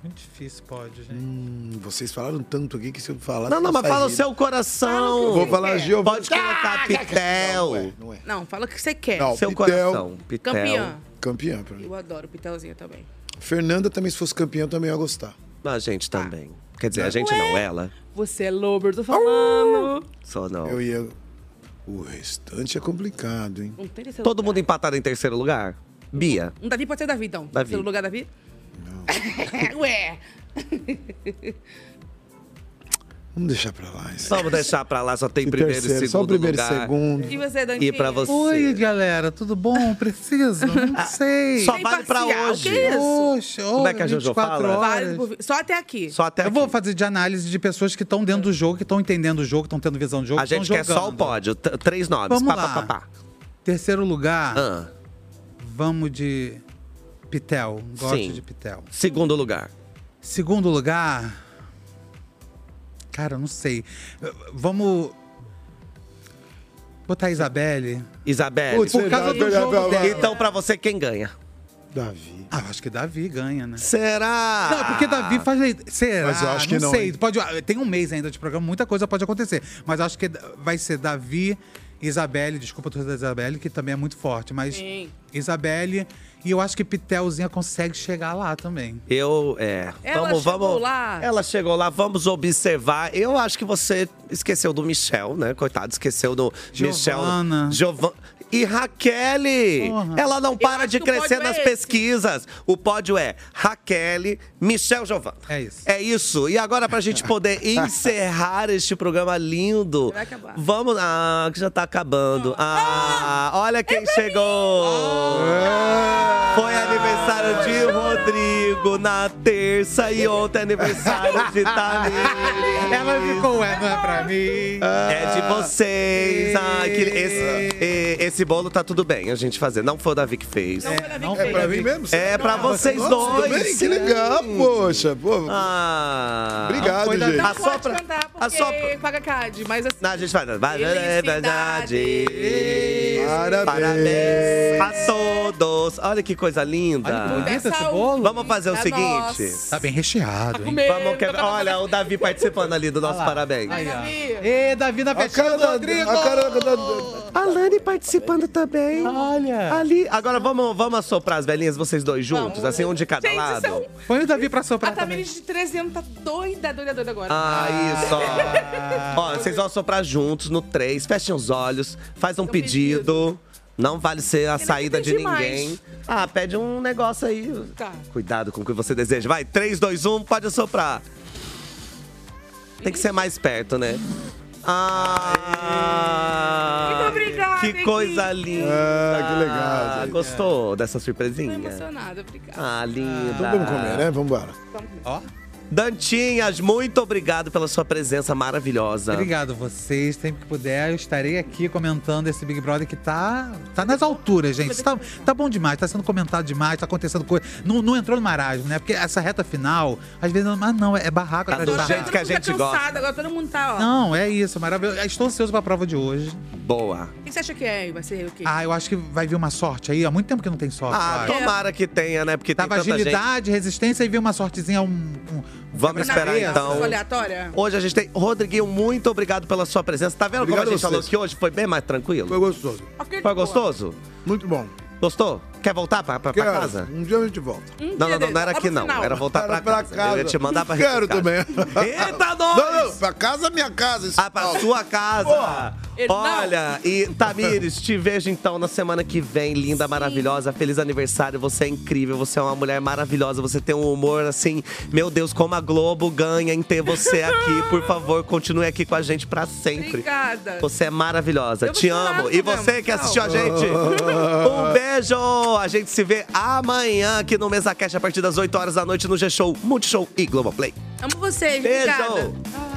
S7: Muito difícil, pode, gente.
S3: Hum, vocês falaram tanto aqui que se eu falar.
S5: Não, não, mas fala o
S3: saída.
S5: seu coração.
S3: Eu vou
S6: É.
S3: falar, Giovana.
S5: Pode colocar Pitel.
S3: Não, é, não é.
S6: Não, fala o que você quer.
S3: Não, Pitel.
S6: Campeã.
S3: Campeã, pra mim.
S6: Eu adoro o Pitelzinho também.
S3: Fernanda também, se fosse campeã, também ia gostar.
S5: A gente também.
S3: Ah.
S5: Quer dizer, a gente não, ela.
S6: Você é lobo, eu tô falando.
S5: Só não.
S3: Eu ia. O restante é complicado, hein?
S6: Não tem terceiro
S5: Todo
S6: lugar.
S5: mundo empatado em terceiro lugar? Bia.
S6: Um Davi pode ser Davi, então.
S5: Davi.
S6: Pelo lugar Davi? Não. *laughs* Ué.
S3: Vamos deixar pra lá. Isso.
S5: Vamos deixar pra lá, só tem primeiro e
S3: terceiro,
S5: segundo
S3: só primeiro e
S5: lugar.
S3: segundo.
S6: E você, Dantinha?
S5: E pra você. Ah,
S7: Oi, galera, tudo bom? Precisa? Não sei.
S5: Só Vem vale pra passear, hoje.
S6: o que é isso?
S7: Poxa,
S5: Como é que a Jojo
S7: 24
S5: fala?
S7: horas.
S6: Vale por vi- Só até aqui.
S7: Eu vou fazer de análise de pessoas que estão dentro do jogo, que estão entendendo o jogo, que estão tendo visão de jogo,
S5: A
S7: que
S5: gente
S7: tão
S5: quer
S7: jogando.
S5: só o pódio. t- Três nomes.
S7: Vamos
S5: Pá,
S7: lá.
S5: pá, pá, pá.
S7: Terceiro lugar,
S5: Ah.
S7: vamos de Pitel. Gosto
S5: Sim.
S7: de Pitel.
S5: Segundo lugar.
S7: Segundo lugar. Cara, eu não sei. Vamos. Botar a Isabelle.
S5: Isabelle.
S7: Putz, Por causa verdade, do verdade, jogo verdade. dela.
S5: Então, pra você, quem ganha?
S3: Davi.
S7: Ah, eu acho que Davi ganha, né?
S5: Será?
S7: Não, porque Davi faz. Será?
S3: Mas eu acho que não,
S7: sei.
S3: hein?
S7: Pode, tem um mês ainda de programa, muita coisa pode acontecer. Mas eu acho que vai ser Davi, Isabelle, desculpa toda da Isabelle, que também é muito forte, mas Isabelle. E eu acho que Pitelzinha consegue chegar lá também.
S5: Eu, é.
S7: Ela
S5: vamos,
S7: chegou
S5: vamos.
S7: lá.
S5: Ela chegou lá, vamos observar. Eu acho que você esqueceu do Michel, né? Coitado, esqueceu do
S7: Giovana.
S5: Michel. Giovana. E Raquel! Ela não para de
S7: que o
S5: crescer
S7: pódio é
S5: nas
S7: esse.
S5: pesquisas. O pódio é Raquel, Michel Giovana. É
S7: isso.
S5: É isso. E agora, pra
S7: *laughs*
S5: gente poder encerrar este programa lindo.
S6: Vai acabar.
S5: Vamos. Ah, que já tá acabando. Ah, olha
S7: É
S5: quem chegou! Foi aniversário de
S7: Ah.
S5: Rodrigo na terça e ontem é aniversário de Tami.
S7: Ela Ah. ficou, é, não é pra mim.
S5: É de vocês. Ah, que esse, e- esse bolo tá tudo bem a gente fazer. Não foi o Davi que fez.
S7: Não foi
S3: É
S7: o Davi
S3: pra mim mesmo?
S5: É pra vocês
S3: Nossa,
S5: dois.
S3: tudo bem? Que legal, poxa. Pô.
S5: Ah,
S3: Obrigado,
S5: Foi da-
S3: gente.
S5: A sua
S6: pra... cantar porque paga CAD, mas assim.
S5: Não, a gente vai. Vai, vai, vai, vai, vai, vai, Parabéns. Parabéns. a todos. Olha que coisa linda.
S7: Olha que bonito esse bolo.
S5: Vamos fazer o
S7: É
S5: seguinte.
S7: Tá bem recheado, hein?
S5: Vamos que... Olha, o Davi participando ali do nosso parabéns.
S7: Ê, Davi na fechada do Rodrigo!
S5: A Lani participando também.
S7: Olha.
S5: Ali. Agora vamos, vamos assoprar as velhinhas, vocês dois juntos, assim, um de cada lado.
S7: Põe o Davi pra soprar.
S6: A Tamiris de 13 anos tá doida, doida, doida agora.
S5: Ah, isso, *laughs* ó. ó, vocês vão soprar juntos no 3, fechem os olhos, faz um pedido. Não vale ser a saída de
S6: entendi
S5: ninguém.
S6: mais.
S5: Ah, pede um negócio aí.
S6: Tá.
S5: Cuidado com o que você deseja. Vai, 3, 2, 1, pode soprar. Tem que ser mais perto, né? Ah!
S6: Muito obrigada,
S5: Que
S6: hein,
S5: coisa
S6: Cris?
S5: linda!
S6: Ah, que legal,
S5: Ah, Gostou dessa surpresinha?
S6: Tô emocionada, obrigada.
S5: Ah, linda.
S6: Então vamos comer, né?
S5: Vambora. Dantinhas, muito obrigado pela sua presença maravilhosa.
S7: Obrigado vocês. Sempre que puder, eu estarei aqui comentando esse Big Brother que tá, tá nas alturas, gente. Isso Tá, tá bom demais, tá sendo comentado demais, tá acontecendo coisa. Não, não entrou no marasmo, né? Porque essa reta final, às vezes, mas não, é barraco
S5: Tá
S7: atrás
S5: do
S7: de barraco.
S5: jeito que a gente
S6: Tá cansada, agora todo mundo tá, ó.
S7: Não, é isso, maravilhoso. Eu Estou ansioso pra prova de hoje.
S5: Boa.
S6: O que você acha que é? Vai ser o quê?
S7: Ah, eu acho que vai vir uma sorte aí. Há muito tempo que não tem sorte.
S5: Ah,
S7: eu acho.
S5: tomara que tenha, né? Porque
S7: Tava
S5: tem tanta gente.
S7: agilidade, resistência e vir uma sortezinha, um. um
S5: Vamos esperar
S7: quebra-cabeça.
S5: então.
S6: Aleatória?
S5: Hoje a gente tem. Rodriguinho, muito obrigado pela sua presença. Tá vendo
S7: Obrigado
S5: como a gente
S7: a
S5: falou
S7: vocês.
S5: que hoje foi bem mais tranquilo? Foi
S20: gostoso.
S5: Foi gostoso? Muito bom. Gostou? Quer voltar pra, pra- pra
S20: Quero.
S5: casa?
S20: Um dia a gente volta.
S5: Não, não, não, não era aqui não. Era voltar pra, casa. Eu ia te mandar pra
S20: Quero
S5: casa.
S20: também.
S5: *laughs* Eita, nós!
S20: Não, não, pra casa é minha casa. isso-
S5: Ah, pra sua casa!
S20: Porra.
S5: Olha, e Tamires, te vejo então na semana que vem, linda, maravilhosa. Feliz aniversário, você é incrível, você é uma mulher maravilhosa, você tem um humor assim, meu Deus, como a Globo ganha em ter você aqui.
S6: *laughs*
S5: Por favor, continue aqui com a gente pra sempre.
S6: Obrigada.
S5: Você é maravilhosa,
S6: Eu vou
S5: te
S6: chorar
S5: amo.
S6: no
S5: E
S6: programa.
S5: você que assistiu a
S6: Tchau.
S5: gente, um beijo! A gente se vê amanhã aqui no Mesa Cash a partir das 8 horas da noite no G-Show, Multishow e Globoplay.
S6: Amo vocês,
S5: Beijo.
S6: obrigada. Ah.